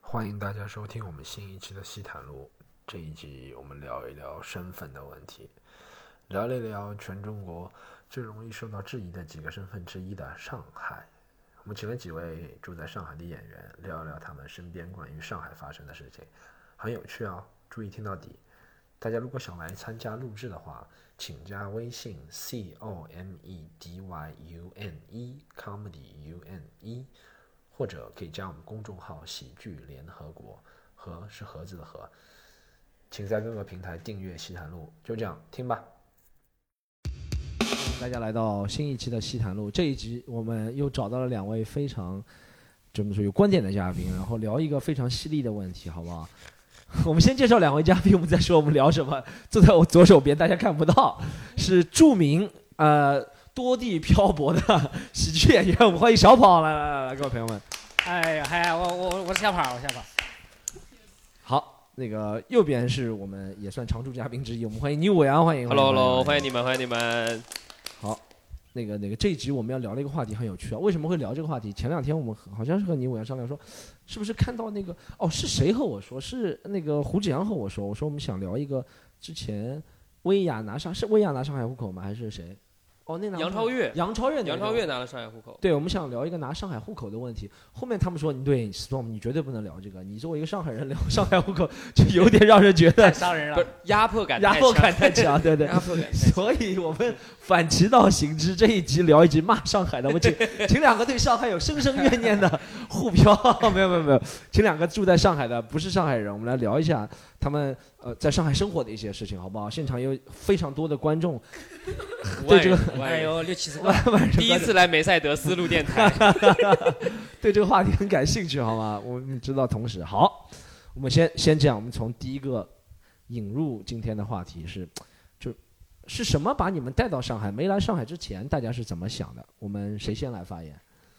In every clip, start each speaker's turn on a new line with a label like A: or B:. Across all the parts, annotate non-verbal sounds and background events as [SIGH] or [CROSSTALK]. A: 欢迎大家收听我们新一期的《西坦路》。这一集我们聊一聊身份的问题，聊一聊全中国最容易受到质疑的几个身份之一的上海。我们请了几位住在上海的演员，聊一聊他们身边关于上海发生的事情，很有趣哦。注意听到底。大家如果想来参加录制的话，请加微信 c o m e d y u n e comedy u n e，或者可以加我们公众号“喜剧联合国”，和是盒子的盒。请在各个平台订阅《西谈录》，就这样听吧。大家来到新一期的《西谈录》，这一集我们又找到了两位非常怎么说有观点的嘉宾，然后聊一个非常犀利的问题，好 [LAUGHS] 不好？我们先介绍两位嘉宾，我们再说我们聊什么。坐在我左手边，大家看不到，是著名呃多地漂泊的喜剧演员，我们欢迎小跑，来来来来，各位朋友们。
B: 哎呀嗨，我我我是小跑，我是小跑。
A: 好，那个右边是我们也算常驻嘉宾之一，我们欢迎倪伟阳，欢迎。
C: Hello Hello，欢迎你们，欢迎你们。
A: 好，那个那个这一集我们要聊的一个话题很有趣啊，为什么会聊这个话题？前两天我们好像是和倪伟阳商量说，是不是看到那个哦是谁和我说？是那个胡志阳和我说，我说我们想聊一个之前薇娅拿上是薇娅拿上海户口吗？还是谁？哦，那拿
C: 杨超越，
A: 杨超越，
C: 杨超越。拿了上海户口。
A: 对，我们想聊一个拿上海户口的问题。后面他们说，你对 Storm，你绝对不能聊这个。你作为一个上海人聊上海户口，就有点让人觉得
B: 太伤人
C: 不是
B: 了，
C: 压迫感太
A: 压
C: 强，
A: 迫感太强，对对。
C: [LAUGHS] 压迫感太强。
A: [LAUGHS] 所以我们反其道行之，这一集聊一集骂上海的，我
C: [LAUGHS]
A: 们请请两个对上海有深深怨念的沪漂， [LAUGHS] 没有没有没有，请两个住在上海的不是上海人，我们来聊一下他们呃在上海生活的一些事情，好不好？现场有非常多的观
C: [LAUGHS]
A: 众，
C: 五
A: 对
C: 万
A: 这个
C: 人，五万
B: 哎
C: 人
B: 呦六七十个
A: 晚，晚上
C: 第一次来梅赛德斯录电
A: [LAUGHS]
C: 台，
A: 对这个话题很感兴趣，好吗？我们知道，同时好，我们先先讲，我们从第一个引入今天的话题是，就是什么把你们带到上海？没来上海之前，大家是怎么想的？我们谁先来发言？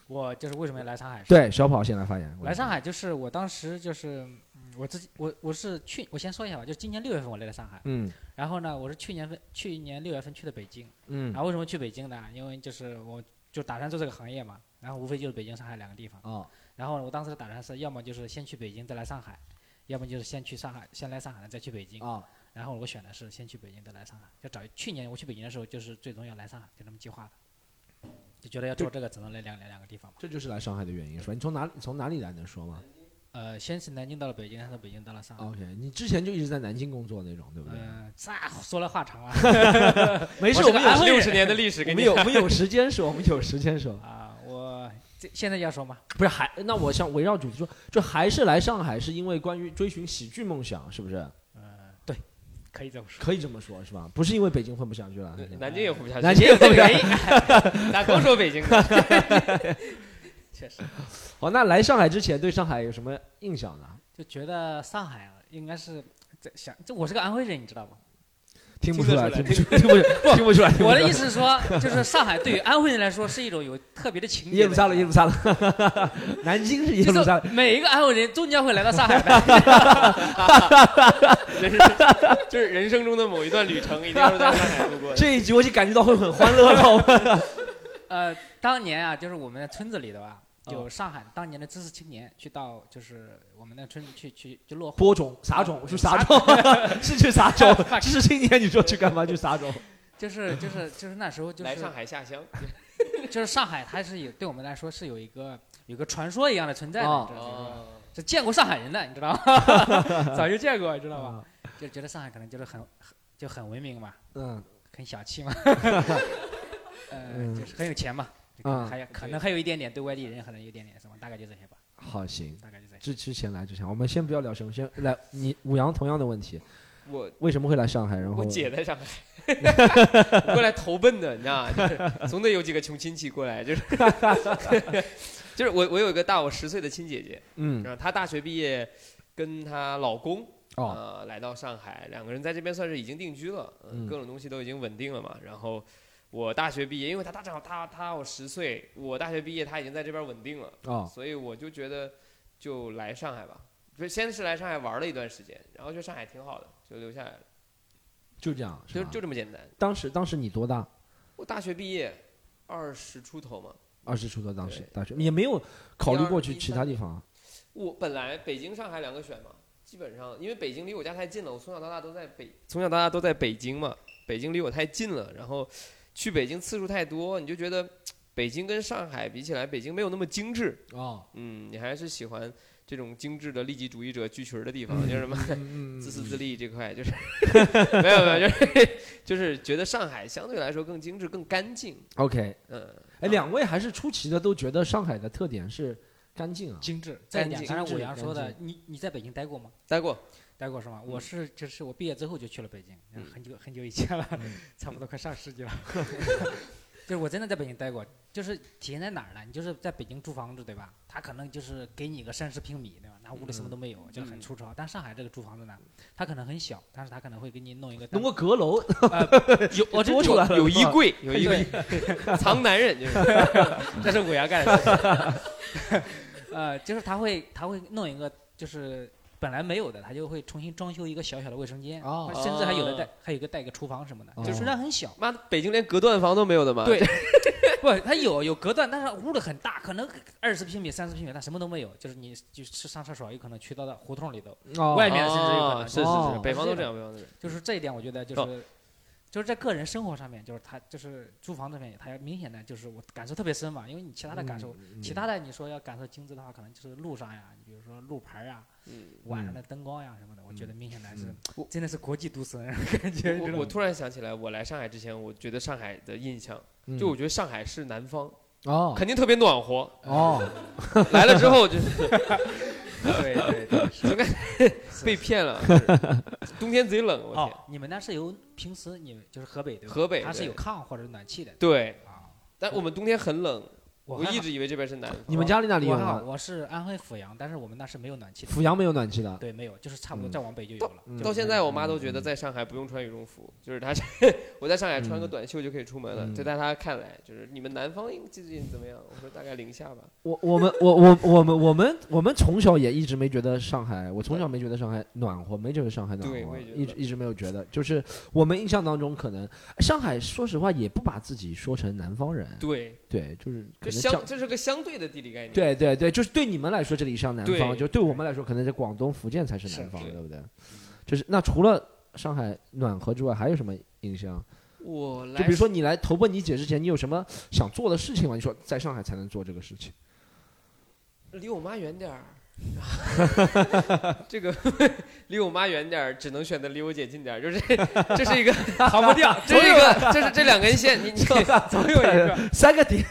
B: 我就是为什么要来上海？，
A: 对，小跑先来发言。
B: 来上海就是我当时就是嗯我自己我我是去我先说一下吧，就是今年六月份我来的上海，
A: 嗯
B: 然后呢我是去年份去年六月份去的北京，
A: 嗯
B: 然后为什么去北京呢？因为就是我就打算做这个行业嘛，然后无非就是北京、上海两个地方，
A: 哦
B: 然后我当时的打算是要么就是先去北京再来上海，要么就是先去上海先来上海再去北京，
A: 哦
B: 然后我选的是先去北京，再来上海。就找去年我去北京的时候，就是最终要来上海，就这么计划的，就觉得要做这个，只能来两两两个地方嘛。
A: 这就是来上海的原因是吧？你从哪里从哪里来能说吗
B: 呃，先是南京到了北京，再从北京到了上海。
A: ？OK，你之前就一直在南京工作那种，对不对？
B: 嗯，这说来话长了
A: 没事，
C: 我
A: 我
C: 这个
A: 们有
C: 六十年的历史
A: 我
C: 给你
A: 们有我们有时间说，我们有时间说。
B: [LAUGHS] 啊！我这现在要说吗？
A: 不是还那我想围绕主题说，就还是来上海是因为关于追寻喜剧梦想，是不是？
B: 呃，对，可以这么说。
A: 可以这么说，是吧？不是因为北京混不下去了。
C: 看，呃南京也活不下去，
A: 南京也活不下
C: 去，哪光说北京的？
A: [LAUGHS]
B: 确实，
A: 好，那来上海之前对上海有什么印象呢？
B: 就觉得上海啊，应该是这想这我是个安徽人，你知道吗？
A: 听不
C: 不
A: 出
C: 出
A: 来，
C: 来
A: 听不出，听不出，听不出来。
B: 我的意思是说，就是上海对于安徽人来说是一种有特别
A: [LAUGHS]
B: 的情
A: 耶
B: 节
A: 路
B: 的。
A: 撒冷，耶路撒冷， [LAUGHS] 南京是耶
B: 就
A: 路撒冷。
B: 是每一个安徽人终将会来到上海的。
C: 人生就是人生中的某一段旅程，一定要是在上海度过的。
A: 这一集我就感觉到会很欢乐了。 [LAUGHS]
B: 呃，当年啊，就是我们的村子里的吧，
A: 哦
B: 有上海当年的知识青年去到，就是我们那村子去去去落户。
A: 播种、撒种，去撒种， [LAUGHS] 是去撒种。知识青年，你说去干嘛？去撒种。
B: 就是就是就是那时候就
C: 来上
B: 是
C: 海下乡，
B: 就是上海，它是有对我们来说是有一个有个传说一样的存在的，
A: 哦
B: 你知道吗
C: 哦，
B: 是见过上海人的，你知道吗？
A: [LAUGHS]
B: 早就见过，你知道吗？就觉得上海可能就是很很就很文明嘛，
A: [LAUGHS] 嗯，
B: 很小气
A: [LAUGHS]
B: 嘛， [LAUGHS] 呃，
A: 嗯
B: 就是很有钱嘛，就
A: 嗯
B: 可能还有可能还有一点点对外地人可能有一点点什么，大概就这些吧，
A: 好行。
B: 大概就这些。
A: 之之前来之前，我们先不要聊什么，先来你五羊同样的问题，
C: 我
A: 为什么会来上海？然后
C: 我姐在上海，我 [LAUGHS] 过来投奔的，你知道
A: [LAUGHS]
C: 吗？就是总得有几个穷亲戚过来，就是就是我我有一个大我十岁的亲姐姐，
A: 嗯
C: 然后她大学毕业，跟她老公
A: 哦
C: 呃来到上海，两个人在这边算是已经定居了，
A: 嗯
C: 嗯，各种东西都已经稳定了嘛。然后我大学毕业，因为她她正好她她我十岁，我大学毕业她已经在这边稳定了，
A: 哦
C: 所以我就觉得就来上海吧。就先是来上海玩了一段时间，然后觉得上海挺好的，就留下来了，
A: 就这样是
C: 就
A: 吧？
C: 就这么简单。
A: 当时当时你多大？
C: 我大学毕业二十出头嘛，
A: 二十出头，当时
C: 对
A: 大学也没有考虑过去
C: 12
A: 其他地方啊。
C: 我本来北京、上海两个选嘛，基本上因为北京离我家太近了，我从小到大都在北，从小到大都在北京嘛，北京离我太近了，然后去北京次数太多，你就觉得北京跟上海比起来，北京没有那么精致，
B: 哦，
C: 嗯，你还是喜欢这种精致的利己主义者聚群儿的地方，就是什么
A: 嗯
C: 自私自利这块，
A: [LAUGHS]
C: 就是没有没有，就是就是觉得上海相对来说更精致、更干净。
A: OK，
C: 嗯，
A: 哎，两位还是出奇的都觉得上海的特点是干净啊。
B: 精致。再一点，
C: 干净
B: 刚才
A: 精
B: 五
A: 致
B: 阳说的
A: 干，
B: 你你在北京待过吗？
C: 待过，
B: 待过是吗？我
C: 嗯
B: 是就是我毕业之后就去了北京，
C: 嗯
B: 很久很久以前了， [LAUGHS] 差不多快上世纪了。 [LAUGHS] 就是我真的在北京待过，就是体现在哪儿呢？你就是在北京租房子对吧？他可能就是给你个三十平米对吧？那屋里什么
A: 嗯
B: 都没有，就很
C: 嗯
B: 粗糙。但上海这个租房子呢，它可能很小，但是它可能会给你弄一个单
A: 弄个阁楼，
B: 有我
A: [LAUGHS]
B: 真
A: 多出
B: 有
A: 来了
C: 呃有衣柜，有衣
B: 对
C: 柜， [LAUGHS] 藏男人就是。
B: [LAUGHS] 这是五羊干的事情。 [LAUGHS] 呃，就是他会他会弄一个就是本来没有的，他就会重新装修一个小小的卫生间，
A: 哦
B: 甚至还有的带
C: 哦
B: 还有一个带一个厨房什么的，
A: 哦
B: 就是虽然
A: [LAUGHS]
B: 很小，
C: 妈的，北京连隔断房都没有的嘛？
B: 对不，它有有隔断，但是屋里很大，可能二十平米、三十平米，但什么都没有，就是你就是上厕所有可能去到的胡同里头，
A: 哦
B: 外面甚至有可能
C: 哦是是
A: 哦
C: 是，北方都这样，北方都这样。
B: 就是这一点，我觉得就是。就是在个人生活上面，就是他就是租房这边，他明显的就是我感受特别深嘛，因为你其他的感受，
A: 嗯
B: 其他的你说要感受精致的话，可能就是路上呀，你比如说路牌啊，
C: 嗯，
B: 晚上的灯光呀什么的，我觉得明显来是
A: 嗯
C: 我
B: 真的是国际都市那种感觉。
C: 我我突然想起来，我来上海之前，我觉得上海的印象，
A: 嗯
C: 就我觉得上海是南方，
A: 哦
C: 肯定特别暖和。
A: 哦，
C: 来了之后就是
B: 对对对，是
C: 总感觉被骗了，冬天贼冷，我天。
B: 哦，你们那是有平时你们就是河北对吧？
C: 河北
B: 它是
C: 对
B: 有炕或者暖气的
C: 对，
B: 啊。
C: 但我们冬天很冷，
B: 我
C: 我
B: 还
C: 一
B: 好
C: 直以为这边是南方。
A: 你们家里哪里有
B: 我还好，
A: 啊？
B: 我是安徽阜阳，但是我们那是没有暖气的。
A: 阜阳没有暖气的，
B: 对，没有，就是差不多
A: 嗯
B: 再往北就有了。
A: 嗯
C: 到现在，我妈都觉得在上海不用穿羽绒服，就是她， [LAUGHS] 我在上海穿个短袖就可以出门了。
A: 嗯
C: 就在她看来，就是你们南方最近怎么样？我说大概零下吧。
A: 我我们我我我们我们我们从小也一直没觉得上海，我从小没觉得上海暖和，没觉得上海暖
C: 对我
A: 和，
C: 也觉得
A: 一直一直没有觉得。就是我们印象当中，可能上海说实话也不把自己说成南方人，
C: 对，
A: 对，就是可
C: 这
A: 能
C: 相
A: 像
C: 这是个相对的地理概念。
A: 对对对，就是对你们来说这里像南方，
C: 对
A: 就对我们来说可能在广东、福建才是南方，
C: 是是
A: 对不对？就是那除了上海暖和之外，还有什么印象？
C: 我来，
A: 就比如说你来投奔你姐之前，你有什么想做的事情吗？你说在上海才能做这个事情，
C: 离我妈
A: [LAUGHS]
C: 远点儿。这个离我妈远点儿，只能选择离我姐近点
A: [LAUGHS]
C: 儿，就是这是一个逃不掉，这是一个，这是这两根线，你你总有一个，
A: 三个
C: [LAUGHS]
A: 点，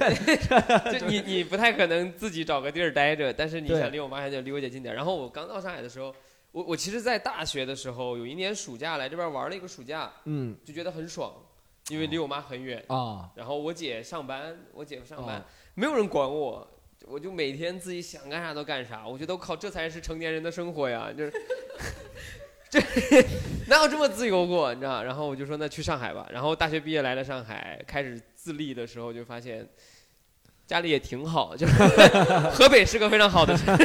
C: 就你你不太可能自己找个地儿待着，但是你
A: 对
C: 想离我妈还得离我姐近点儿。然后我刚到上海的时候，我我其实，在大学的时候有一年暑假来这边玩了一个暑假，
A: 嗯
C: 就觉得很爽，因为离我妈很远。
A: 啊
C: 然后我姐上班，我姐夫上班，
A: 哦
C: 没有人管我，我就每天自己想干啥都干啥。我觉得我靠，这才是成年人的生活呀，就是 [LAUGHS] 这 [LAUGHS] 哪有这么自由过，你知道？然后我就说那去上海吧。然后大学毕业来了上海，开始自立的时候就发现家里也挺好， [LAUGHS] 就是河北是个非常好的 [LAUGHS] 城市，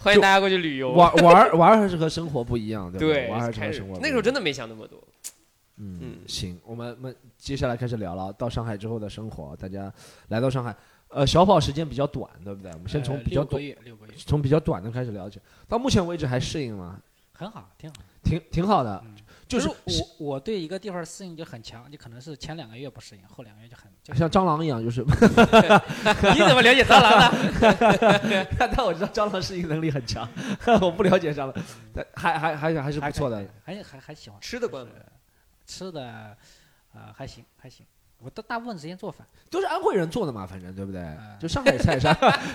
C: 欢迎大家过去旅游。
A: 玩玩玩还是和生活不一样，对吧？
C: 对
A: 玩还，是
C: 开
A: 和
C: 始
A: 生活不一样
C: 那时候真的没想那么多。 [LAUGHS]
A: 嗯，
C: 嗯
A: 行，我们我们接下来开始聊了，到上海之后的生活，大家来到上海，呃，小跑时间比较短，对不对？我们先从
B: 呃
A: 比较
B: 六个
A: 短，
B: 月，六个月，
A: 从比较短的开始聊起。到目前为止还适应吗？
B: 很好，挺好。
A: 挺挺好的，
B: 嗯
A: 就是
B: 我我对一个地方适应就很强，就可能是前两个月不适应，后两个月就很
A: [LAUGHS]
B: 就
A: 像蟑螂一样，就是
B: 你怎么了解蟑螂的？
A: 但我知道蟑螂适应能力很强，我不了解蟑螂，但还还还还是不错的
B: 嗯还，还还还喜欢
C: [LAUGHS] 吃的
B: 就
C: 惯
B: 是
C: 吗
B: 吃的，呃，还行还行。我大大部分时间做饭，
A: 都是安徽人做的嘛，反正对不对
B: 嗯？
A: 就上海菜啥，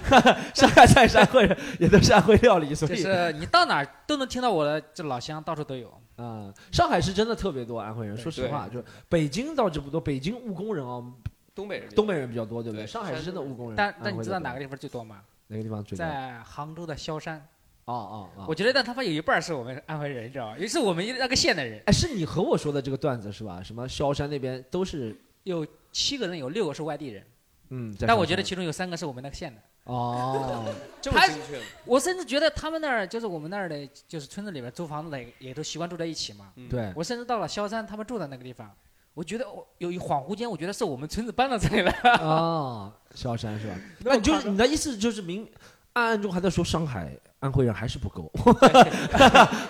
A: [LAUGHS] 上海菜是安徽人，也都是安徽料理，所
B: 就
A: 以 [LAUGHS]
B: 是你到哪儿都能听到我的这老乡，到处都有。
A: 啊，上海是真的特别多安徽人，
B: 对
A: 说实话，就北京倒是不多，北京务工人哦，
C: 东北人，
A: 东北人比较多，对不对？
C: 对
A: 上海是真的务工人，
B: 但
A: 嗯安徽
B: 但你知
A: 的
B: 道
A: 多
B: 哪个地方最多吗？
A: 哪个地方最多？
B: 在杭州的萧山，
A: 哦哦哦，
B: 我觉得但他妈有一半是我们安徽人，你知道吧？也是我们那个县的人，
A: 哎，是你和我说的这个段子是吧？什么萧山那边都是
B: 有七个人有六个是外地人，
A: 嗯，在
B: 但我
A: 上
B: 觉得
A: 海
B: 其中有三个是我们那个县的。
A: 哦，
C: 这么
B: 他
C: 精确吗？
B: 我甚至觉得他们那儿就是我们那儿的，就是村子里边租房子的也也都习惯住在一起嘛。[LAUGHS]
C: 嗯，
A: 对，
B: 我甚至到了萧山，他们住的那个地方，我觉得我有一恍惚间，我觉得是我们村子搬到这里来。
A: 哦，萧山是吧？那你就是你的意思就是明暗暗中还在说上海安徽人还是不
B: [LAUGHS]
A: 够，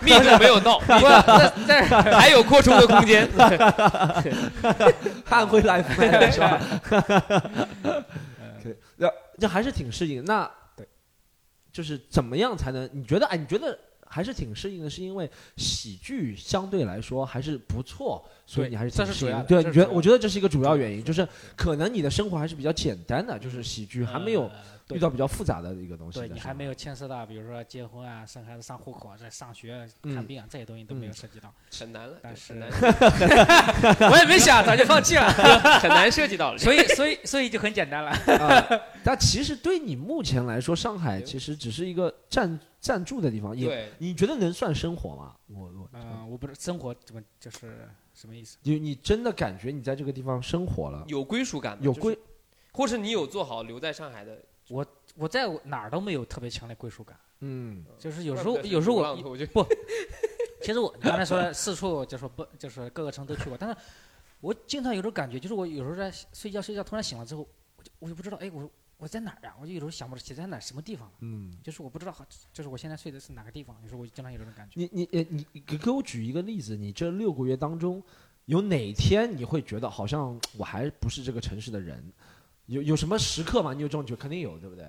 C: 密度没有 [LAUGHS] 到，密度但但 [LAUGHS] 是还有扩充的空间。
A: 安徽来福来是
B: [LAUGHS]
A: 吧？对，那这还是挺适应。那
B: 对，
A: 就是怎么样才能？你觉得？哎，你觉得还是挺适应的，是因为喜剧相对来说还是不错，所以
B: 对
A: 你还是
B: 这
A: 挺适
B: 是主要
A: 应。
B: 的
A: 对，
B: 这
A: 你觉
B: 是
A: 得？
B: 主要
A: 我觉得这是一个主要原因，就是可能你的生活还是比较简单的，就是喜剧 [LAUGHS] 还没有
B: 呃
A: 遇
B: 对
A: 到比较复杂的一个东西在上
B: 对
A: 面。
B: 你还没有牵涉到，比如说结婚啊、生孩子、上户口、这上学、看
A: 嗯
B: 病啊这些东西都没有
A: 嗯
B: 涉及到。
C: 很难了，
B: 但
C: 很
B: 是
C: 难，
B: [LAUGHS] 我也没想，早就放弃了。
C: 很难涉及
A: 嗯
C: 到了。
B: 所
A: [LAUGHS]
B: 以，所以，所以就很简单了。
A: 啊，但其实对你目前来说，上海其实只是一个暂暂住的地方，也
C: 对，
A: 你觉得能算生活吗？我我，
B: 嗯，我不知道生活怎么就是什么意思。
A: 你你真的感觉你在这个地方生活了，
C: 有归属感吗，
A: 有
C: 就是
A: 归，
C: 或是你有做好留在上海的。
B: 我在哪儿都没有特别强的归属感，
A: 嗯
B: 就是有时
C: 怪
B: 候，
C: 不得是
B: 有时候
C: 流浪
B: 我
C: 狗我觉得
B: 其实我你刚才说的四处就说不就是各个城都去过，但是我经常有种感觉，就是我有时候在睡觉睡觉，突然醒了之后，我就我就不知道，哎，我我在哪儿啊？我就有时候想不起在哪儿什么地方了，
A: 嗯，
B: 就是我不知道，就是我现在睡的是哪个地方。有时候我经常有这种感觉。
A: 你你呃你你给给我举一个例子，你这六个月当中，有哪天你会觉得好像我还不是这个城市的人？有有什么时刻吗？你有这种觉，肯定有，对不对？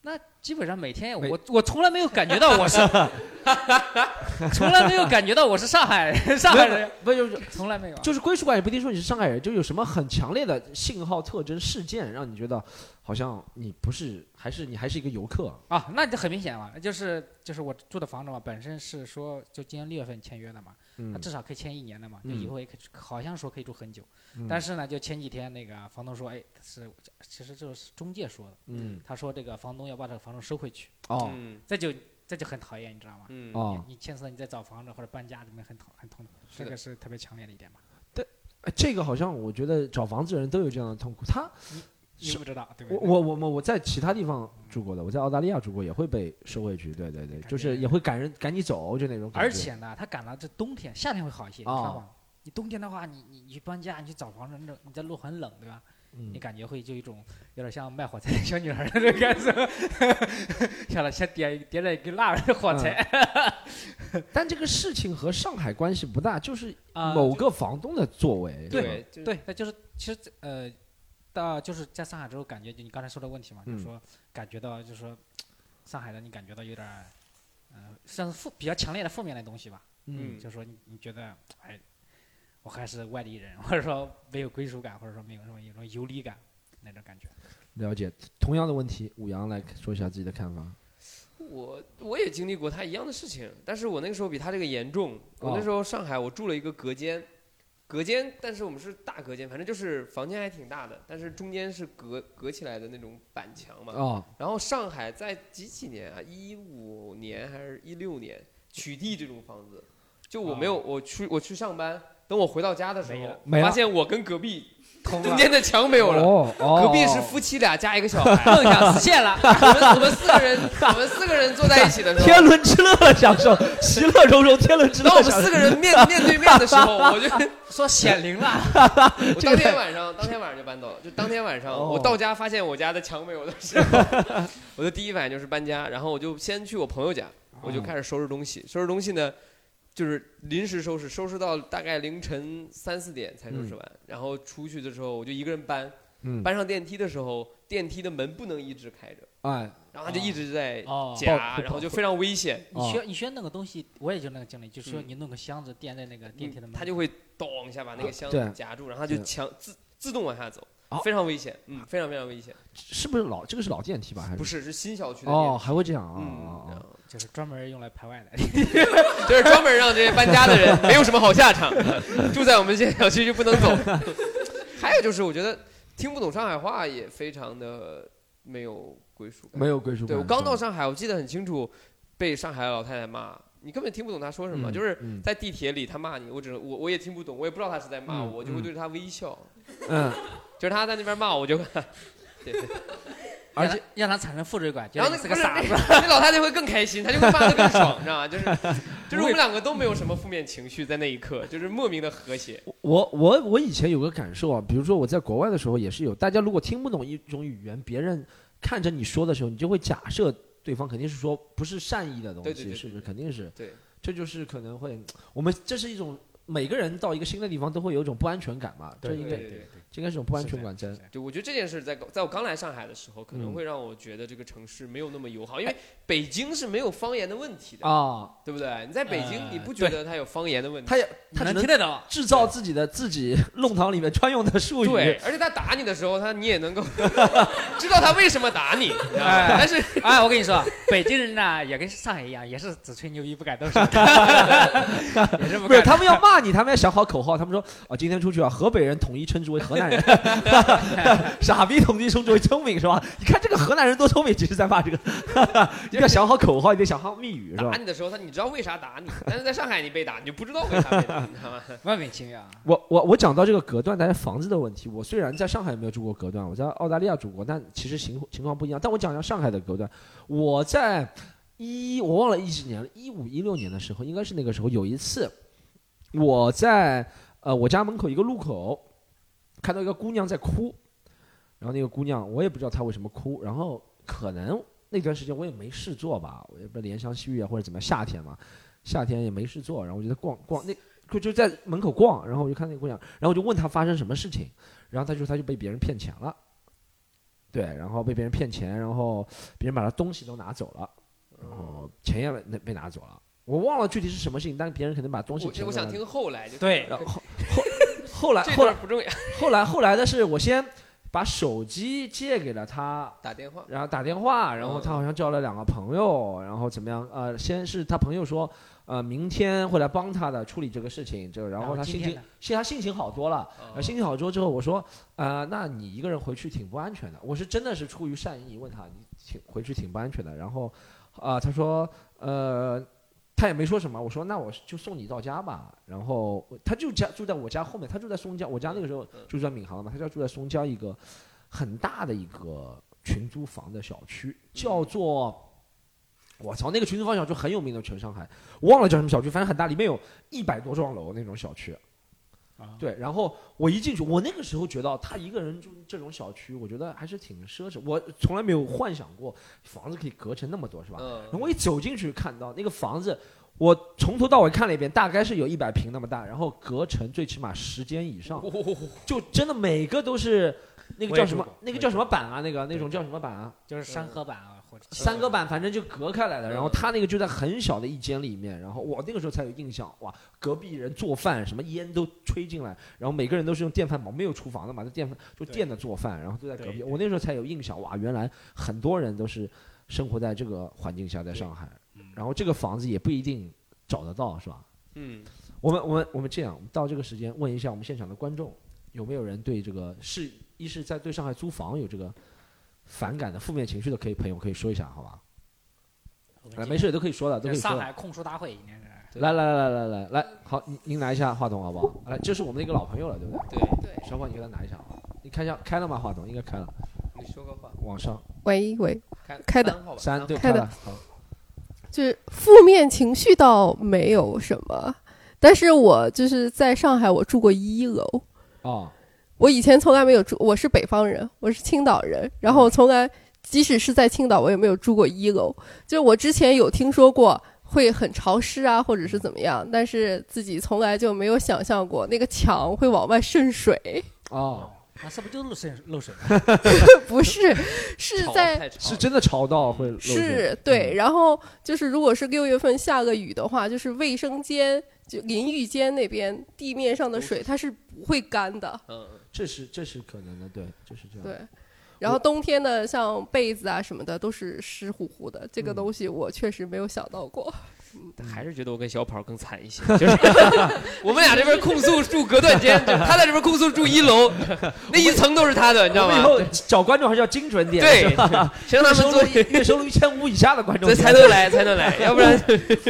B: 那基本上每天
A: 每
B: 我我从来没有感觉到我是， [LAUGHS] 从来没有感觉到我是上海 [LAUGHS] 上海人，
A: 不就是
B: 从来没有啊。
A: 就是归属感也不一定说你是上海人，就有什么很强烈的信号特征事件让你觉得好像你不是，还是你还是一个游客。
B: 啊，那就很明显了，就是就是我住的房子嘛，本身是说就今年六月份签约的嘛，
A: 嗯
B: 它至少可以签一年的嘛，就
A: 嗯
B: 以后也可以住，好像说可以住很久，
A: 嗯
B: 但是呢，就前几天那个房东说，哎，是其实就是中介说的，
A: 嗯
B: 他说这个房东要把这个房子收回去，
A: 哦
C: 嗯
B: 这就这就很讨厌，你知道吗？
C: 嗯
A: 哦，
B: 你牵涉你在找房子或者搬家里面很痛很痛苦，
C: 是
B: 这
C: 的
B: 个是特别强烈的一点吧？
A: 哎这个好像我觉得找房子的人都有这样的痛苦。他
B: 你
A: 是
B: 不知道对不
A: 我
B: 对？
A: 我我们我在其他地方住过的，我在澳大利亚住过，也会被收回去。对对对，
B: 觉
A: 就是也会赶人赶你走，就那种感觉。
B: 而且呢，他赶了这冬天，夏天会好一些，你知
A: 哦
B: 道吗？你冬天的话，你你你去搬家，你去找房子，那你在路很冷，对吧？
A: 嗯
B: 你感觉会就一种有点像卖火柴的小女孩的那种感受， [LAUGHS] 下来先点点点一根蜡火
A: 嗯
B: 柴
A: 但这个事情和上海关系不大，就是
B: 啊。
A: 某个房东的作为。是吧
C: 对，就是
B: 对，那就是其实呃，到就是在上海之后，感觉就你刚才说的问题嘛，就是
A: 嗯
B: 说感觉到就是说上海的你感觉到有点儿呃，像是负比较强烈的负面的东西吧。
C: 嗯
B: 就说你你觉得，哎，我还是外地人，或者说没有归属感，或者说没有什么有种游离感那种感觉。
A: 了解。同样的问题，武阳来说一下自己的看法。
C: 我我也经历过他一样的事情，但是我那个时候比他这个严重。我
A: 哦
C: 那时候上海，我住了一个隔间，隔间，但是我们是大隔间，反正就是房间还挺大的，但是中间是隔隔起来的那种板墙嘛。
A: 哦，
C: 然后上海在几几年啊？一五年还是一六年取缔这种房子？就我没有，我去我去上班，等我回到家的时
B: 啊没
C: 候
B: 了，
A: 没了
C: 发现我跟隔壁
B: 通
C: 中间的墙没有了。
A: 哦，哦
C: 隔壁是夫妻俩加一个小孩，
B: 梦想实现了，
C: [LAUGHS] 我们我们四个人，我们四个人坐在一起的时候，
A: 天伦之乐享受，其乐融融，天伦之乐
C: 当我们
A: 享受
C: 四。个人面面对面的时候，我就
B: 说显灵了。
C: [LAUGHS] 我当天晚上，当天晚上就搬走了。就当天晚上，
A: 哦
C: 我到家发现我家的墙没有的时候， [LAUGHS] 我的第一反应就是搬家。然后我就先去我朋友家，我
B: 哦
C: 就开始收拾东西。收拾东西呢，就是临时收拾，收拾到大概凌晨三四点才收
B: 嗯
C: 拾完。然后出去的时候，我就一个人搬。
A: 嗯，
C: 搬上电梯的时候，电梯的门不能一直开着，
A: 哎，
C: 然后他就一直在
B: 哦
C: 夹，然后就非常危险。
B: 你需要你需要弄个东西，我也就那个经历，就是说
C: 嗯
B: 你弄个箱子垫在那个电梯的门，啊
C: 他嗯就会咚一下把那个箱
A: 对
C: 子夹住，然后它就
A: 对
C: 强自自动往下走
A: 哦，
C: 非常危险，嗯，
B: 啊
C: 非常非常危险。
A: 是不是老这个是老电梯吧？还是
C: 不是，是新小区的
A: 哦，
C: 电梯，
A: 还会这样啊
C: 嗯，
A: 啊？
C: 然
A: 啊
C: 后
B: 就是专门用来排外的。
C: [LAUGHS] 就是专门让这些搬家的人没有什么好下场， [LAUGHS] 住在我们这小区就不能走。 [LAUGHS] 还有就是，我觉得听不懂上海话也非常的没有归属感。
A: 没有归属感。
C: 嗯对我刚到
A: 是吧
C: 上海，我记得很清楚，被上海老太太骂，你根本听不懂她说什么，
A: 嗯
C: 就是
A: 嗯
C: 在地铁里她骂你，我只能我我也听不懂，我也不知道她是在骂
A: 嗯
C: 我，我就会
A: 嗯
C: 对着她微笑，
A: 嗯，
C: 就是她在那边骂我，我就 [LAUGHS] 对对。
A: 而
B: 让
A: 且
B: 他让他产生负罪感，觉
C: 然
B: 得
C: 后
B: 你
C: 那
B: 是
C: 个
B: 个
C: 不是
B: 傻子。
C: [LAUGHS] 那那老太太会更开心，她就会骂得更爽，你知道
A: [LAUGHS]
C: 啊吗？就是就是我们两个都没有什么负面情绪，在那一刻就是莫名的和谐。
A: 我我我以前有个感受啊，比如说我在国外的时候也是有，大家如果听不懂一种语言，别人看着你说的时候，你就会假设对方肯定是说不是善意的东
C: 对对对
A: 西，
C: 对
A: 是不是？
C: 对
A: 肯定是，
C: 对，
A: 这就是可能会我们这是一种每个人到一个新的地方都会有一种不安全感嘛，这
B: 对
A: 应
C: 对
A: 该
C: 对对
A: 这应该是一种不安全感在。
C: 对，我觉得这件事在在我刚来上海的时候，可能
A: 嗯
C: 会让我觉得这个城市没有那么友好，因为北京是没有方言的问题的，
A: 啊，嗯
C: 对不对？你在北京，
B: 呃
C: 你不觉得它有方言的问题？
A: 他也 [LAUGHS] 他只
B: 能
A: 能
B: 听得到。
A: 制造自己的自己弄堂里面专用的术语，
C: 对，而且他打你的时候，他你也能够 [LAUGHS] 知道他为什么打你，你知道吧？但是
B: 哎，我跟你说，北京人呢也跟上海一样，也是只吹牛逼不敢动手，也是不
A: 不是
B: 敢。
A: 他们要骂你，他们要想好口号，他们说啊，今天出去啊，河北人统一称之为河南人，傻逼统一称之为聪明是吧？你看这个河南人多聪明，其实在骂这个， [LAUGHS] 你要想好口号，你得想好密语是吧
C: 打？你的时候，他你知道为啥打你，但是在上海你被打，你就不知道为啥被打，你知道吗？
B: 莫名其妙。啊
A: 我我我讲到这个隔断，大家房子的问题。我虽然在上海没有住过隔断，我在澳大利亚住过，但其实情情况不一样。但我讲一下上海的隔断。我在一我忘了一几年了，一五一六年的时候，应该是那个时候有一次，我在呃我家门口一个路口看到一个姑娘在哭，然后那个姑娘我也不知道她为什么哭，然后可能那段时间我也没事做吧，我也不知道怜香惜玉啊或者怎么样，夏天嘛，夏天也没事做，然后我就在逛逛那。就就在门口逛，然后我就看那个姑娘，然后我就问她发生什么事情，然后她就说她就被别人骗钱了，对，然后被别人骗钱，然后别人把她东西都拿走了，然后钱也被被拿走了，我忘了具体是什么事情，但是别人肯定把东西
C: 我
A: 钱
C: 我
A: 都拿
C: 想
A: 走
C: 听后来就
B: 对
A: 呃然后后后后来
C: 这
A: 后来
C: 段不重要， [LAUGHS]
A: 后来后来的是我先把手机借给了她，
C: 打
A: [LAUGHS]
C: 电话
A: 然后打电话，然
B: 嗯
A: 后他好像叫了两个朋友，然后怎么样？呃，先是他朋友说，呃，明天会来帮他的处理这个事情，这个然
B: 然
A: 后
B: 后
A: 他
B: 今
A: 心
B: 天
A: 情
B: 呢，
A: 心他心情好多了。
C: 啊
A: 呃，心情好多之后，我说，呃，那你一个人回去挺不安全的。我是真的是出于善意问他，你挺回去挺不安全的。然后，啊、他说，呃，他也没说什么。我说，那我就送你到家吧。然后他就家住在我家后面，他住在松江，我家那个时候
B: 嗯
A: 就住在闵行了嘛，他就住在松江一个很大的一个群租房的小区，叫
B: 嗯
A: 做。我操，那个群租房小区很有名的，全上海，我忘了叫什么小区，反正很大，里面有一百多幢楼那种小区。
B: 啊
A: 对，然后我一进去，我那个时候觉得他一个人住这种小区，我觉得还是挺奢侈，我从来没有幻想过房子可以隔成那么多，是吧？然后
C: 嗯，
A: 我一走进去，看到那个房子，我从头到尾看了一遍，大概是有一百平那么大，然后隔成最起码十间以上，就真的每个都是那个
B: 我也
A: 叫什
B: 住
A: 么
B: 过
A: 那个
B: 我也
A: 叫
B: 住
A: 什么板啊，那个那
B: 对
A: 种叫什么板啊？
B: 就是山河版啊，或者
A: 三个板反正就隔开来的，
C: 嗯
A: 然后他那个就在很小的一间里面，然后我那个时候才有印象，哇，隔壁人做饭什么烟都吹进来，然后每个人都是用电饭煲，没有厨房的嘛，那电饭就
B: 对
A: 电的做饭，然后都在隔
B: 对
A: 壁，
B: 对
A: 我那时候才有印象，哇，原来很多人都是生活在这个环境下，在
B: 对
A: 上海
B: 嗯，
A: 然后这个房子也不一定找得到，是吧？
C: 嗯，
A: 我们我们我们这样，我们到这个时间问一下我们现场的观众，有没有人对这个是一是在对上海租房有这个反感的负面情绪的，可以朋友可以说一下，好吧？来，哎没，事，都可以说的，都
B: 就
A: 可
B: 是
A: 以说
B: 上
A: 的。
B: 海控诉大会应该是。
A: 来来来来来来，好，您您拿一下话筒好不好？来，这是我们的一个老朋友了，对不对？
C: 对，
D: 对，
A: 小宝，你给他拿一下啊。你看一下，开了吗？话筒应该开了，
C: 你说个话，
A: 往上
D: 喂喂，
C: 开
D: 开的
C: 三号吧
A: 三
B: 嗯
A: 对
D: 开
A: 开
D: 的
A: 了。好，
D: 就是负面情绪倒没有什么，但是我就是在上海，我住过一楼，
A: 哦，
D: 我以前从来没有住，我是北方人，我是青岛人，然后我从来即使是在青岛，我也没有住过一楼。就是我之前有听说过会很潮湿啊，或者是怎么样，但是自己从来就没有想象过那个墙会往外渗水。
A: 哦，
B: 那是不是就漏水漏水？
D: 不是，是
C: 吵
D: 在
C: 太吵
A: 是
C: 了
A: 真的潮到会漏水嗯
D: 是对，，然后就是如果是六月份下个雨的话，就是卫生间就淋浴间那边地面上的水它是不会干的，
C: 嗯嗯
A: 嗯这是这是可能的，对，就是这样。
D: 对。然后冬天的像被子啊什么的都是湿乎乎的，这个
A: 嗯
D: 东西我确实没有想到过。
C: 还是觉得我跟小跑更惨一些， [LAUGHS] 就是我们俩这边控诉住隔断间，就他在这边控诉住一 [LAUGHS] 楼，那一层都是他的，你知
A: 我
C: 道
A: 们以
C: 吗？
A: 后找观众还是要精准点，
C: 对
A: 是吧，
C: 谁让他
A: 收
C: 们做
A: 入，
C: [LAUGHS]
A: 月收入一千五以下的观众
C: 这才能来才能来，要不然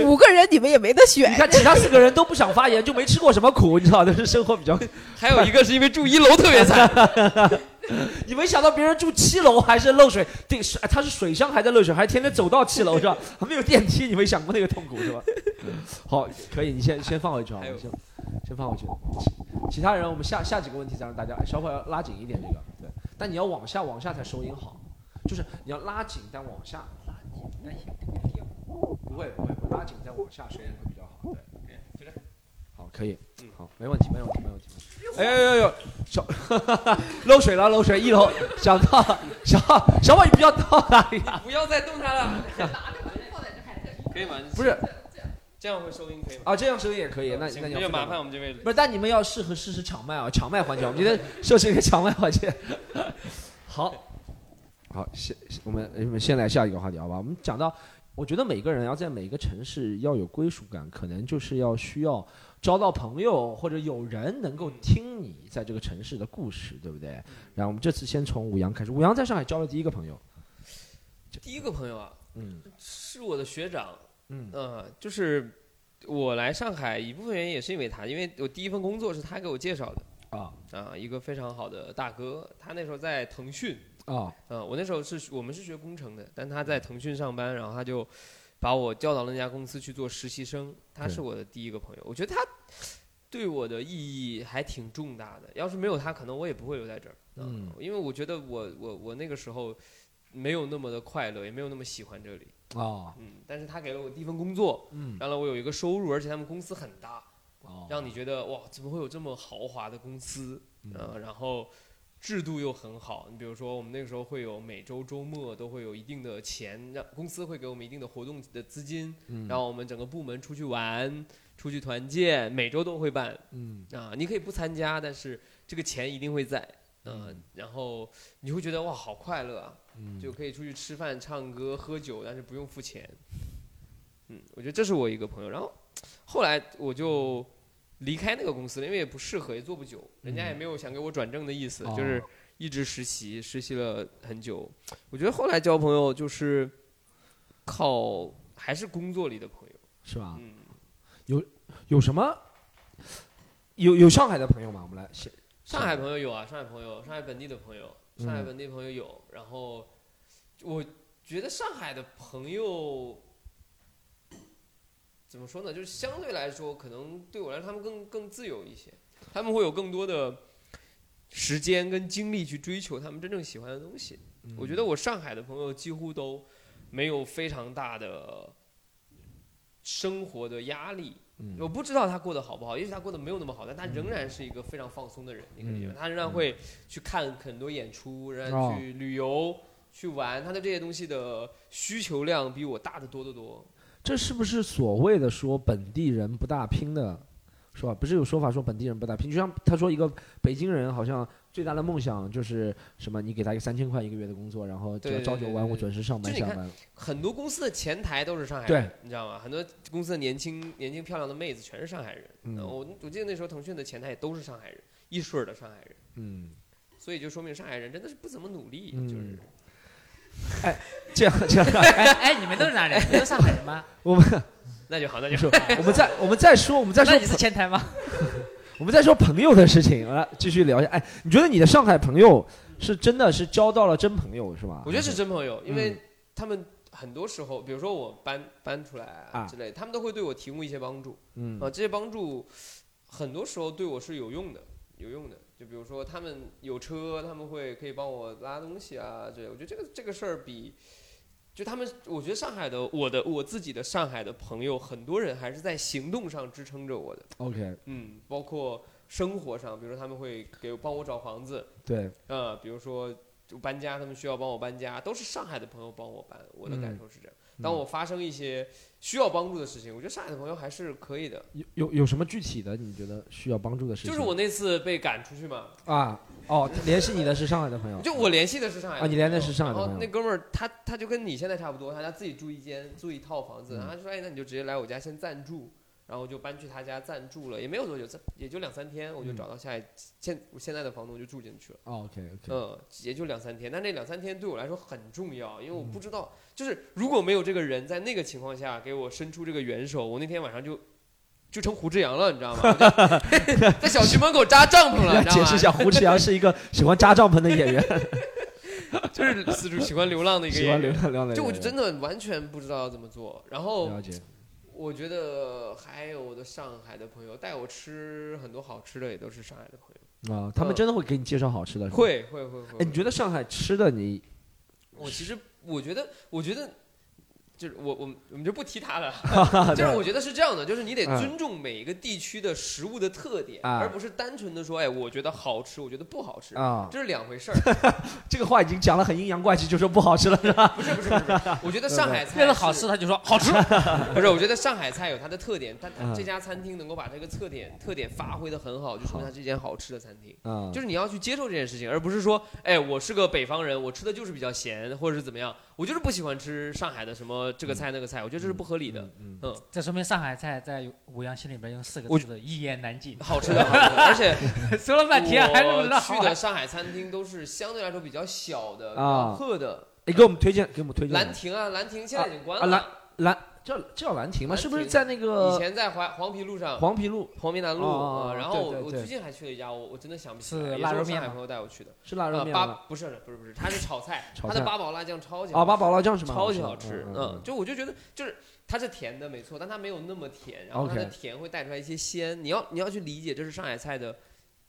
D: 五个人你们也没得选
A: 你，看其他四个人都不想发言，就没吃过什么苦，你知道，都是生活比较。
C: 还有一个是因为住一楼特别惨，
A: 你没想到别人住七楼还是漏水，对，是他是水箱还在漏水，还天天走到七楼是吧？ [LAUGHS] 还没有电梯，你没想过那个痛苦是吧？好，可以，你先先放回去啊，
C: 还
A: 我
C: 有
A: 们先先放回去。其其他人，我们下下几个问题再让大家哎稍微要拉紧一点这个，对，但你要往下往下才收音好，就是你要拉紧，但往下拉紧。不会不会，拉紧再往下水也会比较好。对，
C: 就这
A: 好，可以
C: 嗯，
A: 好，没问题，没问题，没问题。
C: 哎呦呦呦，
A: 小漏水了，漏水，一楼想到了，小小宝，你不要到哪里啊？
C: 不要再动它了，可以吗？
A: 不是
C: 这样会收音可以吗？
A: 啊，这样声音也可以，那
C: 行
A: 那你
C: 就
A: 要
C: 麻烦我们这位
A: 不是，但你们要适合试试抢麦啊，抢麦环节，我们今天设置一个抢麦环节。好，好，先我们我们先来下一个话题，好吧？我们讲到，我觉得每个人要在每个城市要有归属感，可能就是要需要交到朋友或者有人能够听你在这个城市的故事，对不对？然后我们这次先从武阳开始，武阳在上海交了第一个朋友，
C: 第一个朋友啊，
A: 嗯
C: 是我的学长，
A: 嗯
C: 嗯、就是我来上海一部分原因也是因为他，因为我第一份工作是他给我介绍的
A: 啊
C: 啊、一个非常好的大哥，他那时候在腾讯，
A: 啊
C: 嗯、我那时候是我们是学工程的，但他
A: 嗯
C: 在腾讯上班，然后他就把我叫到那家公司去做实习生，他
A: 对
C: 是我的第一个朋友，我觉得他对我的意义还挺重大的，要是没有他，可能我也不会留在这儿，呃
A: 嗯
C: 因为我觉得我我我那个时候没有那么的快乐，也没有那么喜欢这里。
A: 啊
C: 嗯，但是他给了我第一份工作，
A: 嗯
C: 让了我有一个收入，而且他们公司很大，
A: 哦
C: 让你觉得哇，怎么会有这么豪华的公司？
A: 嗯
C: 呃，然后制度又很好。你比如说，我们那个时候会有每周周末都会有一定的钱，让公司会给我们一定的活动的资金，
A: 嗯
C: 让我们整个部门出去玩、出去团建，每周都会办
A: 嗯
C: 啊、你可以不参加，但是这个钱一定会在。嗯
A: 嗯，
C: 然后你会觉得哇，好快乐啊！
A: 嗯
C: 就可以出去吃饭、唱歌、喝酒，但是不用付钱。嗯，我觉得这是我一个朋友。然后后来我就离开那个公司了，因为也不适合，也做不久，人家也
A: 嗯
C: 没有想给我转正的意思，
A: 哦
C: 就是一直实习，实习了很久。我觉得后来交朋友就是靠还是工作里的朋友。
A: 是吧？
C: 嗯，
A: 有什么？有有上海的朋友吗？我们来先
C: 上海朋友有啊，上海朋友，上海本地的朋友，上海本地朋友有。然后我觉得上海的朋友怎么说呢？就是相对来说，可能对我来说，他们更更自由一些，他们会有更多的时间跟精力去追求他们真正喜欢的东西。我觉得我上海的朋友几乎都没有非常大的生活的压力，
A: 嗯
C: 我不知道他过得好不好，也许他过得没有那么好，但他仍然是一个非常放松的人。你可以觉得他仍然会去看很多演出，仍
A: 嗯哦
C: 然去旅游、去玩，他对这些东西的需求量比我大得多得多。
A: 这是不是所谓的说本地人不大拼的说法？不是有说法说本地人不大拼，就像他说一个北京人好像最大的梦想就是什么？你给他一个三千块一个月的工作，然后只要
C: 对对
A: 朝九
C: 对
A: 晚
C: 对
A: 五
C: 对
A: 准时上班
C: 就你
A: 下
C: 看
A: 班。
C: 很多公司的前台都是上海人，你知道吗？很多公司的年轻、年轻漂亮的妹子全是上海人。
A: 嗯
C: 我我记得那时候腾讯的前台也都是上海人，一水儿的上海人，
A: 嗯，
C: 所以就说明上海人真的是不怎么努力，
A: 嗯
C: 就是
A: 这样这样，
B: 哎哎，你们都是哪人？你们都上海人吗？
A: 我们
C: 那就好，那
A: 不
C: 就是
A: 我们再我们再说我们再
B: 那
A: 说
B: 你是前台吗？
A: 我们再说朋友的事情，来继续聊一下。哎，你觉得你的上海朋友是真的是交到了真朋友是吧？
C: 我觉得是真朋友，因为他们很多时候，比如说我搬搬出来
A: 啊
C: 啊之类，他们都会对我提供一些帮助
A: 嗯
C: 啊，这些帮助很多时候对我是有用的，有用的。就比如说他们有车，他们会可以帮我拉东西啊之类。我觉得这个这个事儿比。就他们，我觉得上海的我的我自己的上海的朋友，很多人还是在行动上支撑着我的，
A: ，OK，
C: 嗯，包括生活上，比如说他们会给我帮我找房子，
A: 对，
C: 呃，比如说就搬家，他们需要帮我搬家，都是上海的朋友帮我搬。我的感
A: 嗯
C: 受是这样。当我发生一些需要帮助的事情，我觉得上海的朋友还是可以的。
A: 有有有什么具体的你觉得需要帮助的事情？
C: 就是我那次被赶出去嘛，
A: 啊，哦，联系你的是上海的朋友，
C: 就我联系的是上海
A: 哦啊，你联系的是上海
C: 然
A: 的
C: 后
A: 朋
C: 那
A: 友，
C: 哥们儿他他就跟你现在差不多，他家自己住一间住一套房子，然后
A: 嗯
C: 他说哎，那你就直接来我家先暂住，然后我就搬去他家暂住了，也没有多久，暂也就两三天，我就
A: 嗯
C: 找到下一现我现在的房东就住进去了。
A: 哦，OK，OK，
C: 嗯，也就两三天，但那两三天对我来说很重要，因为我
A: 嗯
C: 不知道，就是如果没有这个人在那个情况下给我伸出这个援手，我那天晚上就就成胡志阳了，你知道吗？ [LAUGHS] 我就在小区门口扎帐篷了，
A: 来
C: 你
A: [LAUGHS]
C: 知
A: 解
C: 道
A: 释一
C: 吗？
A: 下，胡志阳是一个喜欢扎帐篷的演员，
C: 就是四处喜欢流浪的一个
A: 喜欢
C: 演
A: 流
C: 员，
A: 浪流浪的演员，
C: 就我就真的完全不知道要怎么做。然后
A: 了解，
C: 我觉得还有我的上海的朋友带我吃很多好吃的，也都是上海的朋友，
A: 啊，他们真的会给你介绍好吃的，是吧。
C: 呃会会会会。
A: 哎，你觉得上海吃的你
C: 我其实我觉得，我觉得就是我我们我们就不
B: [LAUGHS]
C: 提它了，就是我觉得是这样的，就是你得
B: 嗯
C: 尊重每一个地区的食物的特点，
A: 啊
C: 而不是单纯的说，哎，我觉得好吃，我觉得不好
B: 嗯
C: 吃，
A: 啊，
C: 这是两回事儿。
A: 这个话已经讲得很阴阳怪气，就说不好吃了是吧？
C: 不是不是不是
B: [LAUGHS]
C: 不是，我觉得上海菜
B: 为了好
C: 是
B: 吃，他就说好吃。
C: 不是，我觉得上海菜有它的特点，但它
A: 嗯
C: 这家餐厅能够把这个特点特点发挥的很好，就说明它是一间好吃的餐厅。
B: 嗯
A: 啊，
C: 就是你要去接受这件事情，而不是说，哎，我是个北方人，我吃的就是比较咸，或者是怎么样，我就是不喜欢吃上海的什么这个
B: 嗯
C: 菜那个菜，我觉得这是不合理的。
A: 嗯，
C: 嗯，
B: 这说明上海菜在五羊心里边用四个
C: 我。
B: 字的一言难尽
A: [LAUGHS]
C: 好吃的，好吃的而且
B: [LAUGHS] 说了半天还是不知道
C: 我
B: 好啊
C: 去
B: 坏
C: 的。上海餐厅都是相对来说比较小的、比较
A: 啊
C: 破的。
A: 你给我们推荐，给我们推
C: 兰
A: 荐
C: 亭啊，兰亭现在已经关
A: 啊兰
C: 了，
A: 蓝叫叫兰亭吗？
C: 兰亭
A: 是不是在那
C: 以
A: 个
C: 前在黄黄陂路上。
A: 黄陂路？
C: 黄陂南路，
A: 哦哦哦
C: 啊然后
A: 对对
C: 我我
A: 对
C: 最近还去了一家，我我真的想不起
B: 是
C: 来，也
B: 腊
C: 是
B: 肉
C: 我
B: 面
C: 上海
B: 吗
C: 朋友带我去的。
A: 是腊肉
C: 呃，
A: 面
C: 八
A: 吗？
C: 不是不是不是，它是炒
A: [LAUGHS]
C: 菜，
A: 炒
C: 它的
A: 菜
C: 八宝辣酱超级好
A: 啊，
C: 吃
A: 八宝辣酱是吗？
C: 超级好吃，嗯
A: 嗯，，
C: 就我就觉得就是它是甜的没错，但它没有那么甜，然后
A: OK
C: 它的甜会带出来一些鲜，你要你要去理解这是上海菜的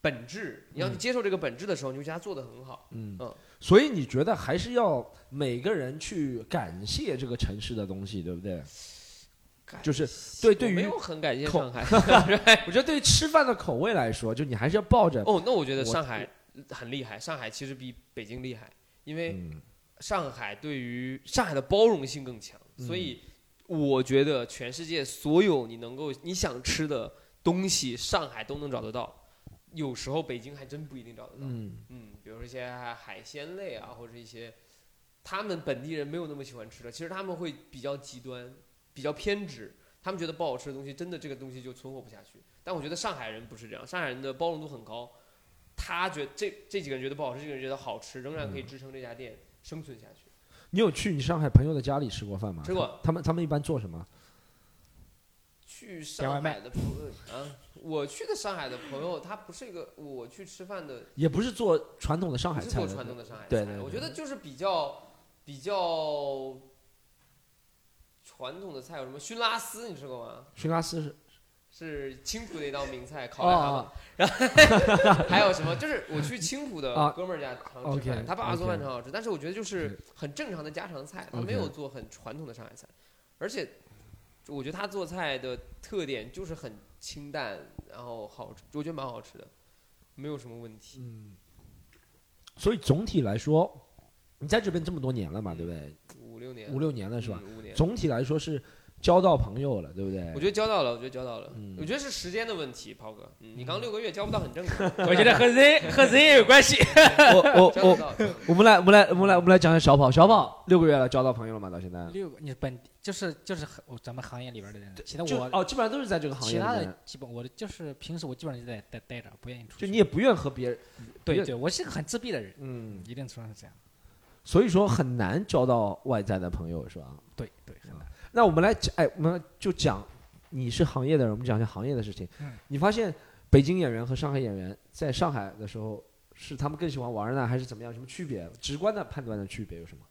C: 本质，你要去接受这个本质的时候，你会觉得它做的很好，
A: 嗯
C: 嗯，
A: 所以你觉得还是要每个人去感谢这个城市的东西，对不对？
C: 感
A: 就是
C: 谢
A: 对
C: 我
A: 对于
C: 没有很感谢
A: 口 [LAUGHS]
C: 上海，
A: 我觉得对于吃饭的口味来说，就你还是要抱着，
C: 哦，那我觉得
A: [LAUGHS] 我
C: 上海很厉害，上海其实比北京厉害，因为
A: 嗯
C: 上海对于上海的包容性更强，
A: 嗯
C: 所以我觉得全世界所有你能够你想吃的东西，上海都能找得到。有时候北京还真不一定找得到，嗯
A: 嗯
C: 比如说一些海鲜类啊，或者一些他们本地人没有那么喜欢吃的，其实他们会比较极端，比较偏执，他们觉得不好吃的东西，真的这个东西就存活不下去。但我觉得上海人不是这样，上海人的包容度很高，他觉这这几个人觉得不好吃，这几个人觉得好吃，仍然可以
B: 嗯
C: 支撑这家店生存下去。
A: 你有去你上海朋友的家里吃过饭吗？
C: 吃过。
A: 他们他们一般做什么？
C: 去
B: 点外
C: 上
B: 卖
C: 海的朋友啊，我去的上海的朋友，他不是一个我去吃饭的，
A: 也不是做传统的上
C: 不
A: 海
C: 是
A: 菜
C: 做
A: 的，
C: 传统的上海菜。
A: 对对对
C: 我觉得就是比较比较传统的菜，有什么熏拉丝，你吃过吗？
A: 熏拉丝是
C: 是青浦的一道名菜，烤癞蛤蟆。
A: 哦
C: [LAUGHS] 还有什么？就是我去青浦的
A: 啊
C: 哥们儿家常吃
A: OK，
C: 饭，他爸爸做
A: OK
C: 饭很好吃，但是我觉得就是
A: 是
C: 很正常的家常菜，他
A: OK
C: 没有做很传统的上海菜，而且我觉得他做菜的特点就是很清淡，然后好吃，我觉得蛮好吃的，没有什么问题。
A: 嗯。所以总体来说，你在这边这么多年了嘛，对不对？
C: 五六年，
A: 嗯五六年了是吧？
C: 嗯？五年。
A: 总体来说是交到朋友了，对不
C: [LAUGHS]
A: 对？
C: 我觉得交到了，我觉得交到了，
A: 哎嗯
C: 我觉得是时间的问题，炮哥，嗯你刚六个月交不到很正常，
B: [LAUGHS] 我觉得
A: [LAUGHS]
B: 和人和人也有关系。
A: 我
C: 交
A: 我我，
C: 得到。
A: 我们来我们来我们来我们来讲讲小跑，小跑六个月了，交到朋友了吗？到现在？
B: 六个，你本就是就是很我咱们行业里边的人，其他
A: 就
B: 我
A: 哦，基本上都是在这个行业
B: 其
A: 里
B: 他
A: 面。
B: 的基本我的就是平时我基本上就在待待着，不愿意出去。
A: 就你也不愿和别人，
B: 对对，我是个很自闭的人，
A: 嗯，
B: 一定程度上是这样。
A: 所以说很难交到外在的朋友，是吧？
B: 对对，很难。
A: 那我们来讲，哎，我们就讲你是行业的人，我们讲一下行业的事情。
B: 嗯
A: 你发现北京演员和上海演员在上海的时候，是他们更喜欢玩呢，还是怎么样？有什么区别？直观的判断的区别有什么？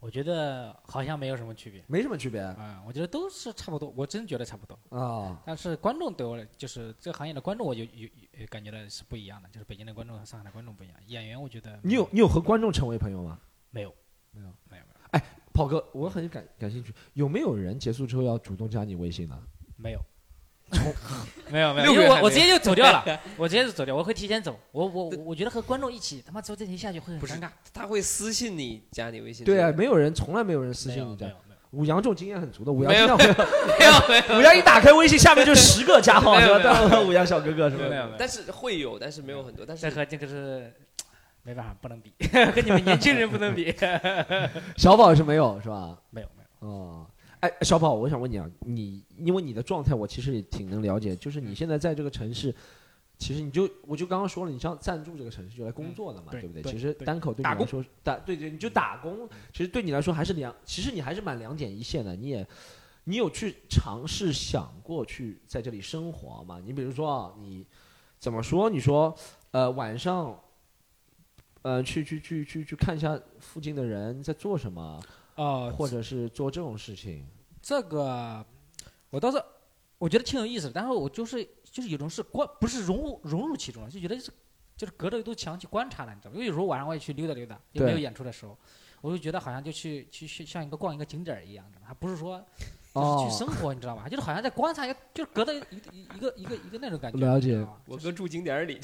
B: 我觉得好像没有什么区别。
A: 没什么区别啊、
B: 啊、我觉得都是差不多，我真觉得差不多。但是观众对我来，就是这个行业的观众，我有有有感觉到是不一样的，就是北京的观众和上海的观众不一样。演员我觉得
A: 你有你有和观众成为朋友吗？
B: 没有
A: 没有
B: 没有没有
A: 跑哥，我很感感兴趣，有没有人结束之后要主动加你微信呢？
B: 没有 [LAUGHS] 没有没有，
C: 六
B: 因
C: 个
B: 为
C: 月还
B: 我我
C: 没
B: 直接就走掉了，我直接就走掉，我会提前走。我我我觉得和观众一起他妈走这题下去会很
C: 不是
B: 尴尬。
C: 他会私信你加你微信，
A: 对啊，，没有人，从来没有人私
B: 没
A: 信
B: 有
A: 你
B: 没
A: 加
B: 有。没有，
A: 五羊这种经验很足的，五羊
C: 没有
A: 经
C: [LAUGHS]
A: 常会
C: 没有没
A: [LAUGHS]
C: 有，
A: 五羊一打开微信，下面就十个加号，
C: 没
A: 是
C: 有
A: 吧？
C: 没有
A: 大五羊小哥哥是
B: 没
A: 吧？
B: 有没有
C: 但是会有，但是没有很多，但是
B: 这和这个是没办法不能比， [LAUGHS] 和你们年轻人不能比。
A: 小宝是没有是吧？
B: 没有没有，
A: 哦，哎，小宝，我想问你啊，你因为你的状态，我其实也挺能了解，就是你现在在这个城市。其实你就，我就刚刚说了，你像暂住这个城市就来工作的嘛，
B: 嗯对
A: 不对？
B: 对
A: 其实
B: 对
A: 单口对
B: 打
A: 你来
B: 工
A: 说，打对对，你就打工，其实对你来说还是两，其实你还是蛮两点一线的。你也，你有去尝试想过去在这里生活吗？你比如说啊，你怎么说？你说，呃，晚上，呃，去去去去去看一下附近的人在做什么，
B: [LAUGHS] 哦
A: 或者是做这种事情。
B: 这个我倒是我觉得挺有意思的，但是我就是就是有种是观不是融入融入其中了，就觉得是就是隔着一堵墙去观察了，你知道吗？因为有时候晚上我也去溜达溜达，也
A: 对
B: 没有演出的时候，我就觉得好像就去去去像一个逛一个景点儿一样，知道吗？还不是说就是
A: 哦
B: 去，生活，你知道吧？就是好像在观察一个，就是隔着一一一个一个一个那种感觉。
A: 了
B: 你知
A: 解
B: 道吗
C: 我哥住景点儿里，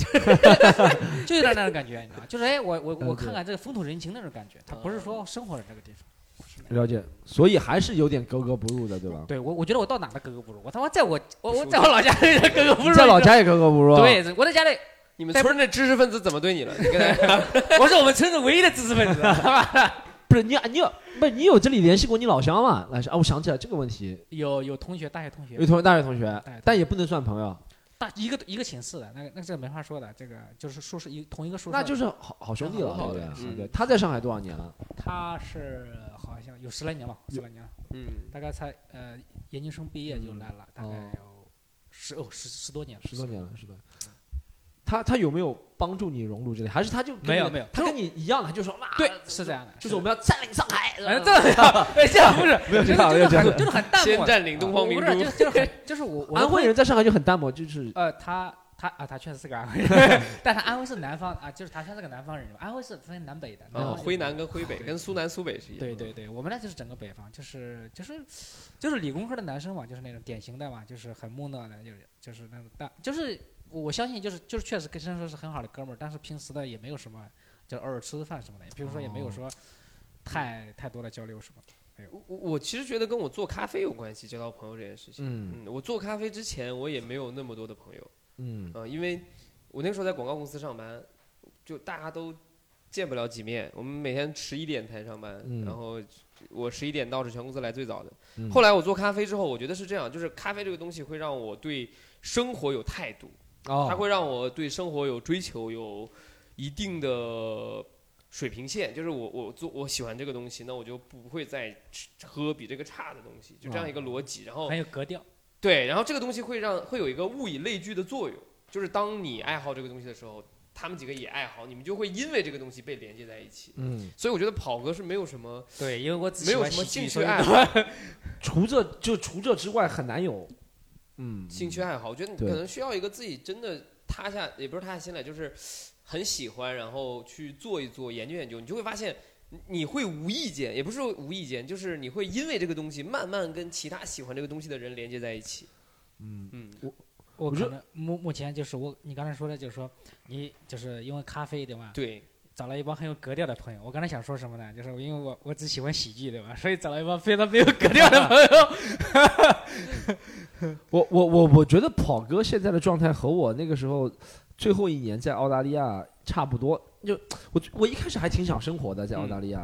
B: 就有点那种感觉，你知道吗，就是哎，我我
A: 了
B: 我
A: 解
B: 看看这个风土人情那种感觉，他不是说生活在这个地方。是那样
A: 了解，所以还是有点格格不入的，对吧？
B: 对我，我觉得我到哪都格格不入。我他妈在我我我
C: 熟
B: 在我老家格格不入，
A: 在老家也格格不入。，啊
B: 对，我在家里，
C: 你们村儿那知识分子怎么对你了？你跟他
B: 我是我们村子唯一的知识分子，好吧？ [LAUGHS]
A: 不是你啊你有不是你有这里联系过你老乡吗？老乡啊，我想起来这个问题，
B: 有有同学，大学同学
A: 有，同学大学同学
B: 同学，
A: 但也不能算朋友，
B: 大一个一个寝室的，那个那个这没法说的，这个就是宿舍一同一个宿舍的，
A: 那就是好好兄弟了，
B: 好
A: 对
B: 好
A: 不
B: 好
A: 对？
C: 嗯
A: 对，他在上海多少年了？
B: 他是好像有十来年吧，十来年了，
C: 嗯，
B: 大概才呃研究生毕业就来了，大概有十哦十十多年了，
A: 哦十多年了，是吧？他他有没有帮助你融入这里？还是他就跟你
B: 没有没有
A: 他跟你一样的，他就说哇，
B: 对，是这样的，
A: 就是我们要占领上海。
B: 哎，这样没有， [LAUGHS] 哎，这样不是，
A: 没有
B: 就
A: 这
B: 是
A: 样没
B: 就
A: 有
B: 是
A: 这样
B: 很就是很淡
C: 先
B: 漠的，
C: 占领东方明
B: 我不是就
C: 珠
B: 是，就是很就是我我
A: 安徽人在上海就很淡漠，就是
B: 呃，他他啊，他确实是个安徽人，
A: [LAUGHS]
B: 但他安徽是南方啊，就是他算是个南方人嘛，安徽是分南北的。南
A: 哦
C: 啊，
B: 方就
C: 徽南跟徽北跟苏南苏北是一样。
B: 对对对，我们那就是整个北方，就是就是就是理工科的男生嘛，就是那种典型的嘛，就是很木讷的，就是就是那种大，就是我我相信就是就是确实跟生说是很好的哥们儿，但是平时的也没有什么，就偶尔吃吃饭什么的，比如说也没有说太、太多的交流什么的。
C: 我我我其实觉得跟我做咖啡有关系，交到朋友这件事情。
A: 嗯
C: 嗯，我做咖啡之前我也没有那么多的朋友，
A: 嗯
C: 啊，因为我那个时候在广告公司上班，就大家都见不了几面。我们每天十一点才上班，
A: 嗯
C: 然后我十一点到是全公司来最早的。
A: 嗯
C: 后来我做咖啡之后，我觉得是这样，就是咖啡这个东西会让我对生活有态度，它
A: 哦，
C: 会让我对生活有追求，有一定的。水平线就是我我做我喜欢这个东西，那我就不会再吃喝比这个差的东西，就这样一个
A: 哦
C: 逻辑。然后
B: 很有格调，
C: 对，然后这个东西会让会有一个物以类聚的作用，就是当你爱好这个东西的时候，他们几个也爱好，你们就会因为这个东西被连接在一起。
A: 嗯，
C: 所以我觉得跑哥是没有什么
B: 对，因为我只喜
C: 没有
B: 欢
C: 什么
B: 喜剧
C: 兴趣
B: 所以 [LAUGHS]
C: 爱
B: 我
C: 好，
A: 除这就除这之外很难有，嗯，
C: 兴趣爱好，我觉得你
A: 对
C: 可能需要一个自己真的塌下，也不是塌下心来，就是很喜欢，然后去做一做，研究研究，你就会发现。你你会无意间，也不是说无意间，就是你会因为这个东西，慢慢跟其他喜欢这个东西的人连接在一起。
A: 嗯
C: 嗯，
B: 我
A: 我觉
B: 可能目目前就是我，你刚才说的就是说，你就是因为咖啡对吧？
C: 对，
B: 找了一帮很有格调的朋友。我刚才想说什么呢？就是因为我我只喜欢喜剧对吧？所以找了一帮非常没有格调的朋友。
A: 我我我我觉得跑哥现在的状态和我那个时候最后一年在澳大利亚差不多。就我我一开始还挺想生活的，在澳大利亚，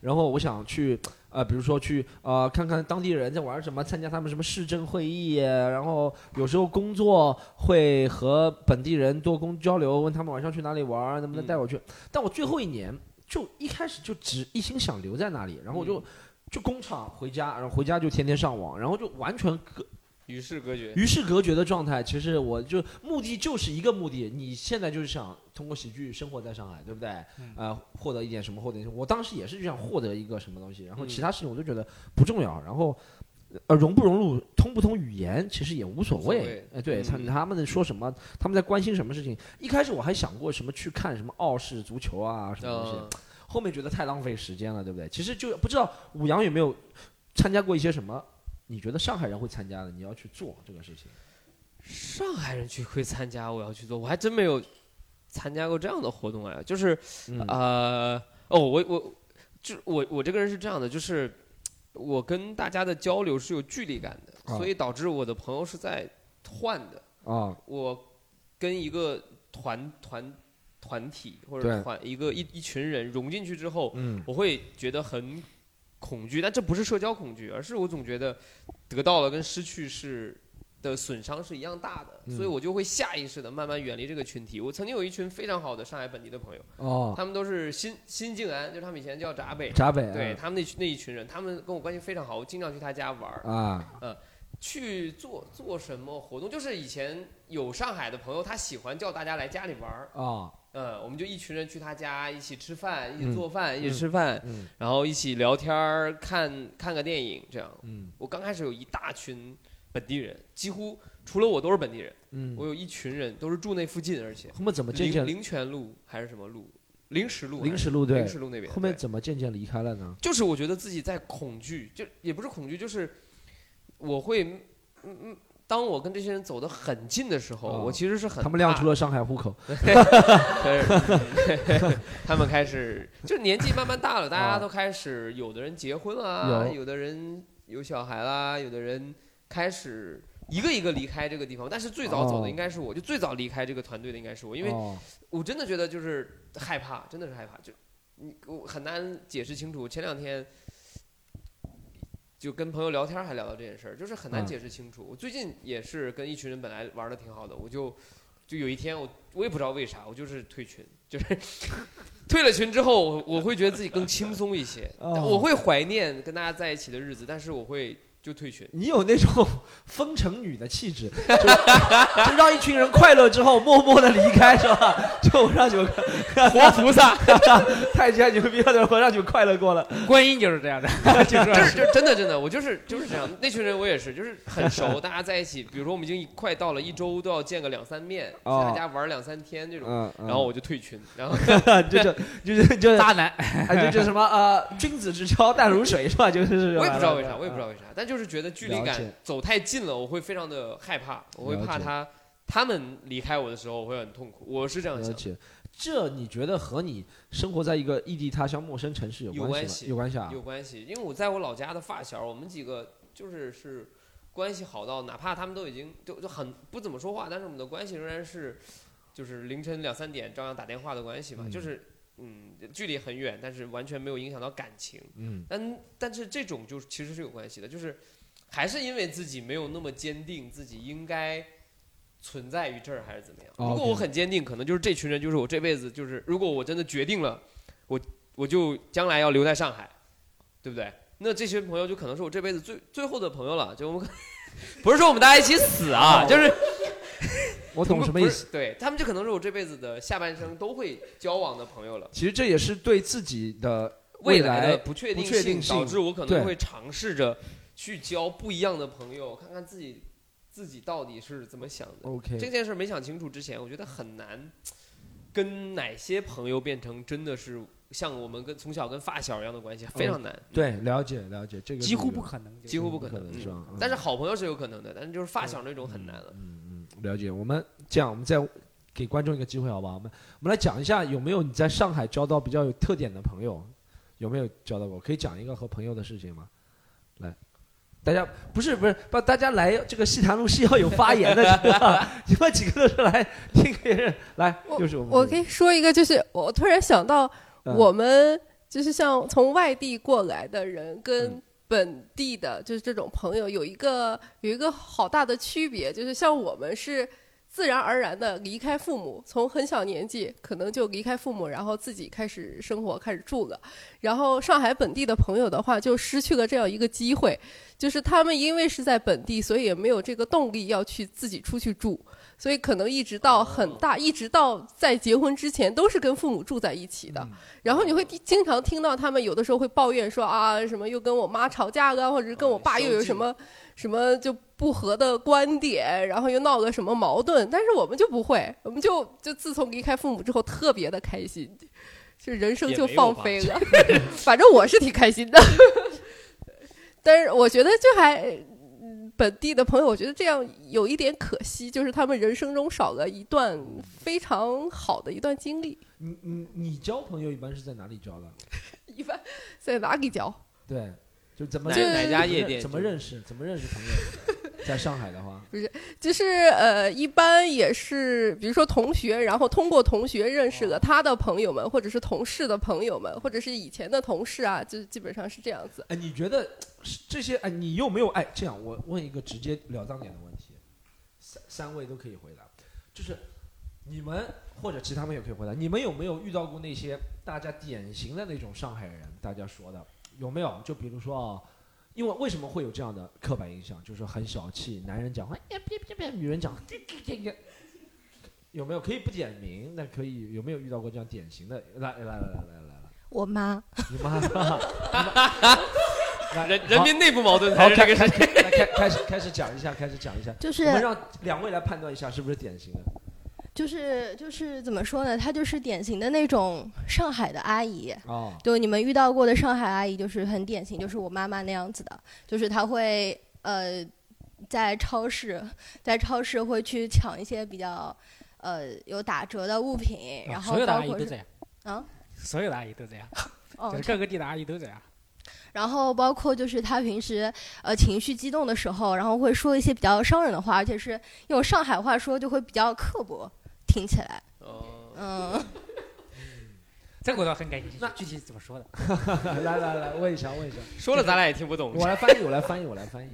A: 然后我想去呃，比如说去呃看看当地人在玩什么，参加他们什么市政会议，然后有时候工作会和本地人多工交流，问他们晚上去哪里玩，能不能带我去。但我最后一年就一开始就只一心想留在那里，然后我就、就工厂回家，然后回家就天天上网，然后就完全隔
C: 与世隔绝。嗯
A: 与世隔绝的状态，其实我就目的就是一个目的，你现在就是想通过喜剧生活在上海，对不对？
B: 嗯
A: 呃，获得一点什么，获得一点什么。我当时也是就想获得一个什么东西，然后
C: 嗯
A: 其他事情我都觉得不重要，然后。呃，融不融入，通不通语言，其实也无所
C: 无所
A: 谓
C: 谓。
A: 哎，对他
C: 嗯
A: 他们说什么，他们在关心什么事情。一开始我还想过什么去看什么澳式足球啊，什么东西。
C: 嗯，
A: 后面觉得太浪费时间了，对不对？其实就不知道武阳有没有参加过一些什么，你觉得上海人会参加的，你要去做这个事情。
C: 上海人去会参加，我要去做，我还真没有参加过这样的活动哎，就是、
A: 嗯
C: 呃，哦，我我就我我这个人是这样的，就是我跟大家的交流是有距离感的，
A: 啊
C: 所以导致我的朋友是在换的，
A: 啊，
C: 我跟一个团团团体或者
A: 对
C: 团一个一一群人融进去之后，
A: 嗯，
C: 我会觉得很恐惧，但这不是社交恐惧，而是我总觉得得到了跟失去是的损伤是一样大的，
A: 嗯
C: 所以我就会下意识的慢慢远离这个群体。我曾经有一群非常好的上海本地的朋友，
A: 哦，
C: 他们都是新新静安，就是他们以前叫闸北，
A: 闸哎北，呃
C: 对他们那群那一群人，他们跟我关系非常好，我经常去他家玩儿。
A: 啊，
C: 去做做什么活动？就是以前有上海的朋友，他喜欢叫大家来家里玩儿，
A: 啊，
C: 嗯，我们就一群人去他家一起吃饭，一起
A: 嗯
C: 做饭，一
A: 嗯
C: 起吃饭，
A: 嗯
C: 然后一起聊天儿，看看个电影，这样。
A: 嗯
C: 我刚开始有一大群本地人，几乎除了我都是本地人，
A: 嗯，
C: 我有一群人都是住那附近，而且
A: 后面怎么渐
C: 灵
A: 渐
C: 灵泉路还是什么路，临时路，
A: 临时路对
C: 临时路那边。
A: 后面
C: 对
A: 怎么渐渐离开了呢？
C: 就是我觉得自己在恐惧，就也不是恐惧，就是我会，嗯嗯，当我跟这些人走得很近的时候，
A: 哦
C: 我其实是很
A: 他们亮
C: 怕
A: 出了上海户口，
C: 对，
A: [LAUGHS]
C: 他们开始就年纪慢慢大了，大家都开始，有的人结婚啦，
A: 有
C: 有的人有小孩啦，有的人开始一个一个离开这个地方。但是最早走
A: 哦
C: 的应该是我，就最早离开这个团队的应该是我，因为
A: 哦
C: 我真的觉得就是害怕，真的是害怕，就你我很难解释清楚。前两天就跟朋友聊天还聊到这件事儿，就是很难
A: 嗯
C: 解释清楚。我最近也是跟一群人本来玩的挺好的，我就就有一天我我也不知道为啥，我就是退群，就是 [LAUGHS] 退了群之后，我我会觉得自己更轻松一些，
A: 哦
C: 我会怀念跟大家在一起的日子，但是我会就退群。
A: 你有那种风城女的气 [LAUGHS] 质，就就让一群人快乐之后默默的离开，是吧？就让你们 [LAUGHS]
C: 活菩萨，
A: 太监牛逼了，我让你们快乐过了。
B: 观音就是这 [LAUGHS] 样的，
A: [LAUGHS]
B: 就是
C: 这是这真的真的，我就是就是这样。那群人我也是，就是
A: [LAUGHS]
C: 很熟，大家在一起，比如说我们已经快到了一周都要见个两三面，
A: 哦
C: 大家玩两三天这种。
A: 嗯，嗯
C: 然后我就退群，然后
A: [LAUGHS] 就就就是
B: [LAUGHS]
A: 就是
B: 渣男，
A: 哎，就就什么呃，君子之交淡如水是吧？就是
C: 我也不知道为啥，我也不知道为啥，但就是觉得距离
A: 了
C: 感
A: 解
C: 走太近了，我会非常的害怕，我会
A: 了
C: 怕
A: 解
C: 他他们离开我的时候，我会很痛苦。我是这样
A: 而
C: 想的，
A: 且这你觉得和你生活在一个异地他乡、陌生城市有
C: 有
A: 关
C: 关
A: 系
C: 系
A: 吗？有关系啊。
C: 有关系，因为我在我老家的发小，我们几个就是是关系好到，哪怕他们都已经就就很不怎么说话，但是我们的关系仍然是就是凌晨两三点照样打电话的关系嘛，
A: 嗯
C: 就是嗯距离很远，但是完全没有影响到感情。
A: 嗯，
C: 但但是这种就是其实是有关系的，就是还是因为自己没有那么坚定自己应该存在于这儿，还是怎么样？
A: 哦
C: 如果
A: OK
C: 我很坚定，可能就是这群人，就是我这辈子就是，如果我真的决定了，我我就将来要留在上海，对不对？那这群朋友就可能是我这辈子最最后的朋友了，就我们可 [LAUGHS] 不是说我们大家一起死啊，就是
A: 我哦懂什么意
C: 不
A: 思。
C: 是对他们就可能是我这辈子的下半生都会交往的朋友了。
A: 其实这也是对自己的
C: 未
A: 来
C: 的不确定
A: 不确定性
C: 导致我可
A: 对
C: 能会尝试着去交不一样的朋友，看看自己自己到底是怎么想的。这
A: OK。
C: 件事没想清楚之前，我觉得很难跟哪些朋友变成真的是像我们跟从小跟发小一样的关系，非常难，
A: 嗯
C: 嗯
A: 对，了解了解，这个
B: 几乎
A: 是
B: 不可能，
C: 几乎不
A: 不可
C: 能。
A: 能
C: 嗯
A: 是吧嗯
C: 但是好朋友是有可能的，但是就是发小那种很难了。
A: 嗯嗯，了解。我们这样，我们再给观众一个机会，好不好？我们我们来讲一下，有没有你在上海交到比较有特点的朋友？有没有交到过？可以讲一个和朋友的事情吗？来，大家不是不是不，大家来这个戏谈录是要有发言的，是
D: [LAUGHS]
A: 吧你们几个都是来听别人来，就是我们
D: 我可以说一个，就是我突然想到，
A: 嗯
D: 我们就是像从外地过来的人
A: 嗯
D: 跟本地的，就是这种朋友有一个有一个好大的区别，就是像我们是自然而然的离开父母，从很小年纪可能就离开父母，然后自己开始生活，开始住了。然后上海本地的朋友的话，就失去了这样一个机会，就是他们因为是在本地，所以也没有这个动力要去自己出去住。所以可能一直到很大，一直到在结婚之前，都是跟父母住在一起的。然后你会听经常听到他们有的时候会抱怨说啊，什么又跟我妈吵架了，或者是跟我爸又有什么什么就不合的观点，然后又闹个什么矛盾。但是我们就不会，我们就就自从离开父母之后，特别的开心，就人生就放飞了。 [LAUGHS] 反正我是挺开心的，但是我觉得就还。嗯本地的朋友，我觉得这样有一点可惜，就是他们人生中少了一段非常好的一段经历。
A: 你你你交朋友一般是在哪里交的？
D: 一般在哪里交？
A: 对，就怎么
C: 哪
D: 就
A: 认
C: 哪家夜店
A: 怎么
C: 就
A: 认识？怎么认识朋友？在上海
D: [LAUGHS]
A: 的话，
D: 就是呃，一般也是，比如说同学，然后通过同学认
B: 哦
D: 识了他的朋友们，或者是同事的朋友们，或者是以前的同事啊，就基本上是这样子。
A: 哎，你觉得是这些？哎，你有没有？哎，这样我问一个直截了当点的问题，三三位都可以回答，就是你们或者其他们也可以回答，你们有没有遇到过那些大家典型的那种上海人？大家说的有没有？就比如说啊。因为为什么会有这样的刻板印象？就是很小气，男人讲话哎呀别别别，女人讲这这这这，有没有可以不点名？那可以有没有遇到过这样典型的？来来来来来来来，
E: 我妈，
A: 你妈，你妈来
C: 人
A: 好
C: 人民内部矛盾
A: 好，
C: 才是这
A: 开
C: 个
A: 开
C: 事。
A: [LAUGHS] 开开开始开始讲一下，开始讲一下，
E: 就
A: 我们
E: 是
A: 让两位来判断一下是不是典型的。
E: 就是就是怎么说呢？她就是典型的那种上海的阿姨，
A: 哦，
E: 就你们遇到过的上海阿姨，就是很典型，就是我妈妈那样子的，就是她会呃在超市，在超市会去抢一些比较呃有打折的物品，然后
B: 哦嗯所有的
E: 包
B: 阿姨
E: 括
B: 都
E: 是
B: 这样，
E: 啊，
B: 所有的阿姨都这样，
E: 哦
B: 就是各个地的阿姨都这样。
E: 然后包括就是她平时呃情绪激动的时候，然后会说一些比较伤人的话，而且是用上海话说就会比较刻薄，听起来，
C: 哦，
E: 嗯，
B: 这个我倒很感兴趣，具体怎么说的？
A: [LAUGHS] 来来来，问一下问一下，
C: 说了咱俩也听不懂。
A: 我来翻译，我来翻译，我来 [LAUGHS] 翻译，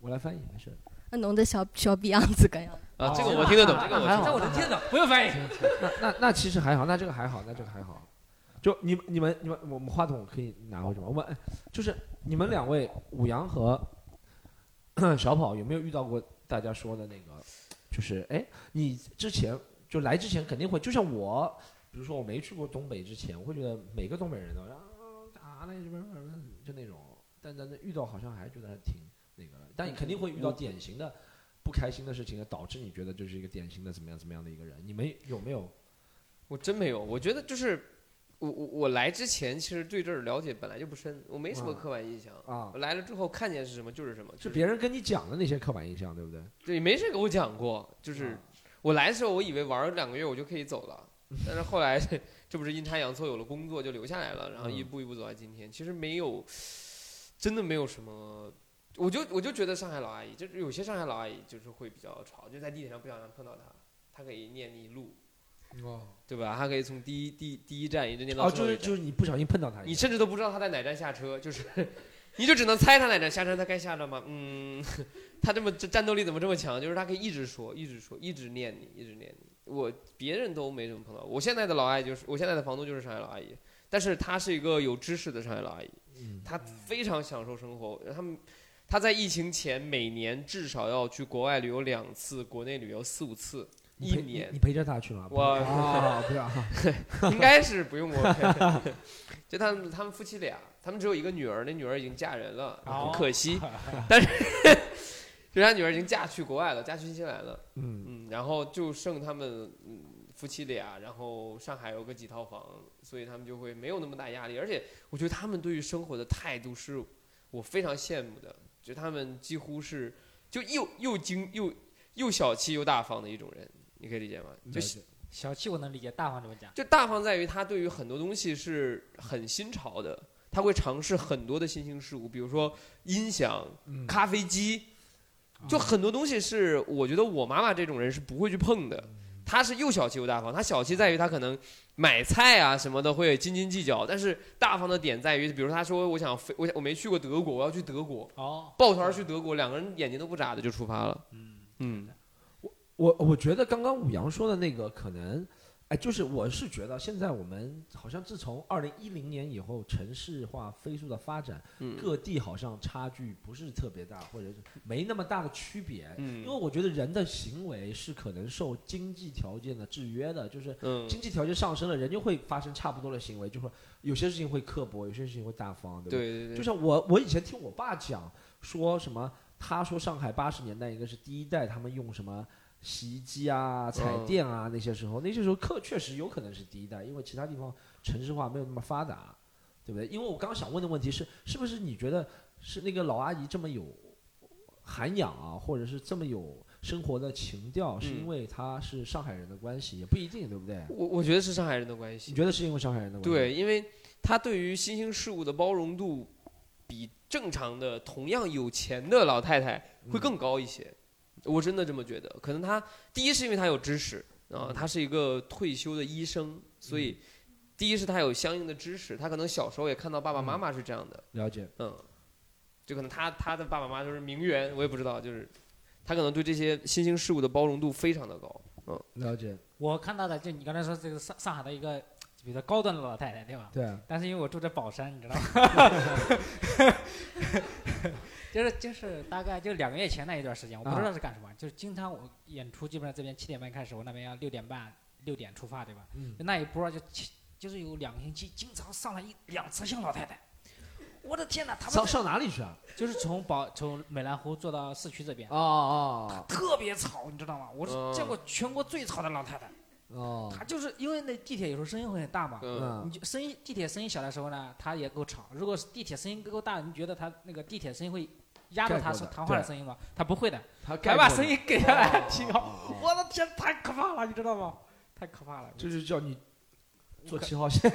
A: 我来翻译，没事。
E: [LAUGHS] 那弄得小小逼样子跟样子。
C: 啊，这个我听得懂，这个我听
A: 还
C: 得
A: 好
C: 懂。
B: 但我能听得懂，不用翻译。
A: 那那那其实还好，那这个还好，那这个还好。就你们你们你们我们话筒我可以拿回去吗？我们就是你们两位武阳和 [CLEARS THROAT] 小跑有没有遇到过大家说的那个？就是哎，你之前就来之前肯定会，就像我，比如说我没去过东北之前，我会觉得每个东北人都啊那什么什么就那种，但但是遇到好像还觉得还挺那个的，但你肯定会遇到典型的不开心的事情，导致你觉得就是一个典型的怎么样怎么样的一个人。你们有没有？
C: 我真没有，我觉得就是我我我来之前，其实对这儿了解本来就不深，我没什么
A: 嗯
C: 刻板印象。
A: 啊
C: 我，来了之后看见是什么就是什么，
A: 是
C: 就
A: 别人跟你讲的那些刻板印象，对不对？
C: 对没谁给我讲过。
A: 啊
C: 就是我来的时候，我以为玩儿两个月我就可以走了，但是后来这不是阴差阳错有了工作就留下来了，然后
A: 嗯
C: 一步一步走到今天。其实没有，真的没有什么。我就我就觉得上海老阿姨，就是有些上海老阿姨就是会比较吵，就在地铁上不小心碰到她，她可以念你一路，
A: 哦，
C: 对吧？她可以从第一第第一站一直念到
A: 哦，
C: 最后
A: 就
C: 一站。
A: 是就是你不小心碰到他一下，
C: 你甚至都不知道他在哪站下车，就是， [LAUGHS] 你就只能猜他哪站下车，他该下了吗？嗯， [LAUGHS] 他这么这战斗力怎么这么强？就是他可以一直说，一直说，一直念你，一直念你。我别人都没怎么碰到，我现在的老阿姨就是我现在的房东就是上海老阿姨，但是她是一个有知识的上海老阿姨，
A: 嗯
C: 她非常享受生活。他们她在疫情前每年至少要去国外旅游两次，国内旅游四五次，
A: 你
C: 一
A: 陪
C: 年
A: 你你陪着他去吗？
C: 我
A: 啊，不要啊， [LAUGHS]
C: 应该是不用我陪。 [LAUGHS] 就他们他们夫妻俩，他们只有一个女儿，那女儿已经嫁人了，很
B: 哦
C: 可惜。但是 [LAUGHS] 就是他女儿已经嫁去国外了，嫁去新西兰了。
A: 嗯，
C: 嗯，然后就剩他们嗯夫妻俩，然后上海有个几套房，所以他们就会没有那么大压力。而且我觉得他们对于生活的态度是我非常羡慕的，就他们几乎是就又又精又又小气又大方的一种人，你可以理解吗？嗯就
A: 了解
B: 小气我能理解，大方怎么讲？
C: 就大方在于他对于很多东西是很新潮的，他会尝试很多的新兴事物，比如说音响、
A: 嗯
C: 咖啡机，
A: 啊
C: 就很多东西是我觉得我妈妈这种人是不会去碰的。
A: 嗯
C: 她是又小气又大方，她小气在于她可能买菜啊什么的会斤斤计较，但是大方的点在于，比如她说我想飞，我想我没去过德国，我要去德国，
B: 哦，
C: 抱团去德国，两个人眼睛都不眨的就出发了。
B: 嗯，
C: 嗯，
A: 我我觉得刚刚武阳说的那个可能，哎，就是我是觉得现在我们好像自从二零一零年以后，城市化飞速的发展，
C: 嗯
A: 各地好像差距不是特别大，或者是没那么大的区别。因为
C: 嗯
A: 我觉得人的行为是可能受经济条件的制约的，就是
C: 嗯
A: 经济条件上升了，人就会发生差不多的行为，就会有些事情会刻薄，有些事情会大方，对吧？
C: 对对
A: 就
C: 对，
A: 像我，我以前听我爸讲说什么，他说上海八十年代应该是第一代，他们用什么洗衣机啊、彩电啊、那些时候，那些时候客确实有可能是第一代，因为其他地方城市化没有那么发达，对不对？因为我刚想问的问题是，是不是你觉得是那个老阿姨这么有涵养啊，或者是这么有生活的情调，是因
C: 嗯
A: 为她是上海人的关系，也不一定，对不对？
C: 我我觉得是上海人的关系
A: 你。觉得是因为上海人的关系？
C: 对，因为他对于新兴事物的包容度比正常的同样有钱的老太太会
A: 嗯
C: 更高一些，我真的这么觉得。可能他第一是因为他有知识
A: 嗯
C: 啊，他是一个退休的医生，所以第一是他有相应的知识，他可能小时候也看到爸爸
A: 嗯
C: 妈妈是这样的，
A: 了解。
C: 嗯，就可能他他的爸爸妈妈就是名媛，我也不知道，就是他可能对这些新兴事物的包容度非常的高。
A: 了解，
B: 我看到的就你刚才说这个上上海的一个，比如说高端的老太太，对吧？
A: 对啊，
B: 但是因为我住在宝山，你知道吗？ [LAUGHS] 就是就是大概就两个月前那一段时间，我不知道是干什么，就是经常我演出基本上这边七点半开始，我那边要六点半六点出发，对吧？
A: 嗯
B: 就那一波就起就是有两个星期，经常上来一两车厢老太太，我的天哪，他
A: 上
B: 们
A: 上哪里去啊？
B: 就是从宝从美兰湖坐到市区这边，
A: 哦哦
B: 啊特别吵，你知道吗？我
C: 嗯
B: 是见过全国最吵的老太太，
A: 哦，
B: 她就是因为那地铁有时候声音会很大嘛，
C: 嗯，
A: 嗯
B: 你就声音地铁声音小的时候呢，她也够吵；如果是地铁声音够大，你觉得她那个地铁声音会压住
A: 盖
B: 她
A: 过
B: 说
A: 的
B: 谈话的
A: 对
B: 声音吗？她不会的，
A: 他
B: 还
A: 改
B: 把声音给下来提高。
A: 哦
B: 我的天，太可怕了，你知道吗？太可怕了。
A: 这
B: 是
A: 就叫你坐
B: 可
A: 七号 [LAUGHS] 线，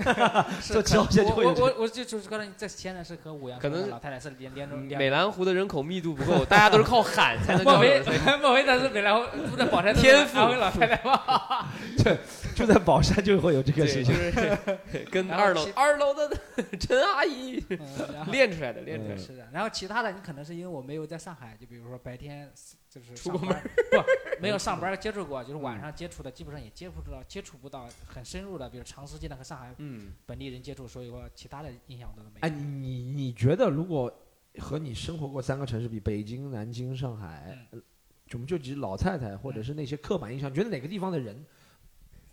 B: 是
A: 这
B: 可
A: 交接就
B: 我
A: 会有
B: 我
A: 这个
B: 我我就就是刚才这现在是和五羊
C: 可能嗯
B: 和老太太是连连着连
C: 美兰湖的人口密度不
A: [LAUGHS]
C: 够，大家都是靠喊才能
B: 莫
C: 叫
B: 非
C: 人。
B: 莫非他是本来住在宝山
C: 天赋
B: 安徽老太太吗？
A: 就在宝山就会有这个
C: [LAUGHS] 对，
A: 事
C: 就
A: 情。
C: 是跟
B: 然后
C: 二楼啊
B: 其
C: 二楼的 [LAUGHS] 陈阿姨
B: 嗯然后
C: 练出来的，练出来
A: 嗯
C: 的。
B: 是的，然后其他的你可能是因为我没有在上海，就比如说白天就是
C: 出
B: 上
C: 过嗯
B: 班
C: [LAUGHS]
B: 不没有上班接触过，就是晚上接触的基本上也接触不到，接触不到很深入的，比如长时间的和上海
C: 嗯，
B: 本地人接触，所以说其他的印象我都没
A: 哎，
B: 有。
A: 你你你觉得如果和你生活过三个城市比，北京、南京、上海，我们就只老太太或者是那些刻板印象，觉得哪个地方的人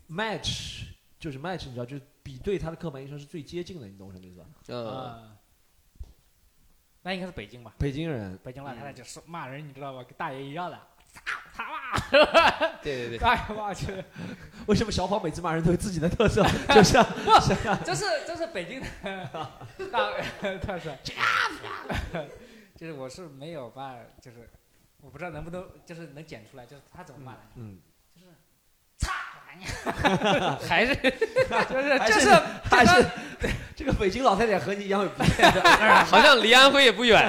A: match 就是 match，你知道，就是比对他的刻板印象是最接近的，你懂我什么意思吧？
C: 嗯，
B: 呃那应该是北京吧？
A: 北京人，
B: 北京老太太
C: 嗯
B: 就是骂人，你知道吧？跟大爷一样的， [LAUGHS] 他妈，
C: 对对对，
B: 大爷骂去。
A: 为什么小宝每次骂人都有自己的特色？就像
B: [LAUGHS] 这是这是北京的
A: [LAUGHS]
B: 大特色，就是我是没有把，就是我不知道能不能就是能剪出来，就是他怎么骂的，
A: 嗯，
B: 就是擦你娘，
A: [LAUGHS]
C: 还是
B: 就是
A: 还
B: 就是是
A: 还是这个北京老太太和你一样有鼻炎的。
C: [LAUGHS] 好像离安徽也不远。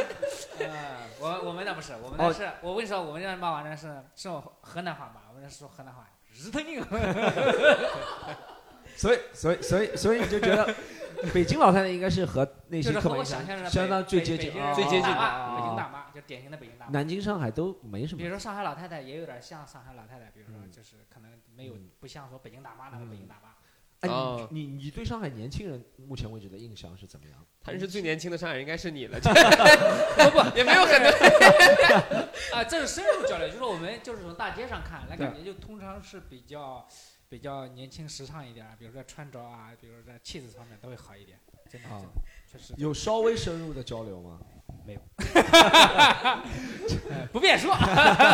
C: [LAUGHS]
B: 呃，我我们那不是，我们
A: 哦
B: 那是，我跟你说，我们那骂完了是是用河南话骂，我们那是说河南话，日他娘，
A: 所以，所以，所以，所以你就觉得北京老太太应该是和那
B: 就
A: 些
B: 是
A: 刻
B: 和
A: 板
B: 我
A: 印
B: 想象中
A: 象
B: 的
A: 相
B: 北
A: 当最
B: 北
A: 接
B: 北
A: 近
B: 京人，
C: 最接近
B: 大
A: 啊
B: 妈，北京大妈，就典型的北京大妈。
A: 南京、上海都没什么
B: 比如。说上海老太太也有点像上海老太太，比如说
A: 嗯
B: 就是可能没有
A: 嗯
B: 不像说北京大妈那个北京大妈，
A: 哎，
C: 哦
A: 你你你对上海年轻人目前为止的印象是怎么样？
C: 他是最年轻的上海人，应该是你了。 [LAUGHS] 不不，也没有很多。
B: 啊，这是深入交流，就是我们就是从大街上看，那感觉就通常是比较比较年轻时尚一点儿，比如说穿着啊，比如说在气质方面都会好一点，真的
A: 啊
B: 真的确实
A: 有稍微深入的交流吗？
B: 呃不便说，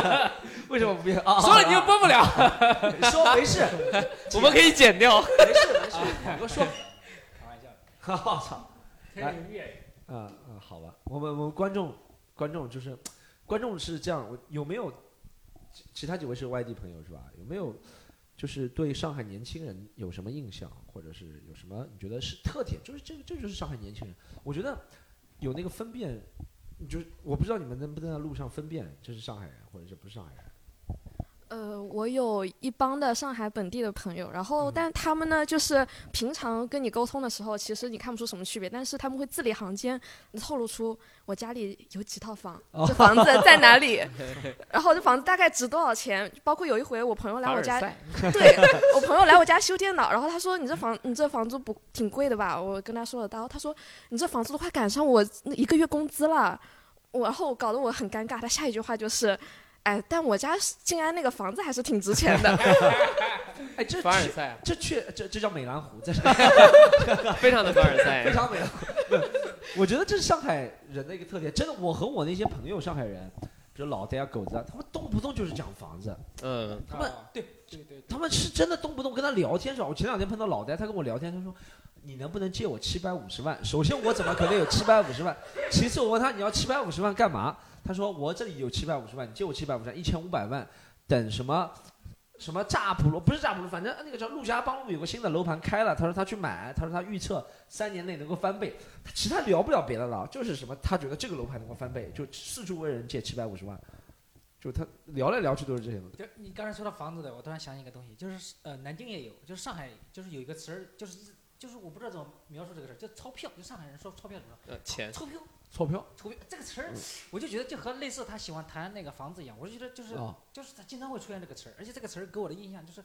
B: [LAUGHS]
A: 为什么不变啊？
C: [LAUGHS]
B: 说了你又播不了，
A: 说没 [LAUGHS] 事，
C: 我们可以剪掉。
A: 没事，没事，我说。
B: 开玩笑的，
A: 我操！
B: 这是粤语。
A: 嗯嗯，好吧，我们我们观众观众就是观众是这样，我有没有其其他几位是外地朋友是吧？有没有就是对上海年轻人有什么印象，或者是有什么你觉得是特点？就是这个这就是上海年轻人，我觉得有那个分辨，就是我不知道你们能不能在路上分辨这是上海人或者这不是上海人。
F: 呃，我有一帮的上海本地的朋友，然后
A: 嗯
F: 但他们呢，就是平常跟你沟通的时候，其实你看不出什么区别，但是他们会字里行间透露出我家里有几套房，这房子在哪里，然后这房子大概值多少钱，包括有一回我朋友来
C: 凡
F: 我
C: 尔
F: 家，
C: 赛，
F: 对我朋友来我家修电脑，然后他说你这房你这房租不挺贵的吧？我跟他说了，然后他说你这房租的话赶上我一个月工资了，我然后我搞得我很尴尬。他下一句话就是，哎，但我家静安那个房子还是挺值钱的。 [LAUGHS]
A: 哎，这
C: 凡尔
A: 这
C: 赛啊，
A: 这确这这叫美兰湖，在上
C: [LAUGHS] [LAUGHS] 非常的凡尔
A: 非 [LAUGHS]
C: 赛。
A: 常美好。不，我觉得这是上海人的一个特点。真的，我和我那些朋友，上海人，比如老戴啊、狗子啊，他们动不动就是讲房子，
C: 嗯，
A: 他们
B: 哦对对对，
A: 他们是真的动不动跟他聊天是吧？我前两天碰到老戴，他跟我聊天，他说。你能不能借我七百五十万？首先，我怎么可能有七百五十万？其次，我问他你要七百五十万干嘛？他说我这里有七百五十万，你借我七百五十万，一千五百万，等什么什么乍浦路不是乍浦路，反正那个叫陆家浜路有个新的楼盘开了，他说他去买，他说他预测三年内能够翻倍，他其他聊不了别的了，就是什么他觉得这个楼盘能够翻倍，就四处问人借七百五十万，就他聊来聊去都是这些东西。
B: 就你刚才说到房子的，我突然想起一个东西，就是呃，南京也有，就是上海就是有一个词儿，就是就是我不知道怎么描述这个事儿，就钞票，就上海人说钞票怎么说？
C: 呃钱
B: 钞票。
A: 钞票
B: 图片这个词儿，我就觉得就和类似他喜欢谈那个房子一样，我就觉得就是、
A: 啊，
B: 就是他经常会出现这个词儿，而且这个词儿给我的印象就是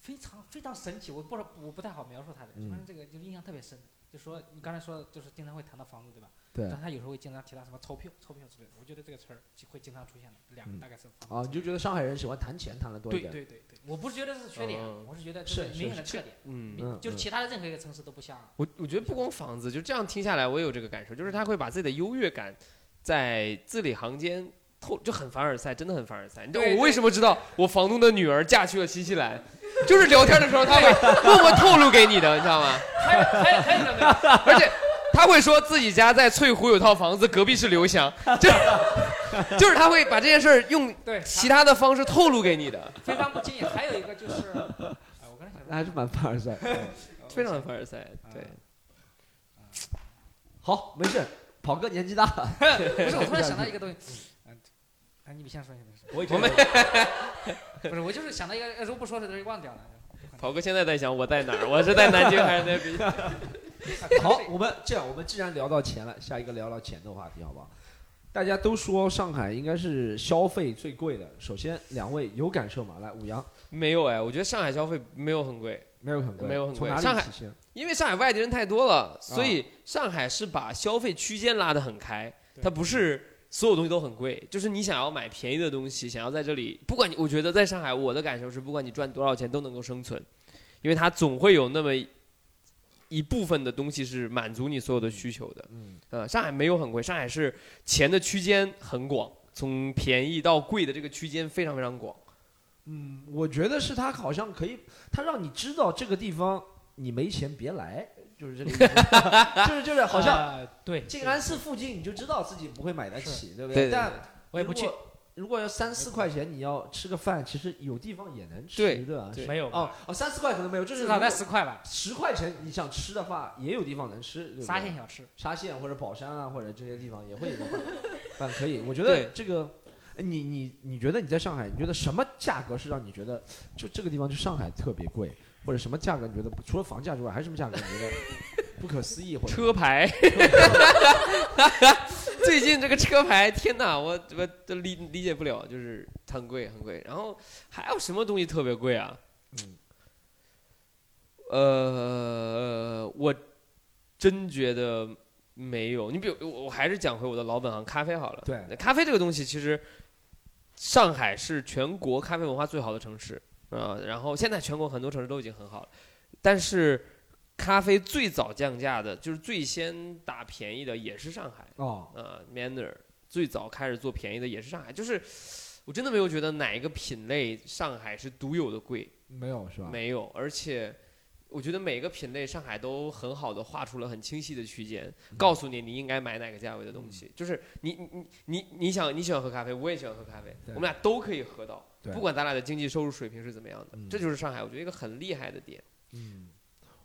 B: 非常非常神奇，我不知道我不太好描述它的，
A: 嗯
B: 反正这个就印象特别深。就说你刚才说就是经常会谈到房子对吧？
A: 对
B: 但他有时候会经常提到什么钞票、钞票之类的，我觉得这个词儿就会经常出现的，两
A: 嗯
B: 个大概是房
A: 啊，
B: 子
A: 你就觉得上海人喜欢谈钱谈的多一
B: 对
A: 点，
B: 对对对，我不是觉得这是缺点，啊
C: 嗯
B: 我是觉得这
A: 是是
B: 明显的
A: 是
B: 特点，
C: 嗯，
A: 嗯
B: 就是
A: 嗯
B: 其他的任何一个城市都不像。啊
C: 我我觉得不光房子，就这样听下来，我也有这个感受，就是他会把自己的优越感在字里行间透，就很凡尔赛，真的很凡尔赛。你知道
B: 对
C: 我
B: 对
C: 为什么知道我房东的女儿嫁去了新西兰？就是聊天的时候，
B: [LAUGHS]
C: 他会默默透露给你的，你知道吗？
B: 还有还有还有一种呢，
C: 而且他会说自己家在翠湖有套房子，隔壁是刘翔，就是就是他会把这件事儿用
B: 对，
C: 其他的方式透露给你的，
B: 非常不经意。还有一个就是，哎，我刚才想
A: 那还是
B: 说，哦
A: 蛮凡尔赛。
C: [LAUGHS] 非常凡尔赛。对，
A: 好，没事，跑哥年纪大
C: [LAUGHS]
A: 了，
B: 不是，我突然想到一个东西，嗯，哎，你先说，你先
A: 我
C: [LAUGHS] 我们
B: 说，不是，我就是想到一个，呃如果不说这东西忘掉 [LAUGHS] 了。
C: 跑哥现在在想我在哪儿？我是在南京还是在北京？ [LAUGHS]
A: 好，我们这样，我们既然聊到钱了，下一个聊聊钱的话题，好不好？大家都说上海应该是消费最贵的，首先两位有感受吗？来，五羊
C: 没有哎，我觉得上海消费没有很贵，
A: 没有很贵，
C: 没有很
A: 从
C: 贵
A: 哪
C: 上
A: 里
C: 海
A: 体现？
C: 因为上海外地人太多了，所以上海是把消费区间拉得很开，
B: 对
C: 它不是所有东西都很贵，就是你想要买便宜的东西，想要在这里，不管你，我觉得在上海我的感受是，不管你赚多少钱都能够生存，因为它总会有那么一部分的东西是满足你所有的需求的。
A: 嗯，
C: 呃，上海没有很贵，上海是钱的区间很广，从便宜到贵的这个区间非常非常广。
A: 嗯，我觉得是他好像可以，他让你知道这个地方你没钱别来，就是这个意思，
B: [LAUGHS]
C: 啊
A: 就是就是好像
B: 呃对，
A: 静安寺附近你就知道自己不会买得起，对不
C: 对对对
A: 但
B: 我也不去
A: 如，果。如果要三四块钱，你要吃个饭，其实有地方也能吃，
C: 对
A: 吧？
C: 对
B: 没有，
A: 哦哦，三四块可能没有，就是
B: 至少
A: 如果
B: 在十块吧，
A: 十块钱你想吃的话，也有地方能吃。对不对
B: 沙县小吃。
A: 沙县或者宝山啊，或者这些地方也会有饭饭可以。我觉
C: 对
A: 得这个，哎你你你觉得你在上海，你觉得什么价格是让你觉得就这个地方就上海特别贵，或者什么价格你觉得不除了房价之外，还有什么价格你觉得不可思议或
B: [LAUGHS]
A: 者
C: 车牌， [LAUGHS] 最近这个车牌，天哪，我我都理理解不了，就是很贵很贵。然后还有什么东西特别贵啊？
A: 嗯
C: 呃，我真觉得没有。你比如，我我还是讲回我的老本行咖啡好了。
A: 对
C: 那咖啡这个东西，其实上海是全国咖啡文化最好的城市啊、然后现在全国很多城市都已经很好了，但是咖啡最早降价的，就是最先打便宜的也是上海
A: 哦，
C: 啊、m a n n e r 最早开始做便宜的也是上海。就是我真的没有觉得哪一个品类上海是独有的贵。
A: 没有是吧？
C: 没有，而且我觉得每个品类上海都很好的画出了很清晰的区间，
A: 嗯
C: 告诉你你应该买哪个价位的东西。就是你你你你你想你喜欢喝咖啡，我也喜欢喝咖啡，
A: 对
C: 我们俩都可以喝到，
A: 对
C: 不管咱俩的经济收入水平是怎么样的
A: 嗯，
C: 这就是上海我觉得一个很厉害的点。
A: 嗯，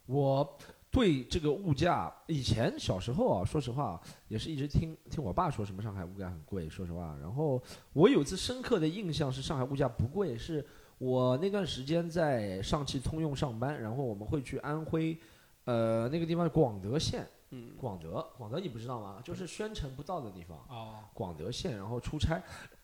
A: 我对这个物价，以前小时候啊，说实话啊也是一直听听我爸说什么上海物价很贵，说实话。然后我有一次深刻的印象是上海物价不贵，是我那段时间在上汽通用上班，然后我们会去安徽，呃，那个地方广德县，
C: 嗯，
A: 广德，广德你不知道吗？就是宣城不到的地方。
B: 哦，
A: 广德县，然后出差，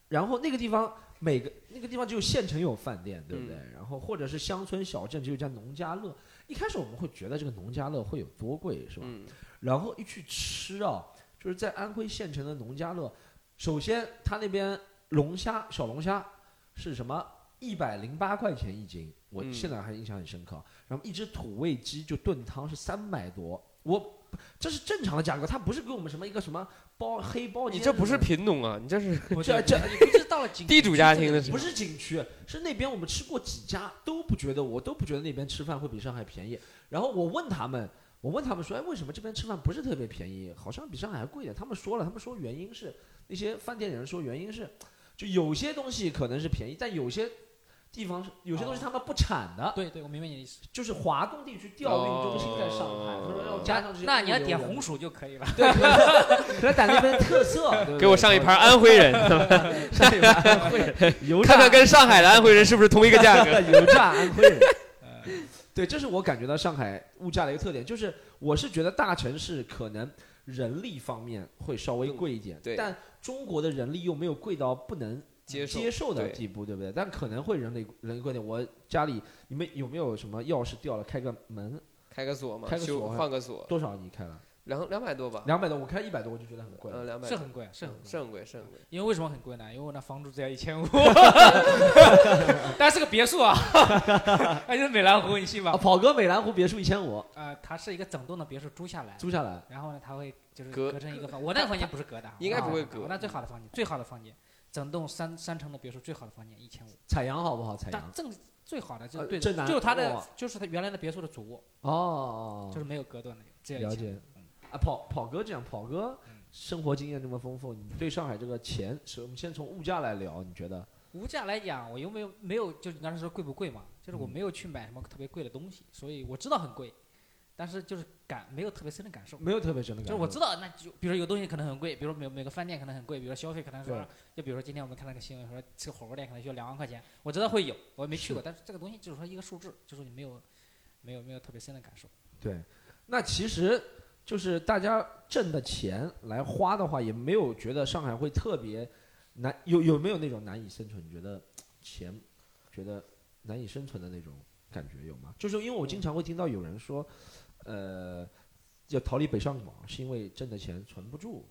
A: 然后那个地方每个那个地方只有县城有饭店，对不对？
C: 嗯
A: 然后或者是乡村小镇只有一家农家乐。一开始我们会觉得这个农家乐会有多贵，是吧？
C: 嗯，
A: 然后一去吃啊，就是在安徽县城的农家乐，首先他那边龙虾小龙虾是什么？一百零八块钱一斤，我
C: 嗯
A: 现在还印象很深刻。然后一只土味鸡就炖汤是三百多，我这是正常的价格，它不是给我们什么一个什么包黑包间
C: 你
A: 什么的。
C: 这不是贫农啊，你这是
B: 我
A: 这这
B: 这你不是到了景
C: 地主家庭的是
A: 不是景区，是那边我们吃过几家都不觉得，我都不觉得那边吃饭会比上海便宜。然后我问他们，我问他们说，哎，为什么这边吃饭不是特别便宜，好像比上海还贵点？他们说了，他们说原因是那些饭店人说原因是，就有些东西可能是便宜，但有些地方是有些
C: 哦
A: 东西他们不产的，
B: 对对，我明白你的意思。
A: 就是华东地区调运中心在上海，他说要
C: 哦
A: 加上这些物流人，
B: 那你要点红薯就可以了。
A: 对， [LAUGHS] 可能可能在那边特色，对不对
C: [LAUGHS] 给我上一盘，安
A: [LAUGHS]
C: 徽人，
A: 啊上一盘安徽人，油炸
C: 看看跟上海的安徽人是不是同一个价格。
A: 油炸安徽
C: [LAUGHS]
A: 人。嗯对，这是我感觉到上海物价的一个特点，就是我是觉得大城市可能人力方面会稍微贵一点，
C: 对
A: 但中国的人力又没有贵到不能
C: 接
A: [LAUGHS]
C: 受
A: 接受的
C: 对
A: 地步，对不对？但可能会人力人力贵点。我家里你们有没有什么钥匙掉了开个门
C: 开个锁嘛，
A: 开个
C: 修
A: 锁
C: 换个锁，
A: 多少你开了？
C: 两两百多吧，
A: 两百多，我开一百多我就觉得很贵。
C: 嗯，两百
B: 是很贵，是很贵。
C: 是很贵，是很贵。
B: 嗯因为为什么很贵呢？因为我那房租只要一千五， [LAUGHS] 但是个别墅 [LAUGHS] 啊，那就是美兰湖，你信
A: 啊，
B: 吧？
A: 跑哥美兰湖别墅一千五
B: 呃，它是一个整栋的别墅租下来，
A: 租下来，
B: 然后呢，它会就是
C: 隔
B: 隔成一个房。我那个房间不是隔的啊，
C: 应该不会隔
B: 我那最好的房间，最好的房间，整栋三三层的别墅最好的房间一千五，
A: 采阳好不好？采
B: 但
A: 阳
B: 正最好的就
A: 哎呃
B: 是对
A: 正
B: 的，
A: 南
B: 就是它
A: 哇
B: 的就是它原来的别墅的主卧，
A: 哦哦，哦
B: 就是没有隔断的，只有
A: 了
B: 一千。
A: 解。啊，跑跑哥这样，跑哥
B: 嗯
A: 生活经验这么丰富，你对上海这个钱，是我们先从物价来聊，你觉得？
B: 物价来讲，我又没有没有，就是你刚才说贵不贵嘛，就是我
A: 嗯
B: 没有去买什么特别贵的东西，所以我知道很贵，但是就是感没有特别深的感受。
A: 没有特别深的
B: 就
A: 感
B: 是
A: 觉。
B: 我知道，那就比如说有东西可能很贵，比如说每每个饭店可能很贵，比如说消费可能
A: 对
B: 说，就比如说今天我们看那个新闻说吃火锅店可能需要两万块钱，我知道会有，我
A: [LAUGHS]
B: 没去过，但是这个东西就是说一个数字，就是你没有没有没有特别深的感受。
A: 对，那其实就是大家挣的钱来花的话，也没有觉得上海会特别难，有有没有那种难以生存？你觉得钱觉得难以生存的那种感觉有吗？就是因为我经常会听到有人说，呃，要逃离北上广是因为挣的钱存不住，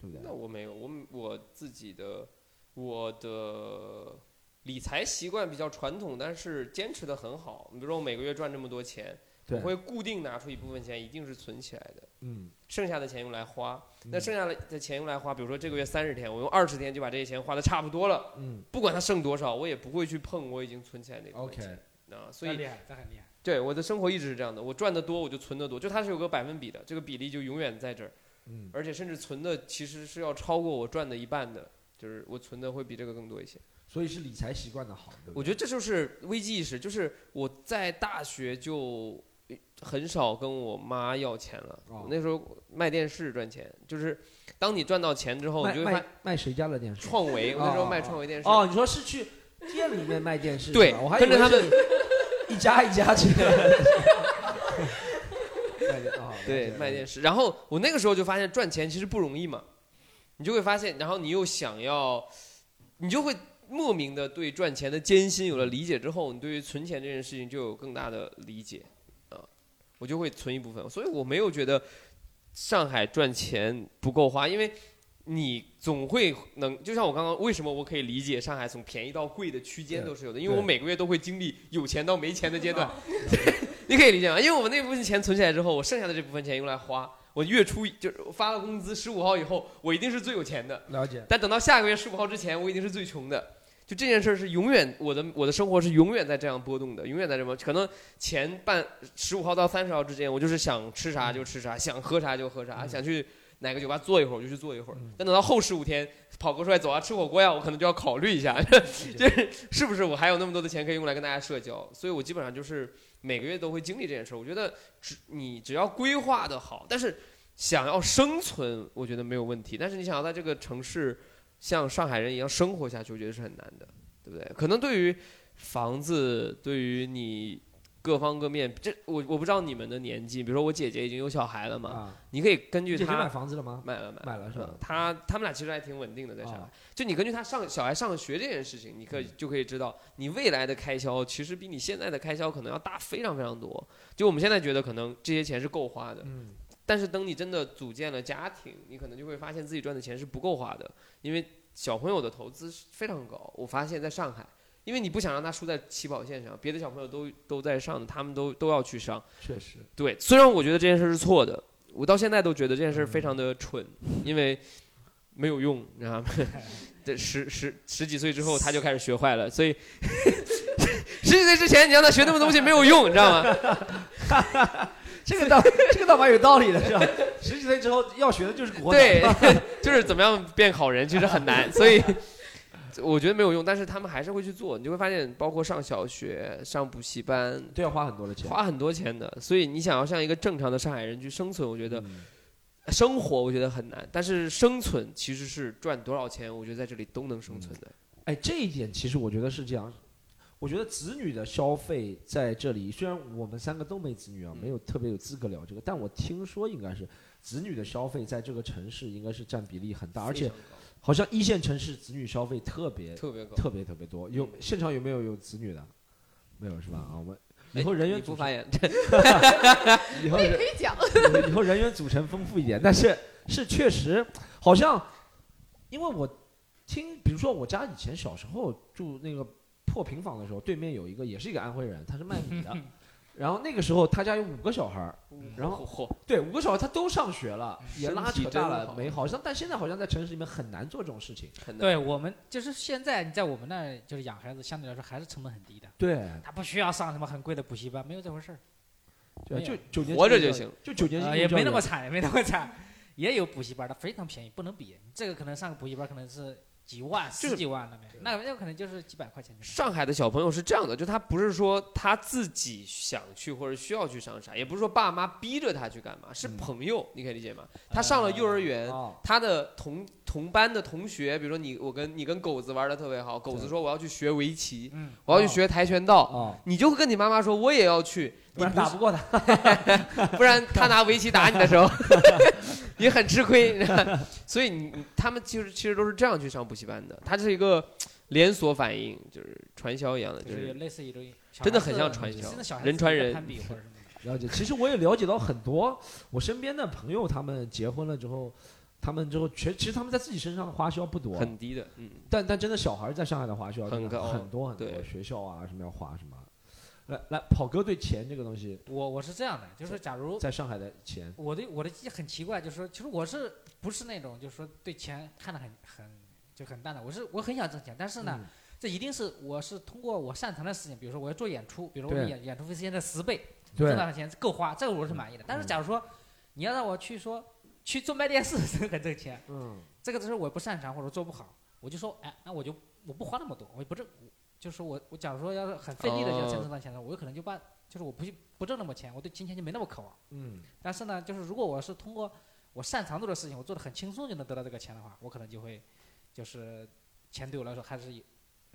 A: 对不对
C: 那？我没有，我我自己的我的理财习惯比较传统，但是坚持的很好。你比如说我每个月赚这么多钱，我
A: 对，
C: 会固定拿出一部分钱，一定是存起来的，
A: 嗯，
C: 剩下的钱用来花。那
A: 嗯
C: 剩下的钱用来花，比如说这个月三十天，我用二十天就把这些钱花的差不多了，
A: 嗯
C: 不管它剩多少，我也不会去碰我已经存起来那部分
A: ，OK，
C: 钱。啊，所以
B: 厉害，这很厉害。
C: 对我的生活一直是这样的，我赚的多我就存的多，就它是有个百分比的，这个比例就永远在这儿。
A: 嗯，
C: 而且甚至存的其实是要超过我赚的一半的，就是我存的会比这个更多一些。
A: 所以是理财习惯的好，对不
C: 我
A: 对？
C: 觉得这就是危机意识，就是我在大学就呃很少跟我妈要钱了。
A: 哦
C: 我那时候卖电视赚钱，就是当你赚到钱之后，你
A: 卖
C: 就会发
A: 卖卖谁家的电视？
C: 创维，我那时
A: 哦
C: 候卖创维电视。
A: 哦，你说是去店里面卖电视？
C: 对
A: 是吧我还以
C: 跟着
A: 为
C: 他
A: 是
C: 们
A: 一家一家
C: [LAUGHS]
A: 去。卖电啊，
C: 对，卖电视。然后我那个时候就发现赚钱其实不容易嘛，你就会发现，然后你又想要，你就会莫名的对赚钱的艰辛有了理解之后，你对于存钱这件事情就有更大的理解啊，我就会存一部分，所以我没有觉得上海赚钱不够花，因为。你总会能，就像我刚刚，为什么我可以理解上海从便宜到贵的区间
A: 对
C: 都是有的，因为我
A: 对
C: 每个月都会经历有钱到没钱的阶段，你可以理解吗？因为我那部分钱存起来之后，我剩下的这部分钱用来花。我月初就是我发了工资十五号以后，我一定是最有钱的。
A: 了解。
C: 但等到下个月十五号之前，我一定是最穷的。就这件事儿是永远，我的我的生活是永远在这样波动的，永远在这么可能前半十五号到三十号之间，我就是想吃啥就吃啥，想喝啥就喝啥，
A: 嗯
C: 想去哪个酒吧坐一会儿我就去坐一会儿
A: 嗯。
C: 但等到后十五天，跑哥出来走啊吃火锅呀，我可能就要考虑一下，
A: 嗯
C: [LAUGHS] 就是是不是我还有那么多的钱可以用来跟大家社交。所以我基本上就是每个月都会经历这件事儿。我觉得只你只要规划的好，但是想要生存，我觉得没有问题。但是你想要在这个城市像上海人一样生活下去，我觉得是很难的，对不对？可能对于房子，对于你各方各面，这我我不知道你们的年纪，比如说我姐姐已经有小孩了嘛，
A: 啊，
C: 你可以根
A: 姐
C: 据
A: 姐买
C: 她
A: 房子了吗？
C: 买了买了。
A: 买了是吧
C: 嗯？他他们俩其实还挺稳定的，在上海。
A: 啊
C: 就你根据他上小孩上学这件事情，你
A: 嗯
C: 可以就可以知道，你未来的开销其实比你现在的开销可能要大非常非常多。就我们现在觉得可能这些钱是够花的，
A: 嗯，
C: 但是等你真的组建了家庭，你可能就会发现自己赚的钱是不够花的，因为小朋友的投资是非常高。我发现在上海，因为你不想让他输在起跑线上，别的小朋友都都在上，他们都都要去上。
A: 确实。
C: 对，虽然我觉得这件事是错的，我到现在都觉得这件事非常的蠢，因为没有用，你知道吗？这十十十几岁之后他就开始学坏了，所以十几岁之前你让他学那么多东西没有用，你知道吗？
A: 这个倒这个倒蛮有道理的，是吧？十几岁之后要学的就是国
C: 对， [LAUGHS] 就是怎么样变好人其实很难，所以。我觉得没有用，但是他们还是会去做。你就会发现，包括上小学、上补习班，
A: 都要花很多的钱。
C: 花很多钱的。所以你想要像一个正常的上海人去生存，我觉得
A: 嗯
C: 生活我觉得很难，但是生存其实是赚多少钱，我觉得在这里都能生存的。
A: 哎，这一点其实我觉得是这样。我觉得子女的消费在这里，虽然我们三个都没子女啊，
C: 嗯
A: 没有特别有资格聊这个，但我听说应该是子女的消费在这个城市应该是占比例很大，而且好像一线城市子女消费特别
C: 特别高，
A: 特别特别多。有现场有没有有子女的？没有是吧？啊，我们以后人
C: 哎你
A: 员
C: 不
A: 组
C: 发
A: 成，
C: 言， [LAUGHS]
A: 以后
D: 可
A: 人
D: 以讲，
A: 以后人员组成丰富一点，但是是确实好像，因为我听，比如说我家以前小时候住那个破平房的时候，对面有一个也是一个安徽人，他是卖米
B: [LAUGHS]
A: 的，然后那个时候他家有五个小孩儿， [LAUGHS] 然后
C: 嚯
A: 对五个小孩他都上学了，也
C: 身
A: 拉
C: 体
A: 扯大
C: 真
A: 了
C: 好
A: 没，好像但现在好像在城市里面很难做这种事情，
C: 很难
B: 对我们就是现在你在我们那儿就是养孩子，相对来说还是成本很低的，
A: 对，
B: 他不需要上什么很贵的补习班，没有这回事儿，
A: 对啊
B: 没有
A: 就九年
C: 活着
A: 义务
C: 就
A: 教育
C: 行，
A: 就九年义
B: 呃
A: 务
B: 也
A: 教育
B: 没
A: 啊
B: 那
A: 了
B: 么惨，也没那么惨，也有补习班的，非常便宜，不能比，这个可能上个补习班可能是几万、
C: 就是
B: 十几万那边，那那可能就是几百块钱就能。
C: 上海的小朋友是这样的，就他不是说他自己想去或者需要去上啥，也不是说爸妈逼着他去干嘛，是
A: 嗯
C: 朋友，你可以理解吗？他上了幼儿园，
A: 啊，
C: 他的同同班的同学，比如说你，我跟你跟狗子玩的特别好，狗子
A: 对
C: 说我要去学围棋，
B: 嗯，
C: 我要去学跆拳道，
B: 啊
A: 哦，
C: 你就会跟你妈妈说我也要去，
A: 不
C: 你
A: 然
C: 不
A: 打不过他，
C: [LAUGHS] 不然他拿围棋打你的时候， [LAUGHS] 你很吃亏。 [LAUGHS] 所以你你他们其实其实都是这样去上补习班的，它是一个连锁反应，就是传销一样的，就
B: 就是
C: 是
B: 类似于这种小孩子，
C: 真的很像传销
B: 真的小孩子
C: 人传人
B: 攀比或者什么的。
A: 了解，其实我也了解到很多我身边的朋友，他们结婚了之后，他们之后全其实他们在自己身上的花销不多，
C: 很低的，嗯。
A: 但但真的小孩在上海的花销
C: 很
A: 真的
C: 高
A: 很多很多，
C: 对
A: 学校啊什么要花什么。来来，跑哥对钱这个东西，
B: 我我是这样的，就是说假如
A: 在上海的钱，
B: 我的我的记忆很奇怪，就是说，其实我是不是那种就是说对钱看得很很就很淡的，我是我很想挣钱，但是呢，
A: 嗯
B: 这一定是我是通过我擅长的事情，比如说我要做演出，比如说我
A: 对
B: 演演出费是现在十倍，挣
A: 对嗯
B: 到的钱够花，这个我是满意的。但是假如说你要让我去说去做卖电视， [LAUGHS] 这个很挣钱，
A: 嗯，
B: 这个是我不擅长或者做不好，我就说，哎，那我就我不花那么多，我也不挣，就是我我假如说要是很费力的要
C: 哦
B: 挣挣到钱的，我有可能就把就是我不去不挣那么钱，我对金钱就没那么渴望。
A: 嗯，
B: 但是呢，就是如果我是通过我擅长做的事情，我做的很轻松就能得到这个钱的话，我可能就会，就是钱对我来说还是有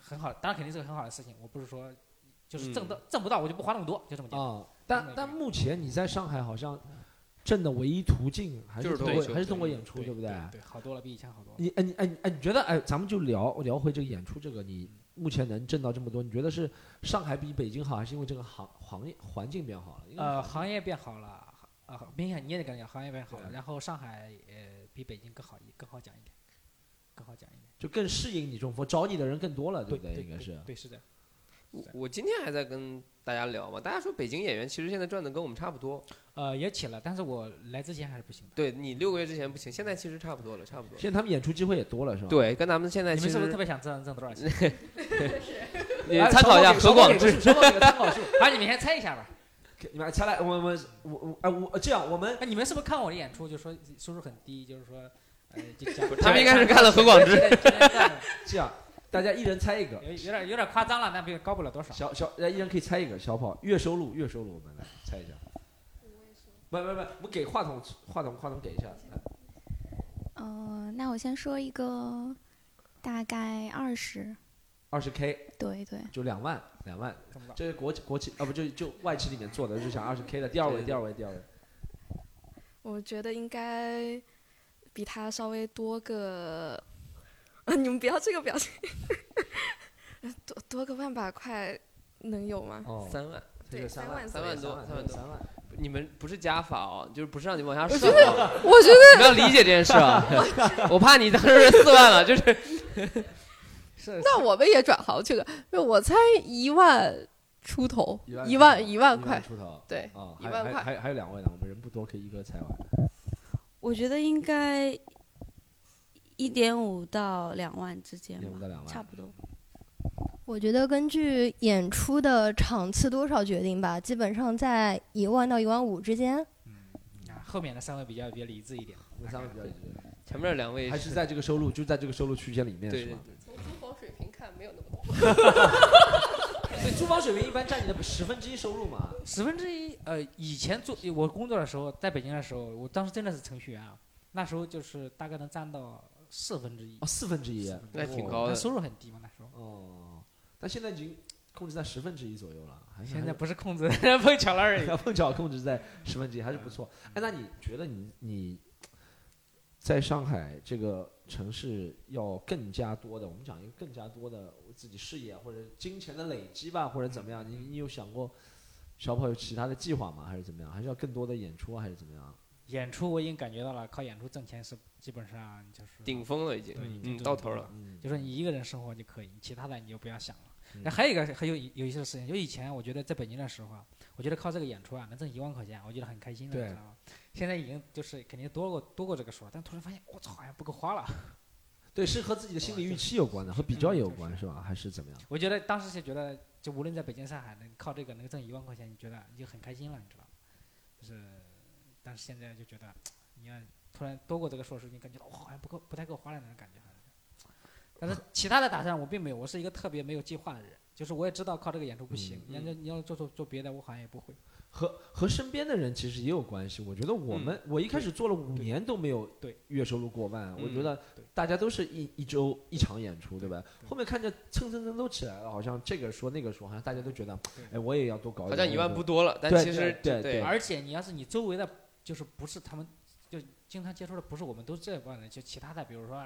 B: 很好，当然肯定是个很好的事情。我不是说就是挣到、挣不到我就不花那么多，就这么简单。
A: 嗯啊，但但目前你在上海好像挣的唯一途径还
C: 就是
A: 通
C: 通
A: 过
C: 过
A: 还是通过
C: 对
A: 演出，对不对？
B: 对，好多了，比以前好多了。
A: 你哎你哎你哎，你觉得哎，咱们就聊聊回这个演出这个，你目前能挣到这么多，你觉得是上海比北京好，还是因为这个行行业环境变好了？因为
B: 呃，行业变好了，呃，明显你也感觉行业变好了，
A: 对
B: 然后上海呃比北京更好一更好讲一点，更好讲一点。
A: 就更适应你这种风，找你的人更多了，对不
B: 对
A: 应该是
B: 对，是的。
C: 我今天还在跟大家聊嘛，大家说北京演员其实现在赚的跟我们差不多，
B: 呃，也起了，但是我来之前还是不行的。
C: 对你六个月之前不行，现在其实差不多了，差不多了。
A: 现在他们演出机会也多了，是吧？
C: 对，跟咱们现在
B: 你
C: 其
B: 们是不是特
C: 实
B: 别想挣挣多少钱？ [LAUGHS]
C: 你
A: 哎，
C: 参考一下何广智，
A: 智，何广智参考数。
B: 啊，你们先猜一下吧。
A: 给你们下来，我我我我哎我这样，我们
B: [LAUGHS] 哎，你们是不是看我的演出就说收入很低，就是说，呃，就
C: [LAUGHS]
B: 讲
C: 他们应该是看了何广智
B: 之类的，
A: 这样，大家一人猜一个，
B: 有有点有点夸张了，但比高不了多少。
A: 小小大家一人可以猜一个，小跑月收入月收入，我们来猜一下。不不不，我们给话筒话筒话筒给一下，来
G: 呃，那我先说一个，大概二十，
A: 二十 K。
G: 对对，
A: 就两万，两万，
B: 看不到
A: 这是国企国企啊，不就就外企里面做的，就想二十 K 的，第二位，第二位，第二位，
F: 我觉得应该比他稍微多个，啊，你们不要这个表情，多多个万把块能有吗？
A: 哦，
C: 三万，
A: 这
F: 对
A: 个三万，
F: 三
C: 万
A: 对
C: 多
A: 三
C: 三万多
A: 三万，
C: 你们不是加法哦，就是不是让你往 [LAUGHS] 下
D: 我
C: 算
D: 觉
C: 哦。
D: 我觉得
C: 你要理解这件事啊！我怕你当时四万了，就是
B: 是
D: 那我们也转行去了，就我猜一万出头，一万
A: 一
D: 一
A: 万
D: 万块，
A: 出头，
D: 对，
A: 啊，
D: 一
A: 还
D: 万
A: 还
D: 块
A: 还还有两位呢，我们人不多，可以一个猜完。
H: 我觉得应该一点五到两万之间
A: 1.5
H: 吧
A: 到2万，
H: 差不多。
E: 我觉得根据演出的场次多少决定吧，基本上在一万到一万五之间。
B: 啊，后面的三位比较比较理智一点。
A: 那三位比较一致，
C: 前面两位
A: 还是在这个收入，就在这个收入区间里面，
C: 对
A: 是吗？
D: 从租房水平看没有那么多，
A: 所以租房水平一般占你的十分之一收入嘛。
B: 十分之一，呃，以前做我工作的时候，在北京的时候，我当时真的是程序员啊，那时候就是大概能占到四分之一
A: 哦，，四分之一，
C: 那挺
A: 哦
C: 高
B: 但
C: 的。哎
B: 收入很低嘛，那时候。
A: 哦，但现在已经控制在十分之一左右了，还是
B: 现
A: 还
B: 在
A: 是
B: [LAUGHS] 不是控制碰巧了而已。
A: 要 [LAUGHS] 碰巧控制在十分之一，还是不错。哎，那你觉得你你在上海这个城市要更加多的，我们讲一个更加多的自己事业或者金钱的累积吧，或者怎么样？你你有想过小跑有其他的计划吗？还是怎么样？还是要更多的演出啊还是怎么样？
B: 演出我已经感觉到了，靠演出挣钱是基本上就是
C: 顶峰了已经
B: 对，已经
C: 嗯，
B: 这
C: 到
B: 种
C: 头
B: 地
C: 了
B: 方。
A: 嗯，
B: 就是你一个人生活就可以，其他的你就不要想了。
A: 嗯
B: 那还有一个很有有意思的事情，就以前我觉得在北京的时候啊，我觉得靠这个演出啊能挣一万块钱，我觉得很开心的，
A: 对
B: 你知道吗？现在已经就是肯定多过多过这个数了，但突然发现我操，好像不够花了。
A: 对，是和自己的心理预期有关的，和比较也有关是吧？还是怎么样？
B: 我觉得当时是觉得，就无论在北京、上海，能靠这个能挣一万块钱，你觉得你就很开心了，你知道吗？就是，但是现在就觉得，你看突然多过这个数的时候，你感觉到哇，好像不够，不太够花了那种感觉。但是其他的打算我并没有，我是一个特别没有计划的人，就是我也知道靠这个演出不行，你要你要做做做别的，我好像也不会。
A: 和和身边的人其实也有关系。我觉得我
C: 嗯
A: 们，我一开始做了五年都没有
B: 对
A: 月收入过万，我
C: 嗯
A: 觉得
B: 对
A: 大家都是一一周一场演出，对吧？
B: 对
A: 后面看着蹭蹭蹭都起来了，好像这个说那个说，好像大家都觉得
B: 对，
A: 哎，我也要多搞一
C: 好
A: 点。
C: 像一万
A: 我
C: 不多了，但
A: 对
C: 其实
A: 对对对
B: 而且你要是你周围的，就是不是他们，就经常接触的不是我们都这帮人，就其他的，比如说，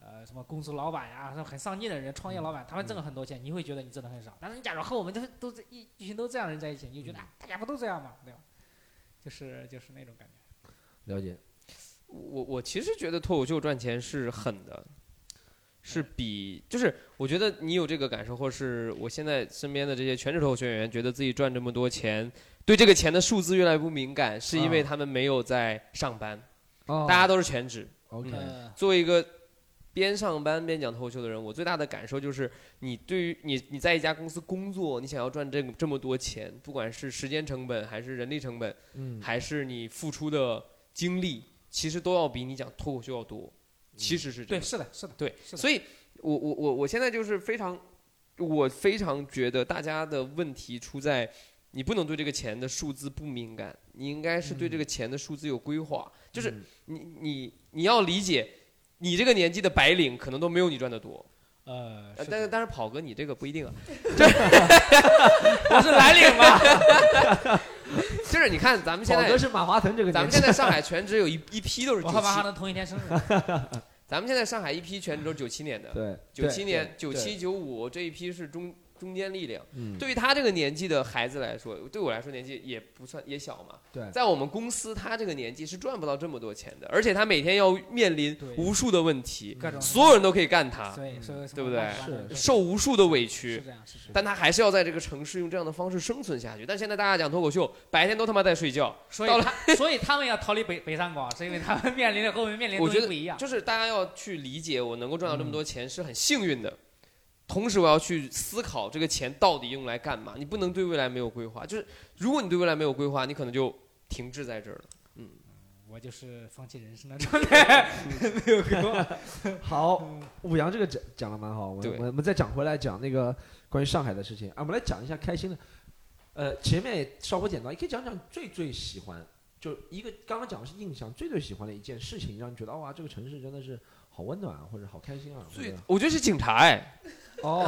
B: 呃，什么公司老板呀，什么很上进的人、
C: 嗯
B: 创业老板，他们挣了很多钱，你会觉得你挣的很少。但是你假如和我们都都这一一群都这样的人在一起，你就觉
C: 嗯
B: 得、哎大家不都这样嘛，对吧？就是就是那种感觉。
A: 了解，
C: 我我其实觉得脱口秀赚钱是狠的，是
A: 嗯
C: 比就是我觉得你有这个感受，或是我现在身边的这些全职脱口秀演员，觉得自己赚这么多钱，对这个钱的数字越来越不敏感，是因为
A: 啊
C: 他们没有在上班，
A: 哦
C: 大家都是全职。
A: OK，
C: [LAUGHS]
B: 呃，
C: 作为一个边上班边讲脱口秀的人，我最大的感受就是，你对于你你在一家公司工作，你想要赚这这么多钱，不管是时间成本，还是人力成本，
A: 嗯，
C: 还是你付出的精力，其实都要比你讲脱口秀要多。
A: 嗯
C: 其实是这
B: 对，
C: 样，
B: 是的，是的，
C: 对
B: 是的。
C: 所以我我我我现在就是非常，我非常觉得大家的问题出在。你不能对这个钱的数字不敏感，你应该是对这个钱的数字有规划，就是
A: 嗯
C: 你你你要理解，你这个年纪的白领可能都没有你赚的多，
B: 呃，
A: 啊
C: 呃
B: 是
C: 但是
B: 的
C: 但是跑哥你这个不一定啊，
B: 我是蓝领嘛，
C: 就是你看咱们现
A: 宝
C: 在
A: 哥是马化腾这个
C: 咱
A: 年
C: 们
A: 纪
C: 现在上海全职有一一批都是
B: [LAUGHS] 我
C: 九
B: 和马哈
C: 七，
B: 能同一天
C: [LAUGHS]
B: 生日，
C: 咱们现在上海一批全职都是九七年的，
A: 对
C: 九七年九，
A: 对对
C: 七九五这一批是中中坚力量，
A: 嗯，
C: 对于他这个年纪的孩子来说，对我来说年纪也不算也小嘛，
A: 对
C: 在我们公司他这个年纪是赚不到这么多钱的，而且他每天要面临
B: 对
C: 无数的问题，
B: 各种
C: 所有人都可以干他，
B: 所以所以
C: 对不对
A: 是
C: 受无数的委屈，
B: 是这样，是这样。
C: 但他还是要在这个城市用这样的方式生存下去。但现在大家讲脱口秀，白天都他妈在睡觉，
B: 所
C: 到
B: 以他，所以他们要逃离北北上广，是因为他们面临的和我们面临的
C: 我
B: 东
C: 觉
B: 西
C: 得
B: 不一样。
C: 就是大家要去理解，我能够赚到这么多钱是很幸运的。同时，我要去思考这个钱到底用来干嘛。你不能对未来没有规划，就是如果你对未来没有规划，你可能就停滞在这儿了。
B: 我就是放弃人生的状
C: [LAUGHS]
B: 态，没有给我。
A: 好，五羊这个讲讲的蛮好，我们
C: 嗯对
A: 我们我们再讲回来讲那个关于上海的事情啊，我们来讲一下开心的。呃，前面也稍微简单，也可以讲讲最最喜欢，就一个刚刚讲的是印象，最最喜欢的一件事情，让你觉得哇，这个城市真的是好温暖啊，或者好开心啊。或
C: 最
A: 者，
C: 我觉得是警察哎，
A: 哦，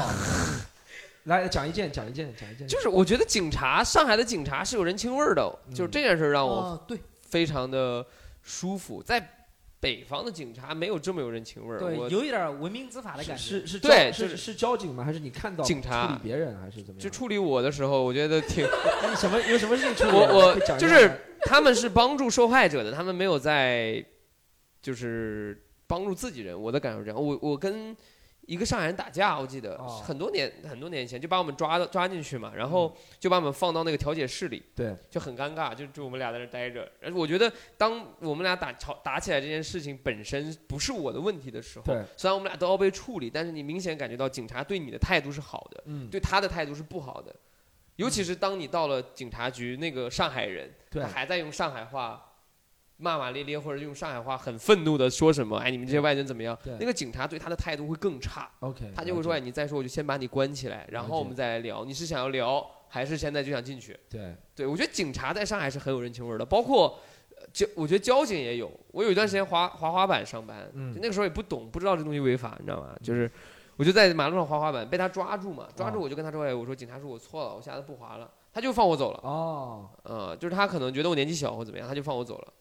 C: [LAUGHS]
A: 来讲一件，讲一件，讲一件，
C: 就是我觉得警察，上海的警察是有人情味儿的哦，
A: 嗯
C: 就是这件事儿让我
B: 哦，对，
C: 非常的舒服。在北方的警察没有这么有人情味儿，
B: 对，
C: 我
B: 有一点文明执法的
A: 是
B: 感
A: 是
B: 觉。
A: 是
C: 对
A: 交
C: 就是
A: 是是交警吗？还是你看到
C: 警察
A: 处理别人还是怎么
C: 就
A: 样？
C: 处理我的时候，我觉得挺。
A: 哎 [LAUGHS] 什么有什么事情处理？啊
C: 我我
A: 可以讲一
C: 就
A: 下
C: 是他们是帮助受害者的，他们没有在就是帮助自己人。我的感受是这样，我我跟一个上海人打架，我记得、
A: 哦嗯
C: 很多年很多年前就把我们抓到抓进去嘛，然后就把我们放到那个调解室里，
A: 对，
C: 就很尴尬，就就我们俩在那儿待着。而且我觉得当我们俩打吵打起来这件事情本身不是我的问题的时候
A: 对，
C: 虽然我们俩都要被处理，但是你明显感觉到警察对你的态度是好的。
A: 嗯，
C: 对他的态度是不好的，尤其是当你到了警察局，那个上海人
A: 对
C: 他还在用上海话骂骂咧咧，或者用上海话很愤怒的说什么“哎，你们这些外人怎么样
A: 对”，
C: 那个警察对他的态度会更差，
A: OK，
C: 他就会说：“
A: 了
C: 哎，
A: 解
C: 你再说我就先把你关起来，然后我们再来聊，你是想要聊还是现在就想进去
A: 对。？”
C: 对我觉得警察在上海是很有人情味儿的，包括。呃交我觉得交警也有，我有一段时间滑滑滑板上班，
A: 嗯
C: 就那个时候也不懂，不知道这东西违法，你知道吗？就是我就在马路上滑滑板，被他抓住嘛，抓住我就跟他说，哎，我说警察叔，我错了，我下次不滑了，他就放我走了，
A: 哦，
C: 嗯，就是他可能觉得我年纪小或怎么样，他就放我走了。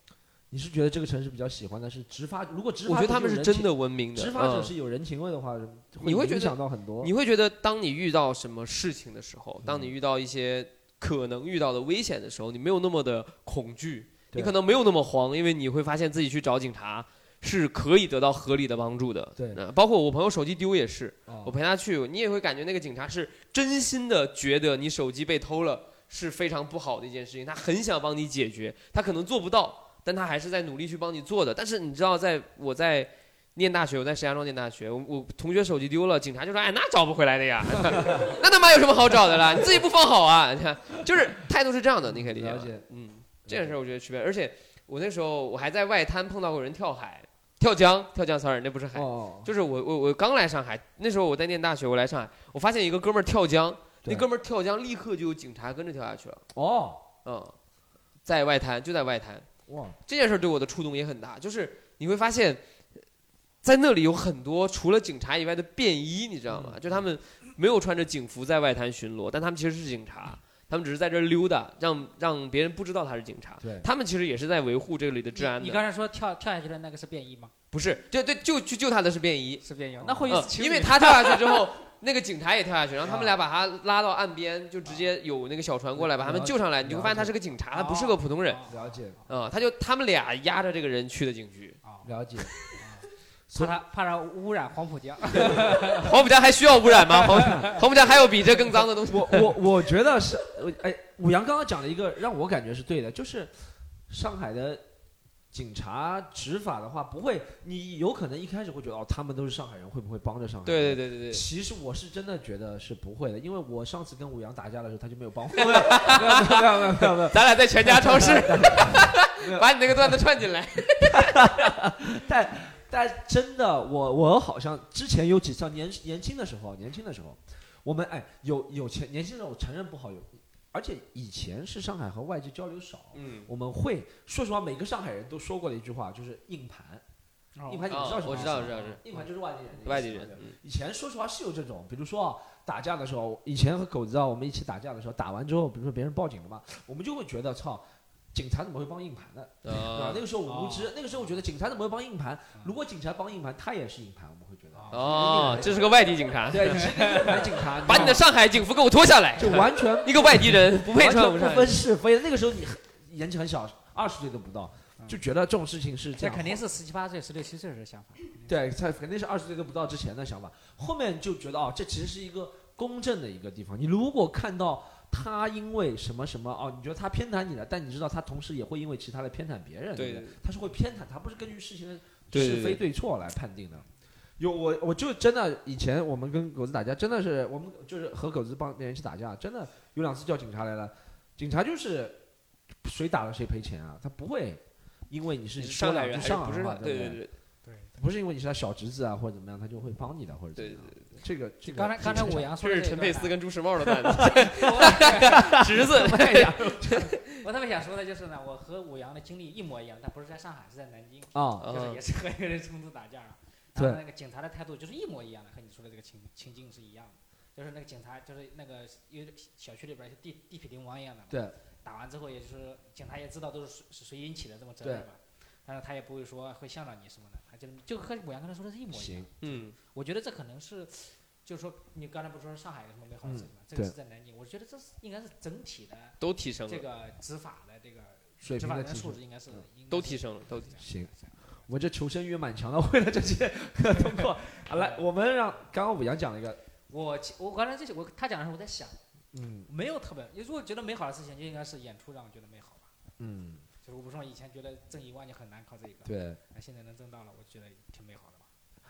A: 你是觉得这个城市比较喜欢的是执法？如果执法，
C: 我觉得他们是真，的文明的，
A: 执法者
C: 嗯
A: 是有人情味的话，
C: 你会觉得
A: 影响到很多。嗯
C: 你会觉得，当你遇到什么事情的时候，当你遇到一些可能遇到的危险的时候，你没有那么的恐惧，
A: 对
C: 你可能没有那么慌，因为你会发现自己去找警察是可以得到合理的帮助的。
A: 对
C: 那包括我朋友手机丢也是，
A: 啊
C: 我陪他去，你也会感觉那个警察是真心的觉得你手机被偷了是非常不好的一件事情，他很想帮你解决，他可能做不到，但他还是在努力去帮你做的。但是你知道，在我在念大学，我在石家庄念大学，我我同学手机丢了，警察就说：“哎，那找不回来的呀，那他妈有什么好找的啦？你自己不放好啊？”你看，就是态度是这样的，你可以理解
A: 了
C: 吧？
A: 解，
C: 嗯，这件事儿我觉得区别，而且我那时候我还在外滩碰到过人跳海、跳江、跳江，sorry，那不是海，
A: 哦，
C: 就是我我我刚来上海，那时候我在念大学，我来上海，我发现一个哥们儿跳江，
A: 对
C: 那哥们儿跳江立刻就有警察跟着跳下去了，
A: 哦，
C: 嗯，在外滩就在外滩，
A: 哇，
C: 这件事对我的触动也很大，就是你会发现，在那里有很多除了警察以外的便衣，你知道
A: 嗯
C: 吗？就他们没有穿着警服在外滩巡逻，但他们其实是警察，他们只是在这儿溜达，让让别人不知道他是警察
A: 对。
C: 他们其实也是在维护这里的治安
B: 你你
C: 的，
B: 刚才说跳跳下去的那个是便衣吗？
C: 不是？对对，就去救他的是便衣，
B: 是便衣，那会
C: 嗯因为他跳下去之
A: [LAUGHS]
C: 后。那个警察也跳下去，然后他
A: 啊
C: 们俩把他拉到岸边，就直接有那个小船过来把他们救上来。你就会发现他是个
A: 哦
C: 警察，他不是个普通人
A: 了解
C: 啊、嗯他就他们俩压着这个人去的警局，
A: 了
C: [LAUGHS]
A: 解，
B: 哦怕他怕他污染黄浦江，
C: 黄浦江还需要污染吗？黄黄浦江还有比这更脏的东西？
A: 我我我觉得是，我哎，武阳刚刚讲了一个让我感觉是对的，就是上海的警察执法的话，不会，你有可能一开始会觉得哦，他们都是上海人，会不会帮着上海人？
C: 对对对对对，
A: 其实我是真的觉得是不会的，因为我上次跟武阳打架的时候，他就没有帮我。没有没有没有没有没有，
C: 咱俩在全家超市
A: [LAUGHS]
C: 把你那个段子串进来。
A: 但但真的，我我好像之前有几次年年轻的时候，年轻的时候，我们哎有有前年轻的时候，我承认不好有，而且以前是上海和外界交流少， [LAUGHS]
C: 嗯，
A: 我们会说实话，每个上海人都说过的一句话就是硬盘，硬盘你知道什么意
C: 哦
A: 思吗？
C: 我知道我知道我知道，
A: 硬盘就是外地人的意思嘛，
C: 外地人
A: 对。
C: 嗯
A: 以前说实话是有这种，比如说啊打架的时候，以前和狗子啊我们一起打架的时候，打完之后，比如说别人报警了嘛，我们就会觉得操，警察怎么会帮硬盘呢？对吧
C: 啊？
A: 那个时候我无知，那个时候我觉得警察怎么会帮硬盘？如果警察帮硬盘，他也是硬盘，我们会觉得，
C: 哦，这是个外地警察，
A: 对，你是一个硬盘警察，
C: 把你的上海警服给我脱下来
A: 你，知道吗就完
C: [LAUGHS]
A: 全
C: 一个外地人不配
A: 完全
C: 穿我们上
A: 不
C: 海
A: 分。是非。那个时候你很年纪很小，二十岁都不到，
C: 嗯
A: 就觉得这种事情是这
B: 这
A: 样，
B: 肯定是十七八岁、十六七岁的时候想法。
A: 对，他肯定是二十岁都不到之前的想法。后面就觉得哦，这其实是一个公正的一个地方。你如果看到他因为什么什么哦，你觉得他偏袒你了，但你知道他同时也会因为其他的偏袒别人，
C: 对
A: 不对？他是会偏袒，他不是根据事情的
C: 对对
A: 是非
C: 对
A: 对错来判定的。有我，我就真的以前我们跟狗子打架，真的是我们就是和狗子帮别人一起打架，真的有两次叫警察来了，警察就是谁打了谁赔钱啊，他不会因为你是
C: 你是
A: 说
C: 上海
A: 两
C: 人
A: 句
C: 还是
A: 上
C: 不
A: 海
C: 是
A: 话，？
C: 对
A: 不
C: 对对
A: 不是因为你是他小侄子啊或者怎么样，他就会帮你的或者
C: 嗯
A: 怎么样。这个这个
B: 刚才刚才武阳说的
C: 这是
B: 这
C: 陈佩
B: 一
C: 斯
B: 段啊
C: 跟朱时茂 [LAUGHS] 的
B: [LAUGHS]
C: 段子，侄 [LAUGHS] 子。
B: 我特别想说的就是呢，我和武阳的经历一模一样，但不是在上海，是在南京，
A: 啊，
B: 就是
C: 嗯
B: 也是和一个人冲突
A: [LAUGHS]
B: 打架啊。
A: 对
B: 然后那个警察的态度就是一模一样的，和你说的这个情情境是一样的。就是那个警察，就是那个有点小区里边儿地地痞流氓一样的嘛。
A: 对。
B: 打完之后，也就是警察也知道都是谁谁引起的这么责任
A: 对
B: 嘛，但是他也不会说会向着你什么的，他就就和武阳刚才说的是一模一样
A: 行。
C: 嗯，
B: 我觉得这可能是，就是说你刚才不是说上海有什么美好的事情吗？这
A: 嗯对
B: 个是在南京，我觉得这是应该是整体的
C: 都提升
B: 这
C: 了，
B: 个执法的这个
A: 水
B: 执
A: 平
B: 法
A: 的
B: 人
A: 提
B: 素
A: 升。
B: 质应该是
A: 嗯
B: 应该
C: 都
B: 是
C: 提升了，都提升了。
A: 行，我这求生欲蛮强的， [LAUGHS] 为了这些通过啊，来，我们让刚刚武阳讲了一个，
B: 我其我刚才这些我他讲的时候我在想，
A: 嗯
B: 没有特别，如果觉得美好的事情，就应该是演出让我觉得美好吧。
A: 嗯，
B: 就是我不是说以前觉得挣一万就很难靠这一个，
A: 对，
B: 哎，现在能挣到了，我觉得挺美好的吧。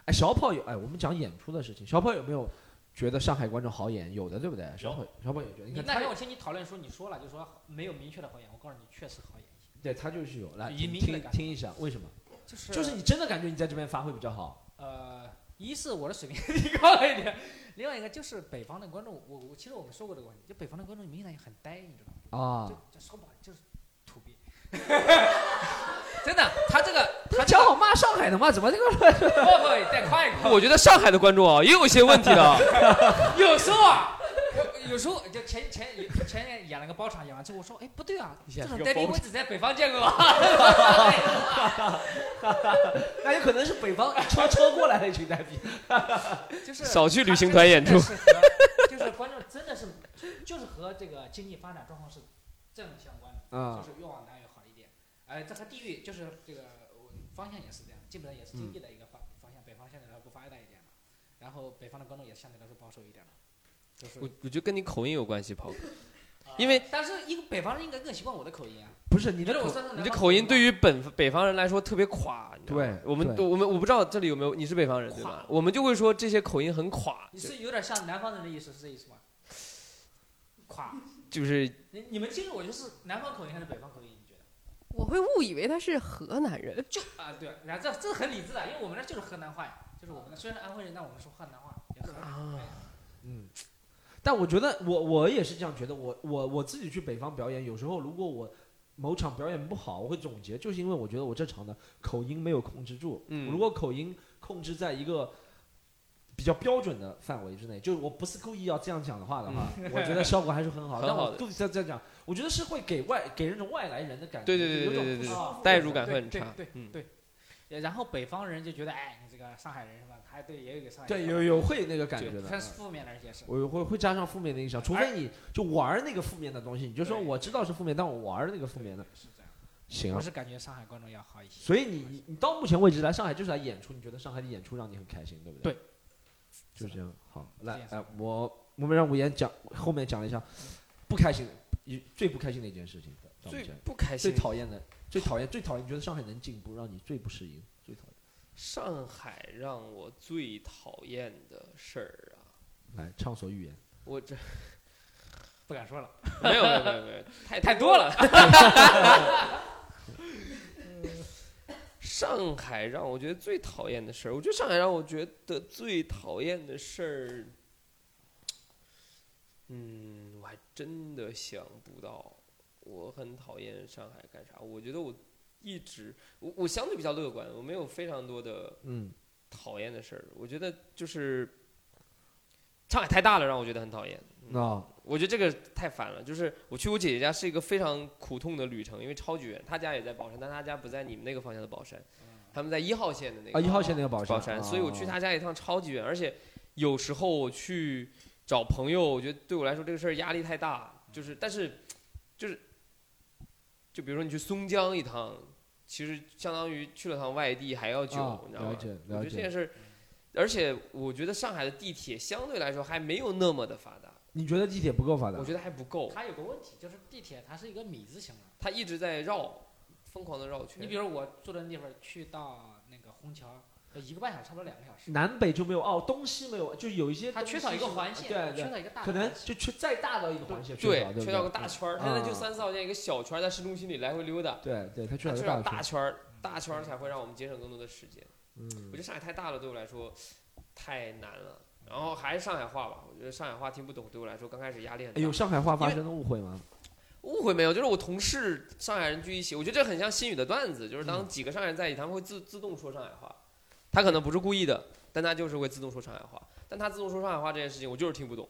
A: 哎，小跑有哎，我们讲演出的事情，小跑有没有觉得上海观众好演？有的，对不对？小跑小跑也觉得，你
B: 你
A: 看
B: 那
A: 他
B: 天我听你讨论说你说了，就说没有明确的好演，我告诉你确实好演，
A: 对他就是有，来
B: 移
A: 听
B: 民的
A: 听
B: 感觉
A: 听一下，为什么？
B: 就是啊
A: 就是你真的感觉你在这边发挥比较好，
B: 呃，一是我的水平 [LAUGHS] 提高了一点，另外一个就是北方的观众，我我其实我们说过这个问题，就北方的观众明显很呆，你知道吗？
A: 啊
B: 就，就说不好就是土鳖，真的，他这个
A: 他讲好骂上海的吗？怎么这个
B: 不不再夸一夸，
C: [LAUGHS] 我觉得上海的观众啊，也有一些问题的啊。
B: [LAUGHS]
C: [LAUGHS]
B: 有时候啊。我有时候就前前前年演了个包场，演完之后我说，哎，不对啊，这种呆逼我只在北方见过啊。 [LAUGHS]
A: 那有可能是北方车车过来的一群呆逼。
B: 就是
C: 少去旅行团演出 [LAUGHS]
B: 他真的是和就是观众真的是就是和这个经济发展状况是正相关的，
A: 啊
B: 就是越往南越好一点。哎，这和地域就是这个呃方向也是这样，基本上也是经济的一个方
C: 嗯
B: 方向，北方相对来说不发达一点了，然后北方的观众也相对来说保守一点了。就是
C: 我我觉得跟你口音有关系，跑哥，
B: 啊
C: 因为
B: 但是一个北方人应该更习惯我的口音啊，
A: 不是你
B: 觉
A: 的
B: 得我
A: 口
B: 算是
C: 你
B: 南
C: 这
B: 方
C: 口音对
B: 吗
C: 于本北方人来说特别垮，你知道吗
A: 对
C: 我们
A: 对
C: 我们我不知道这里有没有你是北方人对吧
B: 垮？
C: 我们就会说这些口音很垮，
B: 你是有点像南方人的意思，是这意思吗？垮，
C: 就是
B: 你你们听着我就是南方口音还是北方口音？你觉得？
D: 我会误以为他是河南人，
B: 就啊，对，然后这这很理智啊的，因为我们那就是河南话呀，就是我们那虽然是安徽人，但我们说河南话，也河南
C: 啊
B: 话呀。
A: 嗯，但我觉得我我也是这样觉得，我我我自己去北方表演，有时候如果我某场表演不好，我会总结，就是因为我觉得我这场的口音没有控制住。
C: 嗯
A: 如果口音控制在一个比较标准的范围之内，就是我不是故意要这样讲的话的话，我觉得效果还是很
C: [LAUGHS]
A: 好。
C: 嗯很
A: 但
C: 好
A: 我
C: 的
A: 故意在这样讲，我觉得是会给外给人种外来人的感觉，
C: 对对对
A: 有种
C: 对对
A: 不
C: 对
A: 舒服的
C: 代入
A: 感
C: 感
B: 对
C: 会很
B: 对
C: 差。
B: 对
C: 嗯，
B: 对也然后北方人就觉得，哎，你这个上海人是吧？还对，也有个上海
A: 觉。对，
B: 人
A: 有有会那个感觉的。
B: 很
A: 嗯
B: 负面的解释。
A: 我会会加上负面的影响，除
C: 哎
A: 非你就玩儿那个负面的东西，你就说
B: 对
A: 我知道是负面，但我玩儿那个负面的，
B: 是这样。
A: 行
B: 我
A: 啊。
B: 是感觉上海观众要好一些。
A: 所以你你你到目前为止来上海就是来演出，你觉得上海的演出让你很开心，对不对？
B: 对，
A: 就是这样。好，
B: 的
A: 来
B: 是，的
A: 哎，我我们让五言讲后面讲一下不开心的，一最不开心的一件事情，到目
C: 最
A: 前
C: 不开
A: 最
C: 心，
A: 讨厌的，最讨厌最讨厌，你觉得上海能进步，让你最不适应，最讨厌。
C: 上海让我最讨厌的事儿啊，
A: 来，畅所欲言。
C: 我这
B: 不敢说了，
C: [LAUGHS] 没有没有没有没有，太
B: 太多了。
C: [LAUGHS] 上海让我觉得最讨厌的事儿，我觉得上海让我觉得最讨厌的事儿，嗯，我还真的想不到。我很讨厌上海干啥？我觉得我一直我我相对比较乐观，我没有非常多的
A: 嗯
C: 讨厌的事儿。我觉得就是上海太大了，让我觉得很讨厌。
A: 那、
C: 我觉得这个太烦了。就是我去我姐姐家是一个非常苦痛的旅程，因为超级远。她家也在宝山，但她家不在你们那个方向的宝山，他们在一号线的那个
A: 啊，一号线那个宝
C: 宝
A: 山，哦
C: 山，所以我去她家一趟超级远，而且有时候我去找朋友，我觉得对我来说这个事儿压力太大，就是但是就是就比如说你去松江一趟，其实相当于去了趟外地还要久，
A: 啊
C: 你知道吗？
A: 了解
C: 我觉
A: 了
C: 得这件
A: 解。
C: 事儿，而且我觉得上海的地铁相对来说还没有那么的发达，
A: 你觉得地铁不够发达
C: 我？觉得还不够，
B: 它有个问题，就是地铁它是一个米字形的。
C: 它一直在绕，疯狂的绕圈。
B: 你比如我住的那地方，去到那个虹桥，呃一个半小时，差不多两个小时。
A: 南北就没有哦，东西没有，就有一些
B: 它
A: 东西
B: 缺少一个
A: 是
B: 环线，
A: 对
B: 缺
A: 对，
B: 少一个大的
A: 可能
B: 环线
A: 就缺再大到一个环线，
C: 对
A: 少，对，
C: 缺少个大，圈儿，
A: 嗯
C: 现在就三四号线一个小圈儿，在市中心里来回溜达，
A: 对对，它缺
C: 它
A: 少个
C: 缺少
A: 大
C: 大
A: 圈，
C: 圈儿，大圈儿才会让我们节省更多的时间。我觉
A: 嗯，
C: 得上海太大了，对我来说太难了。然后还是上海话吧，我觉得上海话听不懂，对我来说刚开始压力很大。
A: 哎有上海话发生的误会吗？
C: 误会没有，就是我同事上海人聚一起，我觉得这很像新语的段子，就是当
A: 嗯
C: 几个上海人在一起，他们会自自动说上海话，他可能不是故意的，但他就是会自动说上海话，但他自动说上海话这件事情，我就是听不懂，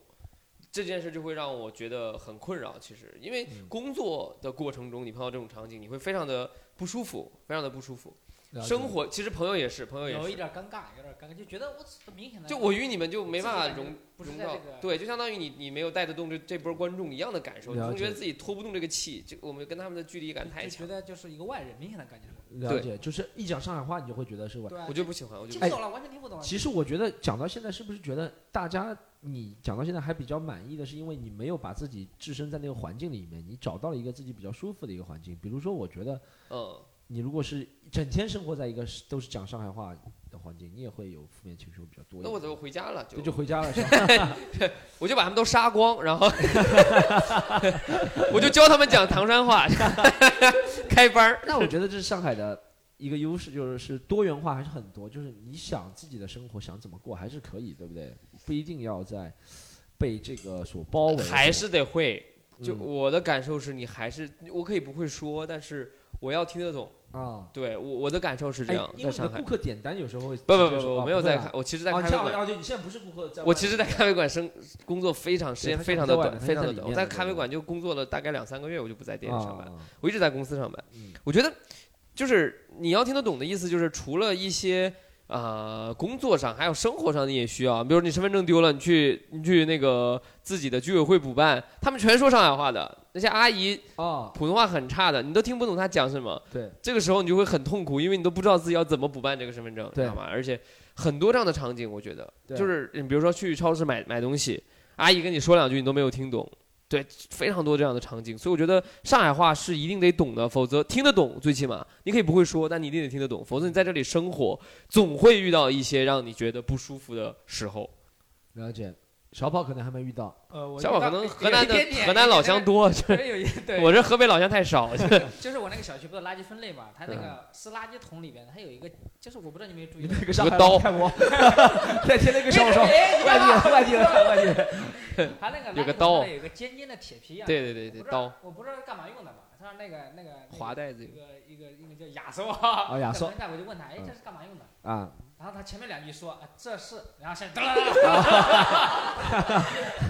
C: 这件事就会让我觉得很困扰。其实，因为
A: 嗯
C: 工作的过程中，你碰到这种场景，你会非常的不舒服，非常的不舒服。
A: 了解
C: 生活其实朋友也是，朋友也
B: 有一
C: 是，
B: 点尴尬，有点尴尬，就觉得我很明显的
C: 就我与你们就没办
B: 自己
C: 法融
B: 不是
C: 融
B: 在
C: 到
B: 这个，
C: 对，就相当于你你没有带得动这这波观众一样的感受，你
A: 了
C: 总觉
A: 解
C: 得自己拖不动这个气，这我们跟他们的距离感太
B: 就
C: 强
B: 觉。得就是一个外人，明显的感觉。
A: 了解，就是一讲上海话你就会觉得是外。
B: 对啊，
C: 我就不喜欢，我就
B: 听
C: 不哎
B: 不
C: 喜
B: 懂了，完全听不懂了。
A: 其实我觉得讲到现在，是不是觉得大家你讲到现在还比较满意的，是因为你没有把自己置身在那个环境里面，你找到了一个自己比较舒服的一个环境。比如说，我觉得
C: 嗯，
A: 你如果是整天生活在一个是都是讲上海话的环境，你也会有负面情绪会比较多一点。
C: 那我就回家了，就
A: 就就回家了，是吧？
C: 我就把他们都杀光，然后 [LAUGHS] 我就教他们讲唐山话， [LAUGHS] 开班儿。
A: 那我觉得这是上海的一个优势，就是是多元化还是很多，就是你想自己的生活想怎么过还是可以，对不对？不一定要在被这个所包围。
C: 还是得会。就
A: 嗯
C: 我的感受是你还是我可以不会说，但是我要听得懂。
A: 啊，
C: 对我我的感受是这
A: 哎
C: 样，，
A: 因为你
C: 在
A: 的
C: 上海
A: 顾。客点单有时候会
C: 不
A: 直
C: 不
A: 接
C: 不不，
A: 说
C: 我
A: 啊
C: 没有
A: 不
C: 在
A: 会
C: 看
A: 啦，
C: 我其实在
A: 哦
C: 咖
A: 你
C: 啡
A: 这样
C: 馆，
A: 哦对你现在不是顾客，在
C: [LAUGHS] 我其实，在
A: 外面
C: 咖啡馆生工作非常时
A: 对
C: 间
A: 他
C: 非
A: 他
C: 常
A: 在
C: 的
A: 外
C: 短，
A: 面他
C: 非
A: 在
C: 常的
A: 里
C: 短。
A: 面
C: 我在
A: 的
C: 咖啡
A: 对
C: 馆就工作了大概两三个月，我就不在店里上班了，
A: 啊
C: 我一直在公司上班。
A: 嗯
C: 我觉得就是你要听得懂的意思，就是除了一些呃工作上还有生活上你也需要，比如你身份证丢了，你去你去那个自己的居委会补办，他们全说上海话的，那些阿姨
A: 哦，
C: 普通话很差的，你都听不懂她讲什么。
A: 对，
C: 这个时候你就会很痛苦，因为你都不知道自己要怎么补办这个身份证，知
A: 对
C: 道吗？而且很多这样的场景，我觉得
A: 对
C: 就是你比如说去超市买买东西，阿姨跟你说两句你都没有听懂，对，非常多这样的场景。所以我觉得上海话是一定得懂的，否则听得懂，最起码你可以不会说，但你一定得听得懂，否则你在这里生活总会遇到一些让你觉得不舒服的时候。
A: 了解。小宝可能还没遇到，
B: 呃，我
C: 小宝可能河南的
B: 有一点点
C: 河南老乡多，
B: 有一点点 [LAUGHS] 有一点对，
C: 我这河北老乡太少。
B: 就是我那个小区不是垃圾分类嘛，它那个是垃圾桶里边，它有一个，就是我不知道你们有没有注意到，
A: 那个
C: 上
A: 上海
C: 海刀
A: 看我，再贴了个上上，
B: 哎
A: 外地人，外地人，外地人。
B: 它那个垃圾桶
C: 有个刀
B: 上面有一个尖尖的铁皮一样的，
C: [LAUGHS] 对对对对，刀
B: 我不知道干嘛用的嘛，他说那个那个
C: 滑带子
B: 一个一个一个叫亚索啊，
A: 哦亚索
B: 在门外我就问他，哎，
A: 嗯
B: 这是干嘛用的？
A: 啊，
B: 然后他前面两句说，啊这是，然后现在，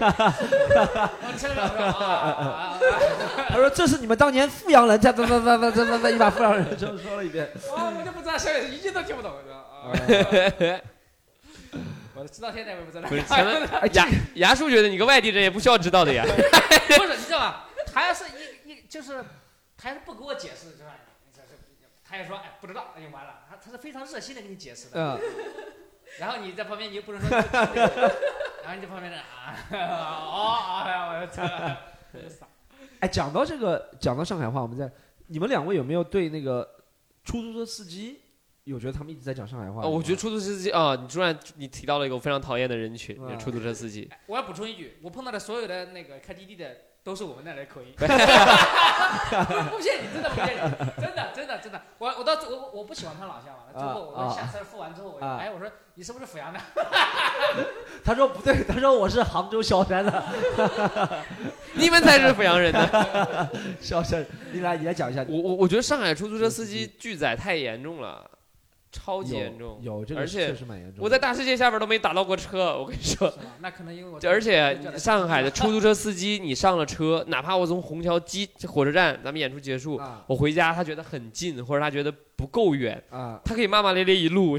B: 我吃了，我说啊啊啊啊
A: 他说这是你们当年富阳人，再再再再再再再一把富阳人就说了一遍。
B: 啊，我就不知道，小野一句都听不懂，我说啊，我直到现在我也不知道，
C: 不是前面
A: 哎，
C: 牙牙叔觉得你个外地人也不需要知道的呀。 [LAUGHS]
B: 不是你知道吧？他要是一一就是，他要是不给我解释，是吧？这是他也说哎不知道，那就完了。他他是非常热心的给你解释的。
A: 嗯，
B: [LAUGHS] 然后你在旁边你又不
C: [LAUGHS]
B: 能说，然后你在旁边那啊，哦，哎呀，我操，傻
A: 哎，讲到这个，讲到上海话，我们在你们两位有没有对那个出租车司机有觉得他们一直在讲上海话？
C: 哦，我觉得出租车司机啊、你突然你提到了一个我非常讨厌的人群，
A: 啊
C: 出租车司机。
B: 我要补充一句，我碰到的所有的那个开滴滴的都是我们那里的
C: [LAUGHS]
B: 口音，不骗你，真的不骗你，真的真的真的，我我到最我我不喜欢他老乡嘛，最后我
A: 啊
B: 说下车付完之后，我就
A: 啊
B: 哎我说你是不是阜
C: [LAUGHS]
B: 阳的？
A: 他说不对，他说我是杭州萧山的
C: 你们才是阜阳人呢。 [LAUGHS]
A: 萧山。你来，你来讲一下，
C: 我我我觉得上海出租车司机拒载太严重了，超级
A: 有
C: 严重。
A: 有这个
C: 而且
A: 确实蛮严重的。
C: 我在大世界下边都没打到过车，我跟你说。
B: 是吗？那可能因为我
C: 就而且上海的出租车司机，你上了车，哪怕我从虹桥机火车站，咱们演出结束，
A: 啊
C: 我回家，他觉得很近，或者他觉得不够远，
A: 啊，
C: 他可以骂骂咧咧
A: [LAUGHS]
C: 一路，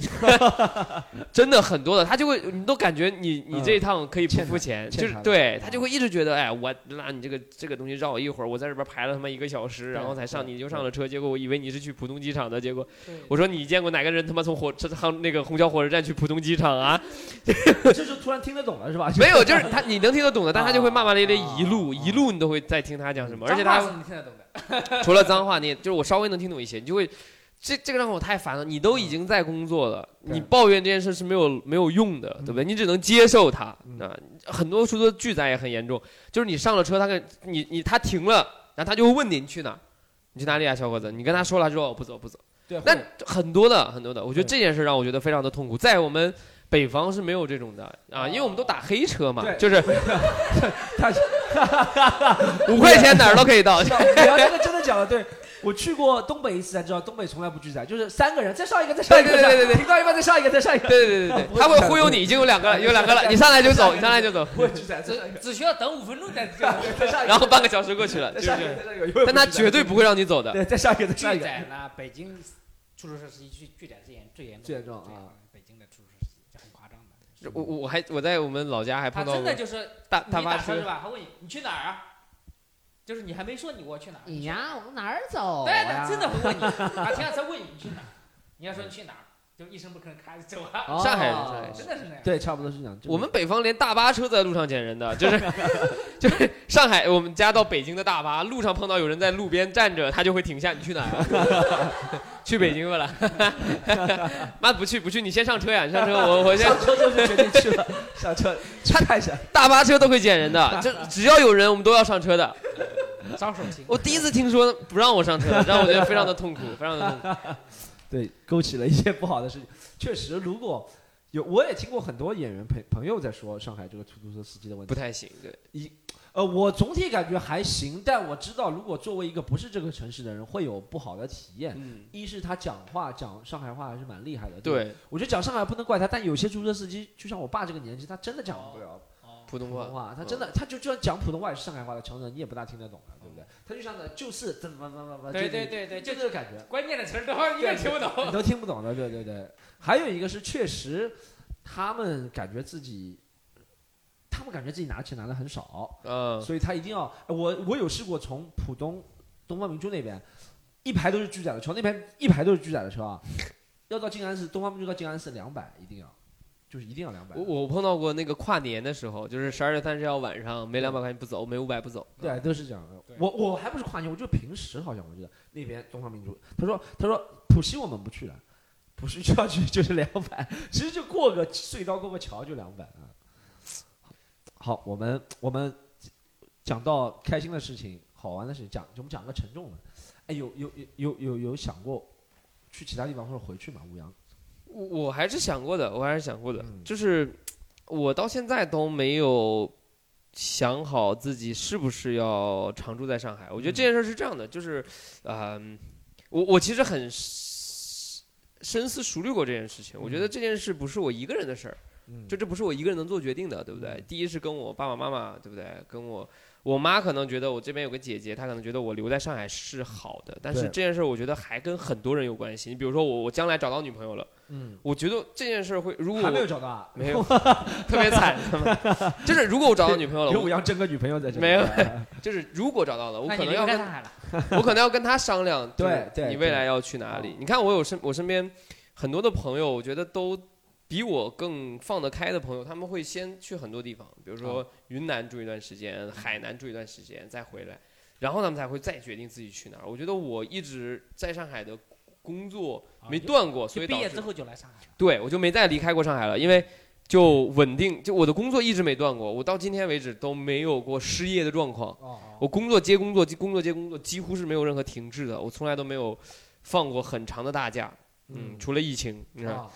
C: 真的很多的，他就会你都感觉你你
A: 嗯
C: 这一趟可以不
A: 欠
C: 付钱，
A: 欠
C: 就是
A: 他的
C: 对
A: 嗯
C: 他就会一直觉得，哎，我那你这个这个东西绕一会儿，我在这边排了他妈一个小
A: 对
C: 时，然后才上
A: 对
C: 你就上了车，结果我以为你是去浦东机场的，结果
B: 对
C: 我说你见过哪个人他妈从火这航那个虹桥火车站去浦东机场啊？
A: 这就突然听得懂 [LAUGHS] 了是吧？
C: 没有，就是他你能听得懂的，但他就会
A: 啊
C: 骂骂咧咧
A: 啊嗯
C: 一路
A: 啊
C: 一路你都会在听他讲什么，而且
B: 脏
C: 他
B: 话是你听得懂的，
C: [LAUGHS] 除了脏话，你也就是我稍微能听懂一些，你就会，这这个让我太烦了。你都已经在工作了，
A: 嗯对
C: 你抱怨这件事是没有没有用的，对不对？你只能接受它
A: 嗯
C: 啊。很多出租车拒载也很严重，就是你上了车，他跟你你他停了，然后他就会问你你去哪儿，你去哪里啊，小伙子？你跟他说了，他说我不
A: [LAUGHS]
C: 走不走。
A: 对，
C: 那
A: 会
C: 很多的很多的，我觉得
A: 对
C: 这件事让我觉得非常的痛苦，在我们。北方是没有这种的啊，因为我们都打黑车
A: 哦
C: 嘛，
A: 对
C: 就是
A: [LAUGHS]
C: [LAUGHS]
A: 他
C: 五块钱哪儿都可以到，
A: 你要这个真的讲的对。我去过东北一次才知道，东北从来不拒载，就是三个人再上一个，再上一个，
C: 对对对对对
A: 停到一半再上一个，再上一 [LAUGHS] 个，
C: 对对对对
A: 不
C: 对，
A: 会
C: [LAUGHS] 他会
A: 这样
C: 忽悠你，已经有两个了，有两个了，你上来就走，你上来就走，
A: 不会拒载，再上一个，
B: 只需要等五分钟
C: [LAUGHS]
B: 再就
A: 再上一个，
C: 然后半个小时过去了，
A: 再
C: 就
A: [LAUGHS] 上一个，
C: 是，
A: 再上一个，永远
C: 但他
A: 不拒载
C: 绝对不会让你走的。
A: 对，再下一个，再下一
B: 拒
A: 个，
B: 载了。北京出租车司机拒拒载最严最严重的，
A: 最严重啊
B: 对！北京的出租车司机就很夸张的。
C: 我我还我在我们老家还
B: 他
C: 碰到
B: 真的
C: 过
B: 就是
C: 大
B: 你
C: 大
B: 打
C: 巴
B: 车是
C: 车，
B: 吧？他问你你去哪儿啊？就是你还没说你我去哪儿，
I: 你呀，往哪儿走
B: 对
I: 呀
B: 的，？真的会
I: [LAUGHS]
B: 问你，啊，停下车问你你去哪儿，你要说你去哪儿，就一声不吭开着走啊，
A: 哦
C: 上海人上海人
B: 真的是那样。
A: 对，差不多是这样。
C: 我们北方连大巴车都在路上捡人的，就是就是上海我们家到北京的大巴，路上碰到有人在路边站着，他就会停下，你去哪儿啊？去北京吧了，妈不去不去，你先上车呀，你上车，我我先
A: 上车就是决定去了，上车去看一下。
C: 大巴车都会捡人的，这只要有人我们都要上车的。
B: 招手停。
C: 我第一次听说不让我上车，让我觉得非常的痛苦，非常的痛苦。
A: 对，勾起了一些不好的事情。确实，如果有我也听过很多演员朋朋友在说上海这个出租车司机的问
C: 不
A: 题。
C: 太行，对，
A: 呃，我总体感觉还行，但我知道如果作为一个不是这个城市的人，会有不好的体验。
C: 嗯，
A: 一是他讲话讲上海话还是蛮厉害的，吧，
C: 对，
A: 我觉得讲上海不能怪他，但有些出租车司机，就像我爸这个年纪，他真的讲不了
B: 哦
C: 普通
A: 普通
C: 话，
A: 话，他真的，他就就算讲普通话也是上海话的，强人你也不大听得懂了，对不对？他就像那就是怎么怎么怎么，
B: 对
A: 就
B: 对对对，
A: 就
B: 就
A: 这个感觉。
B: 关键的词儿都 [LAUGHS] 一个听不
A: [LAUGHS] 你
B: 懂。
A: 都听不懂的，对对对。还有一个是，确实他们感觉自己，他们感觉自己拿钱拿的很少，
C: 嗯，
A: 所以他一定要呃我我有试过从浦东东方明珠那边，一排都是拒载的车，那边一排都是拒载的车啊，要到静安寺，东方明珠到静安寺两百一定要，就是一定要两百
C: 我。我碰到过那个跨年的时候，就是十二月三十号晚上，没两百块钱不走，没五百不走。
A: 对，都是这样的
B: 对。
A: 我我还不是跨年，我就平时好像我记得那边东方明珠，他说他说浦西我们不去了，浦西就要去就是两百，其实就过个隧道过个桥就两百啊。好，我们我们讲到开心的事情、好玩的事情，讲我们讲个沉重的。哎，有有有有有有想过去其他地方或者回去吗？吴阳，
C: 我我还是想过的，我还是想过的，
A: 嗯
C: 就是我到现在都没有想好自己是不是要常住在上海。我觉得
A: 嗯
C: 这件事儿是这样的，就是，嗯、我我其实很深深思熟虑过这件事情。我觉得这件事不是我一个人的事儿，
A: 嗯
C: 就这不是我一个人能做决定的，对不对
A: 嗯？
C: 第一是跟我爸爸妈妈，对不对？跟我我妈可能觉得我这边有个姐姐，她可能觉得我留在上海是好的，但是
A: 对
C: 这件事儿我觉得还跟很多人有关系。你比如说我，我将来找到女朋友了。
A: 嗯，
C: 我觉得这件事会，如果
A: 还没有
C: 我
A: 找到啊？
C: 没有 [LAUGHS] 特别惨，就是如果我找到女朋友
A: 给
C: 了，
A: 吴
C: 我
A: 阳争个女朋友在这里
C: 没有就是如果找到了，我
B: 那
C: 可
B: 你
C: 能
B: 留
C: 要
B: 在
C: 跟
B: 上海了，
C: 我可能要跟他商量，就是
A: 对对
C: 你未来要去哪里？你看我有身我身边很多的朋友，我觉得都比我更放得开的朋友，他们会先去很多地方，比如说云南住一段时间，海南住一段时间再回来，然后他们才会再决定自己去哪儿。我觉得我一直在上海的工作没断过，所以
B: 哦毕
C: 导
B: 业
C: 致
B: 之后就来上海了。
C: 对我就没再离开过上海了，因为就稳定，就我的工作一直没断过，我到今天为止都没有过失业的状况。
A: 哦，
C: 我工作接工作，工作接工作，几乎是没有任何停滞的，我从来都没有放过很长的大假。嗯，除了疫情，你看、
A: 啊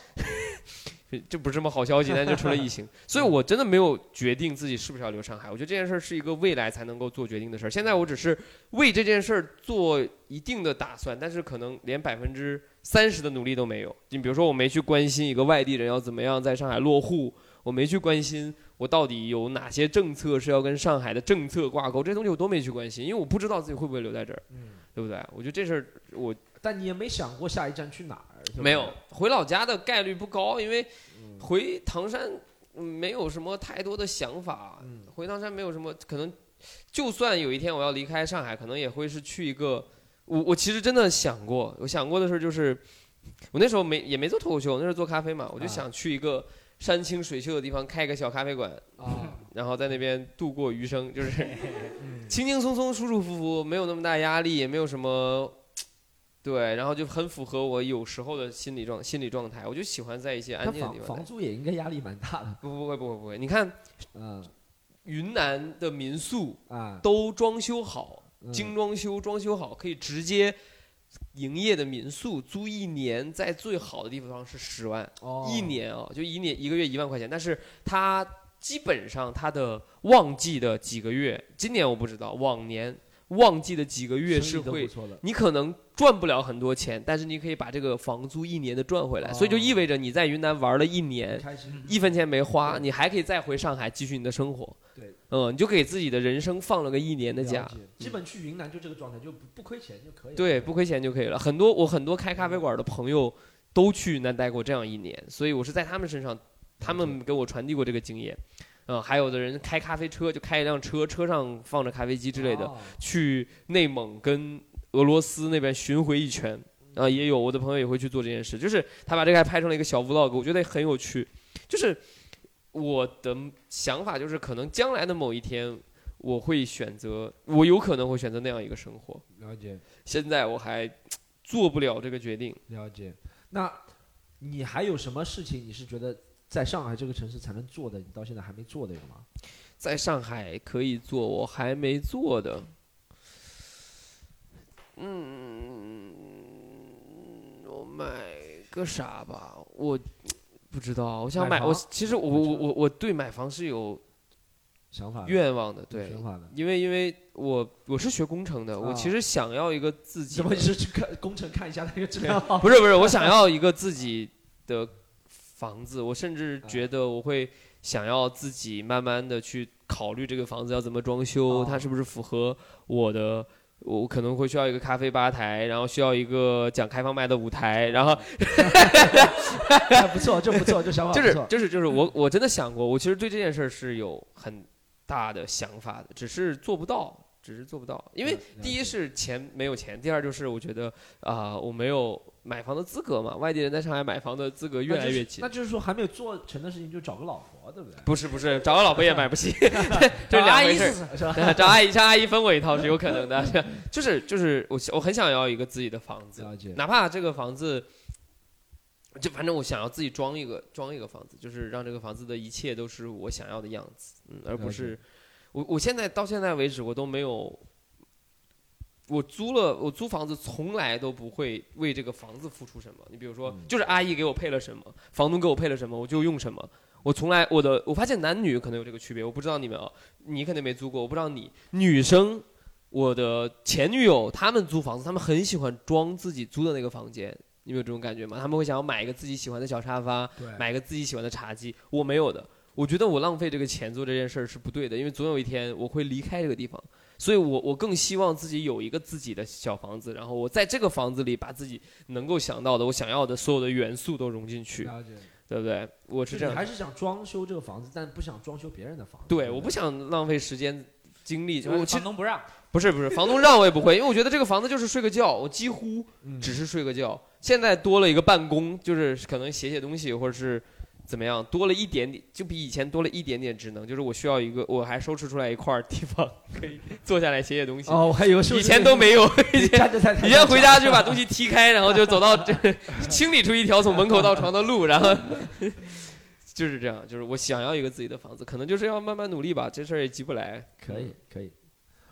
C: 这 [LAUGHS] 这不是什么好消息，但就除了疫情，所以我真的没有决定自己是不是要留上海。我觉得这件事儿是一个未来才能够做决定的事儿。现在我只是为这件事儿做一定的打算，但是可能连百分之三十的努力都没有。你比如说，我没去关心一个外地人要怎么样在上海落户，我没去关心我到底有哪些政策是要跟上海的政策挂钩，这些东西我都没去关心，因为我不知道自己会不会留在这儿，
A: 嗯，
C: 对不对？我觉得这事儿我
A: 但你也没想过下一站去哪儿？对吧
C: 没有，回老家的概率不高，因为。
A: 嗯
C: 回唐山嗯没有什么太多的想法，
A: 嗯
C: 回唐山没有什么可能。就算有一天我要离开上海，可能也会是去一个我我其实真的想过，我想过的事儿就是，我那时候没也没做脱口秀，我那时候做咖啡嘛，我就
A: 啊
C: 想去一个山清水秀的地方开个小咖啡馆， [LAUGHS]
A: 啊，
C: 然后在那边度过余生，就是
A: 嗯
C: 轻轻松松、舒舒服服，没有那么大压力，也没有什么。对，然后就很符合我有时候的心理状心理状态，我就喜欢在一些安
A: 那
C: 静的地
A: 房
C: 方待着。
A: 房租也应该压力蛮大的，
C: 不不会不会不会，你看
A: 嗯
C: 云南的民宿
A: 啊，
C: 都装修好，
A: 嗯
C: 精装修装修好，可以直接营业的民宿租一年，在最好的地方是十万，
A: 哦
C: 一年啊、就一年一个月一万块钱，但是它基本上它的旺季的几个月，今年我不知道，往年旺季的几个月是
A: 生意都不
C: 会。
A: 错的，
C: 你可能赚不了很多钱，但是你可以把这个房租一年的赚回来，所以就意
A: 哦
C: 味着你在云南玩了一年，
A: 开心
C: 一分钱没花，你还可以再回上海继续你的生活。
A: 对，
C: 嗯，你就给自己的人生放了个一年的假
A: 了，解基本去云南就这个状态，就不不亏钱就可以了。
C: 对，不亏钱就可以了。很多我很多开咖啡馆的朋友都去云南待过这样一年，所以我是在他们身上，他们给我传递过这个经验。嗯，还有的人开咖啡车，就开一辆车，车上放着咖啡机之类的，
A: 哦
C: 去内蒙跟俄罗斯那边巡回一圈。啊，也有我的朋友也会去做这件事，就是他把这个还拍成了一个小 vlog，我觉得很有趣。就是我的想法就是，可能将来的某一天，我会选择，我有可能会选择那样一个生活。
A: 了解
C: 现在我还做不了这个决定。
A: 了解。那你还有什么事情你是觉得在上海这个城市才能做的，你到现在还没做的有吗？
C: 在上海可以做我还没做的，嗯，我买个啥吧？我不知道，我想
A: 买
C: 买我
A: 房
C: 其实我
A: 买车
C: 我我我对买房是有
A: 想法的
C: 愿望的，对，
A: 想法的。
C: 因为因为我我是学工程的，我
A: 啊
C: 其实想要一个自己
A: 什
C: 的
A: 么？你是去看工程看一下那个质
C: [LAUGHS]
A: 量好？
C: 不是不是，我想要一个自己的房子，我甚至觉得我会想要自己慢慢的去考虑这个房子要怎么装修，
B: 哦
C: 它是不是符合我的。我可能会需要一个咖啡吧台，然后需要一个讲开放麦的舞台，然后
J: 哎不错，这不错，这想法
C: 就
J: 不
C: 是
J: 错。
C: 就是就是我我真的想过，我其实对这件事儿是有很大的想法的，只是做不到，只是做不到。因为
J: 了嗯了
C: 第一
J: 解
C: 是钱没有钱，第二就是我觉得啊、我没有买房的资格嘛，外地人在上海买房的资格越来越紧
J: 那。就是说还没有做成的事情就找个老婆，对不对？
C: 不是不是，找个老婆也买不起，
J: [LAUGHS]
C: 这是
B: 找阿
C: 两
B: 姨
C: 回事
B: 试
C: 儿。
B: 试，
C: [LAUGHS] 找阿姨，像阿姨分我一套是有可能的，就是就是我我很想要一个自己的房子，
J: 了解。
C: 哪怕这个房子，就反正我想要自己装一个装一个房子，就是让这个房子的一切都是我想要的样子，嗯，而不是我我现在到现在为止我都没有，我租了我租房子从来都不会为这个房子付出什么。你比如说，就是阿姨给我配了什么，房东给我配了什么，我就用什么。我从来我的我发现男女可能有这个区别，我不知道你们啊，你肯定没租过，我不知道你女生我的前女友她们租房子，她们很喜欢装自己租的那个房间，你们有这种感觉吗？她们会想要买一个自己喜欢的小沙发，
J: 对
C: 买一个自己喜欢的茶几。我没有的，我觉得我浪费这个钱做这件事儿是不对的，因为总有一天我会离开这个地方，所以我我更希望自己有一个自己的小房子，然后我在这个房子里把自己能够想到的、我想要的所有的元素都融进去，
J: 了解。
C: 对不对？我是这
J: 就你
C: 样，
J: 还是想装修这个房子，但不想装修别人的房子。
C: 对，我
J: 不
C: 不想浪费时间精力，我其
B: 房
C: 实
B: 东不让，
C: 不是不是，房东让我也不会，因为我觉得这个房子就是睡个觉，我几乎
J: 嗯
C: 只是睡个觉。现在多了一个办公，就是可能写写东西或者是怎么样，多了一点点，就比以前多了一点点职能，就是我需要一个，我还收拾出来一块儿地方可以坐下来写写东西。
J: 哦，我还以为是不
C: 以
J: 是
C: 前都没有，以前
J: 站着在台
C: 以前回家就把东西踢开，然后就走到这，清理出一条从门口到床的路，然后 [LAUGHS] 就是这样，就是我想要一个自己的房子，可能就是要慢慢努力吧，这事儿也急不来。
J: 可以可以。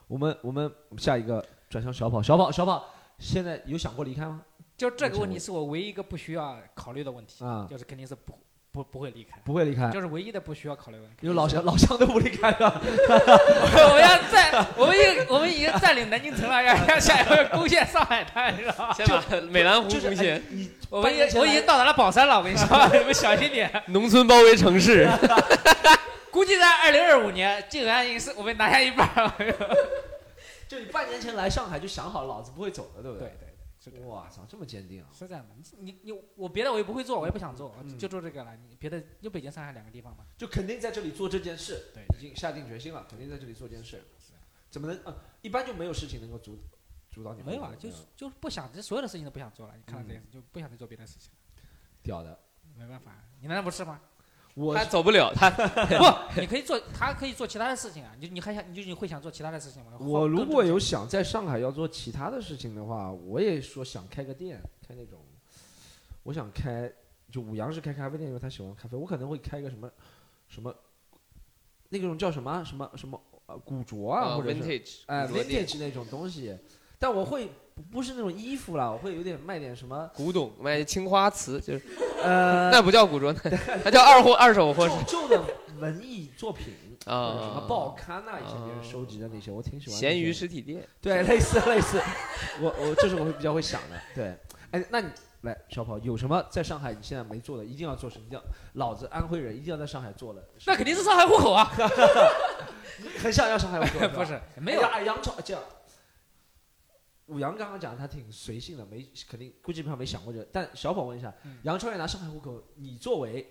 J: 我们我们下一个转向小跑，小跑小跑，现在有想过离开吗？
B: 就这个问题是我唯一一个不需要考虑的问题，
J: 啊，
B: 就是肯定是不不不会离开，
J: 不会离开，
B: 就是唯一的不需要考虑的问题。
J: 因为老
C: [LAUGHS]
J: 乡老乡都不离开了。
B: 我们要在我们已我们已经占领南京城了，要要想要攻陷上海滩，是吧？
C: 先把美兰湖
J: 就是哎
C: 贡献。
J: 你
B: 我们已我已经到达了宝山了，我跟你说， [LAUGHS] 你们小心点。
C: 农村包围城市，
B: 估计在二零二五年，静安营是我们拿下一半儿。
J: 就你半年前来上海就想好老子不会走的，对不
B: 对对对，是
J: 对
B: 的。
J: 哇操，这么坚定啊！
B: 是这样的，你你我别的我也不会做，我也不想做，
J: 嗯
B: 就做这个了。你别的就北京、上海两个地方嘛。
J: 就肯定在这里做这件事，
B: 对
J: 已经下定决心了，肯定在这里做这件事。
B: 是
J: 怎么能？呃，一般就没有事情能够阻阻挡你们
B: 没
J: 的。
B: 有啊，就是就是不想，这所有的事情都不想做了。你看到这件事就不想再做别的事情了，
J: 屌的。
B: 没办法，你难道不是吗？
J: 我
C: 他走不了，他
B: 不，你可以做，他可以做其他的事情啊。你你还想，你就你会想做其他的事情吗？
J: 我
B: 好
J: 如
B: 更
J: 果
B: 正
J: 有想在上海要做其他的事情的话，我也说想开个店，开那种，我想开就五羊是开咖啡店，因为他喜欢咖啡，我可能会开个什么什么那种叫什么啊什么什么呃古着啊，
C: 呃
J: 或者是
C: vintage，
J: 哎
C: 古着店
J: vintage 那种东西，但我会不不是那种衣服啦，我会有点卖点什么
C: 古董卖青花瓷，就是
J: 呃
C: 那不叫古着，那那叫二货二手货
J: [LAUGHS] 旧旧的文艺作
C: [LAUGHS]
J: 品。或者什么
C: 啊。
J: 报刊呐，以前别人收集的那些，我挺喜欢那些。
C: 咸鱼实体店，
J: 对，类似 [LAUGHS] 类似，我我这是我会比较会想的。对，哎，那你来小跑有什么在上海你现在没做的，一定要做什么？一定要老子安徽人，一定要在上海做的。
B: 那肯定是上海户口啊，
J: 很想要上
C: [LAUGHS]
J: 海，我做
B: 不是没
J: 没
B: 有
J: 有。哎杨超这样。武阳刚刚讲他挺随性的，没肯定估计基本上没想过这个。但小宝问一下，
B: 嗯
J: 杨超越拿上海户口，你作为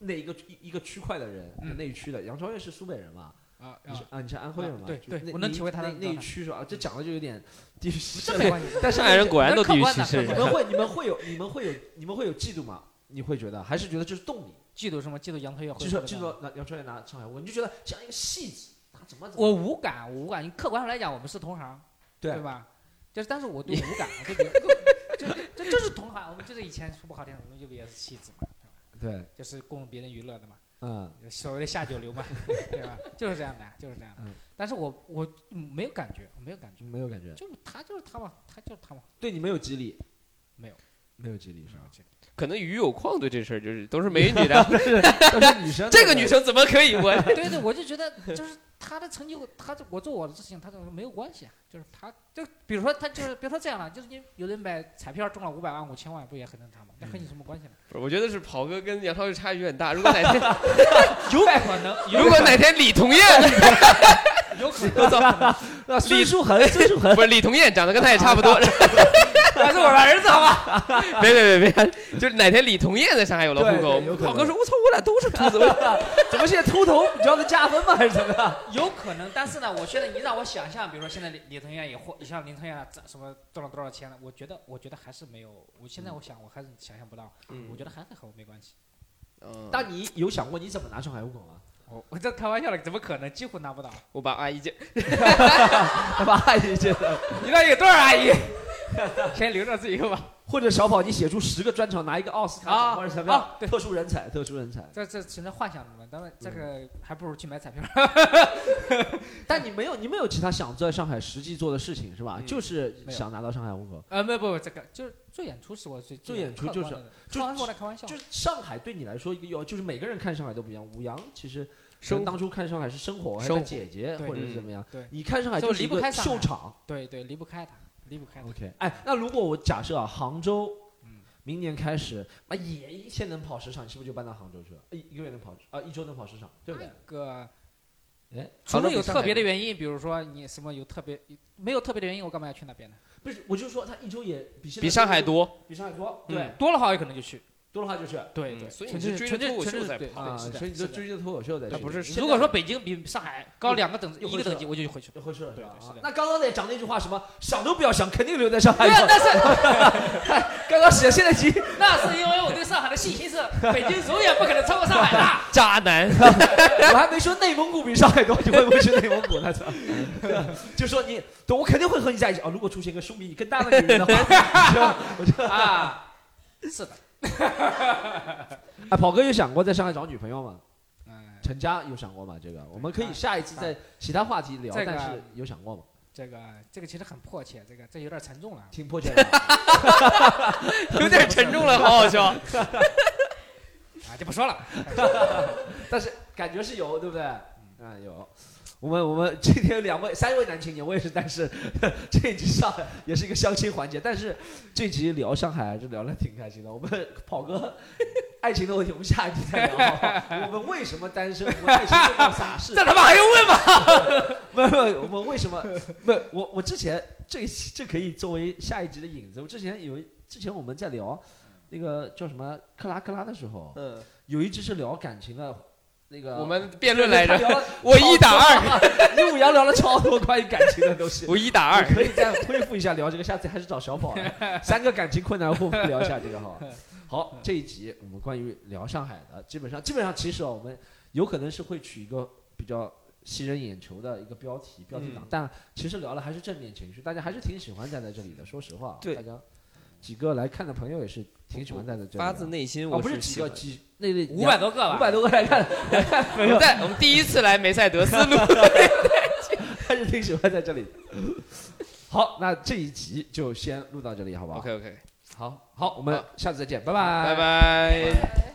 J: 那一个一一个区块的人，
B: 嗯
J: 那一区的杨超越是苏北人嘛？
B: 啊
J: 你是啊，你是安徽人嘛？
B: 对
J: 就
B: 对
J: 那
B: 我能
J: 你
B: 体会他的
J: 那那
B: 状
J: 一
B: 态
J: 区是吧？啊这讲的就有点地域歧视
B: 这没关系，
J: 但是
C: 上海人果然都地域歧
B: 这是
C: 视
J: 你 [LAUGHS]
B: 客观。
J: 们会你们会有你们会有你们会有嫉妒吗？你会觉得还是觉得就是动力，
B: 嫉妒什么？嫉妒杨超越？
J: 就说就说拿杨超越拿上海户口，你就觉得像一个戏子，他怎么怎么
B: 我无感，我无感。你客观上来讲，我们是同行，
J: 对
B: 吧？就是，但是
J: [LAUGHS]
B: 我对无感，这个这这这是同行，我们就是以前说不好听，我们就也是戏子嘛，对吧
J: 对，
B: 就是供别人娱乐的嘛，
J: 嗯
B: 所谓的下九流
A: [LAUGHS]
B: 嘛，对吧？就是这样的，就是这样的
J: 嗯。
B: 但是我我嗯没有感觉，我没有感觉，
J: 没有感觉，
B: 就是他就是他嘛，他就是他嘛，
J: 对你没有激励，
B: 没有
A: 没有接力是吧？
C: 可能于有矿对这事儿就是都是美女的，
A: 但是女生
C: [LAUGHS] 这个女生怎么可以我？
B: 对对，我就觉得就是他的成就，他我做我的事情，他跟我没有关系啊。就是他，就比如说他就是，比如说这样了，就是你有人买彩票中了五百万、五千万，不也很正常吗？那和你什么关系呢？
C: 不是我觉得是跑哥跟杨超越差距很大。如果哪天， [LAUGHS]
B: 有可能，有
C: 如果哪天李彤燕，
B: 有可能，
C: 我操，
J: 啊
A: 那孙书恒，孙书恒
C: 不是李彤燕长得跟他也差不多，
B: 还是我的儿子好吧？
C: 别别别别，就是哪天李彤燕在上海有了户
A: 对对有
C: 口，
A: 可能
C: 跑哥说我操，我俩都是秃子，我
A: 怎么现在秃头你知道他加分吗？还是怎么样？
B: 有可能，但是呢，我觉得你让我想象，比如说现在李李腾燕也获，像林腾燕这什么赚了多少钱了，我觉得，我觉得还是没有。我现在我想，我还是想象不到，
A: 嗯
B: [LAUGHS] 我觉得还是和我没关系。
C: 嗯
A: 那你有想过你怎么拿上海户口 [LAUGHS] 吗？
B: 我我这开玩笑了，怎么可能？几乎拿不到。
C: 我把阿姨叫，
A: 他把阿姨觉得，
B: 你那有多少阿姨？先留着自己
A: [LAUGHS]
B: 吧。
A: 或者小宝，你写出十个专场拿一个奥斯卡
B: 啊
A: 奖或者什么样
B: 啊对
A: 特殊人才，特殊人才。
B: 这这存在幻想中的，当然这个还不如去买彩票。 [LAUGHS]
A: 但你没有，你没有其他想在上海实际做的事情是吧？
C: 嗯
A: 就是
B: 没有
A: 想拿到上海户口。
B: 呃，没有不不，这个就是做演出是我最
A: 做演出就是就
B: 开玩笑的开玩笑
A: 就。是上海对你来说一个要，就是每个人看上海都不一样。吴阳其实可能
C: 生
A: 当初看上海是生活，还是
C: 生
A: 看
C: 活
A: 姐姐
B: 对
A: 或者是
C: 嗯
A: 怎么样
B: 对？
A: 你看上海
B: 就是离
A: 一
B: 不
A: 个
B: 开上
A: 秀
B: 海
A: 场。
B: 对对，离不开他，离不开他。
A: OK，哎，那如果我假设啊，杭州
B: 嗯。
A: 明年开始，那也一天能跑十场，你是不是就搬到杭州去了？一一个月能跑啊，一周能跑十场，对不对
B: 那？个
A: 哎，
B: 除
C: 杭
B: 非
C: 州比
B: 有
C: 上
B: 特
C: 海
B: 别的
C: 多
B: 原因，比如说你什么有特别没有特别的原因，我干嘛要去那边呢？
A: 不是，我就说他一周也比现在
C: 比上海，多，
A: 比上海多，
C: 嗯
A: 对，
B: 多了的话，有可能就去。
A: 多的话就是
B: 对
C: 嗯
B: 对，
C: 所以
B: 纯
C: 你是
B: 粹
C: 追着
B: 纯粹纯
C: 脱口秀
B: 粹
C: 在
B: 对
C: 跑
A: 啊，
B: 对是的
A: 所以你就是
B: 的
A: 追着脱口秀在
C: 那
A: 这
C: 不
A: 里
C: 是
B: 如果说北京比上海高两个等
A: 又
B: 一个
A: 回去
B: 等级，我就回去了。
A: 就回去了，
B: 对
A: 是吧
B: 对是
A: 啊
B: 的
A: 那刚刚那讲那句话什么，想都不要想，肯定留在
B: [LAUGHS]
A: 上海
B: 对
A: 跑。
B: 呀，但哎是 [LAUGHS]
A: 刚刚写现在已经
B: 那是因为我对上海的信心是，北京永远不可能超过上海的。 [LAUGHS]
C: 渣男。
A: 我还没说内蒙古比上海多，你会不会去内蒙古？他操， [LAUGHS] 就说你，对我肯定会和你在一起
J: 哦
A: 啊。如果出现一个胸比你更大的女人的话，是吧我就
B: 啊，是的，
A: 哎，跑哥有想过在上海找女朋友吗？
B: 嗯，
A: 成家有想过吗？这个我们可以下一次在其他话题聊，
B: 这个
A: 但是有想过吗？
B: 这个这个其实很迫切，这个这有点沉重了。啊
A: 挺迫切的。
C: [LAUGHS] 有点沉重了，好好 [LAUGHS] 笑。
B: 啊，就不说了。
A: 但是感觉是有，对不对？嗯，有。我们我们今天两位三位男青年，我也是单身。这一集上海也是一个相亲环节，但是这集聊上海还是聊的挺开心的。我们跑哥爱情的问题，我们下一集再聊好不好。我们为什么单身？我们为什么这么傻
C: [LAUGHS]
A: 事？
B: 这他妈还用问吗？
A: [LAUGHS] 没有没有，我们为什么？不，我我之前这这可以作为下一集的引子。我之前有一之前我们在聊那个叫什么克拉克拉的时候，
C: 嗯，
A: 有一集是聊感情的，那个
C: 我们辩论
A: [LAUGHS]
C: 来
A: 他
C: 着，
A: 聊了
C: 我一打二，
A: [LAUGHS] 二，一五阳聊了超多关于感情的东西。
C: 我一打二。
A: 可以再恢复一下聊这个，下次还是找小宝 [LAUGHS] 来。三个感情困难户聊一下这个 [LAUGHS] 好吧。好，这一集我们关于聊上海的，基本上基本上其实啊，我们有可能是会取一个比较吸人眼球的一个标题标题党，
C: 嗯
A: 但其实聊了还是正面情绪，大家还是挺喜欢站在这里的。说实话啊，
C: 对
A: 大家几个来看的朋友也是挺喜欢站在这里的。
C: 发自内心，
A: 哦，
C: 我
A: 不是几
C: 喜
A: 个
C: 欢。
A: 几那那
B: 五百多个吧，
A: 五百多个来
C: [LAUGHS]
A: 看，没有
C: 我。在我们第一次来梅赛德斯录，
A: 还是挺喜欢在这 [LAUGHS] 里的。好，那这一集就先录到这里，好不好
C: OK OK，
A: 好好，我们
C: 好
A: 下次再见，拜
C: 拜
A: 拜
C: 拜。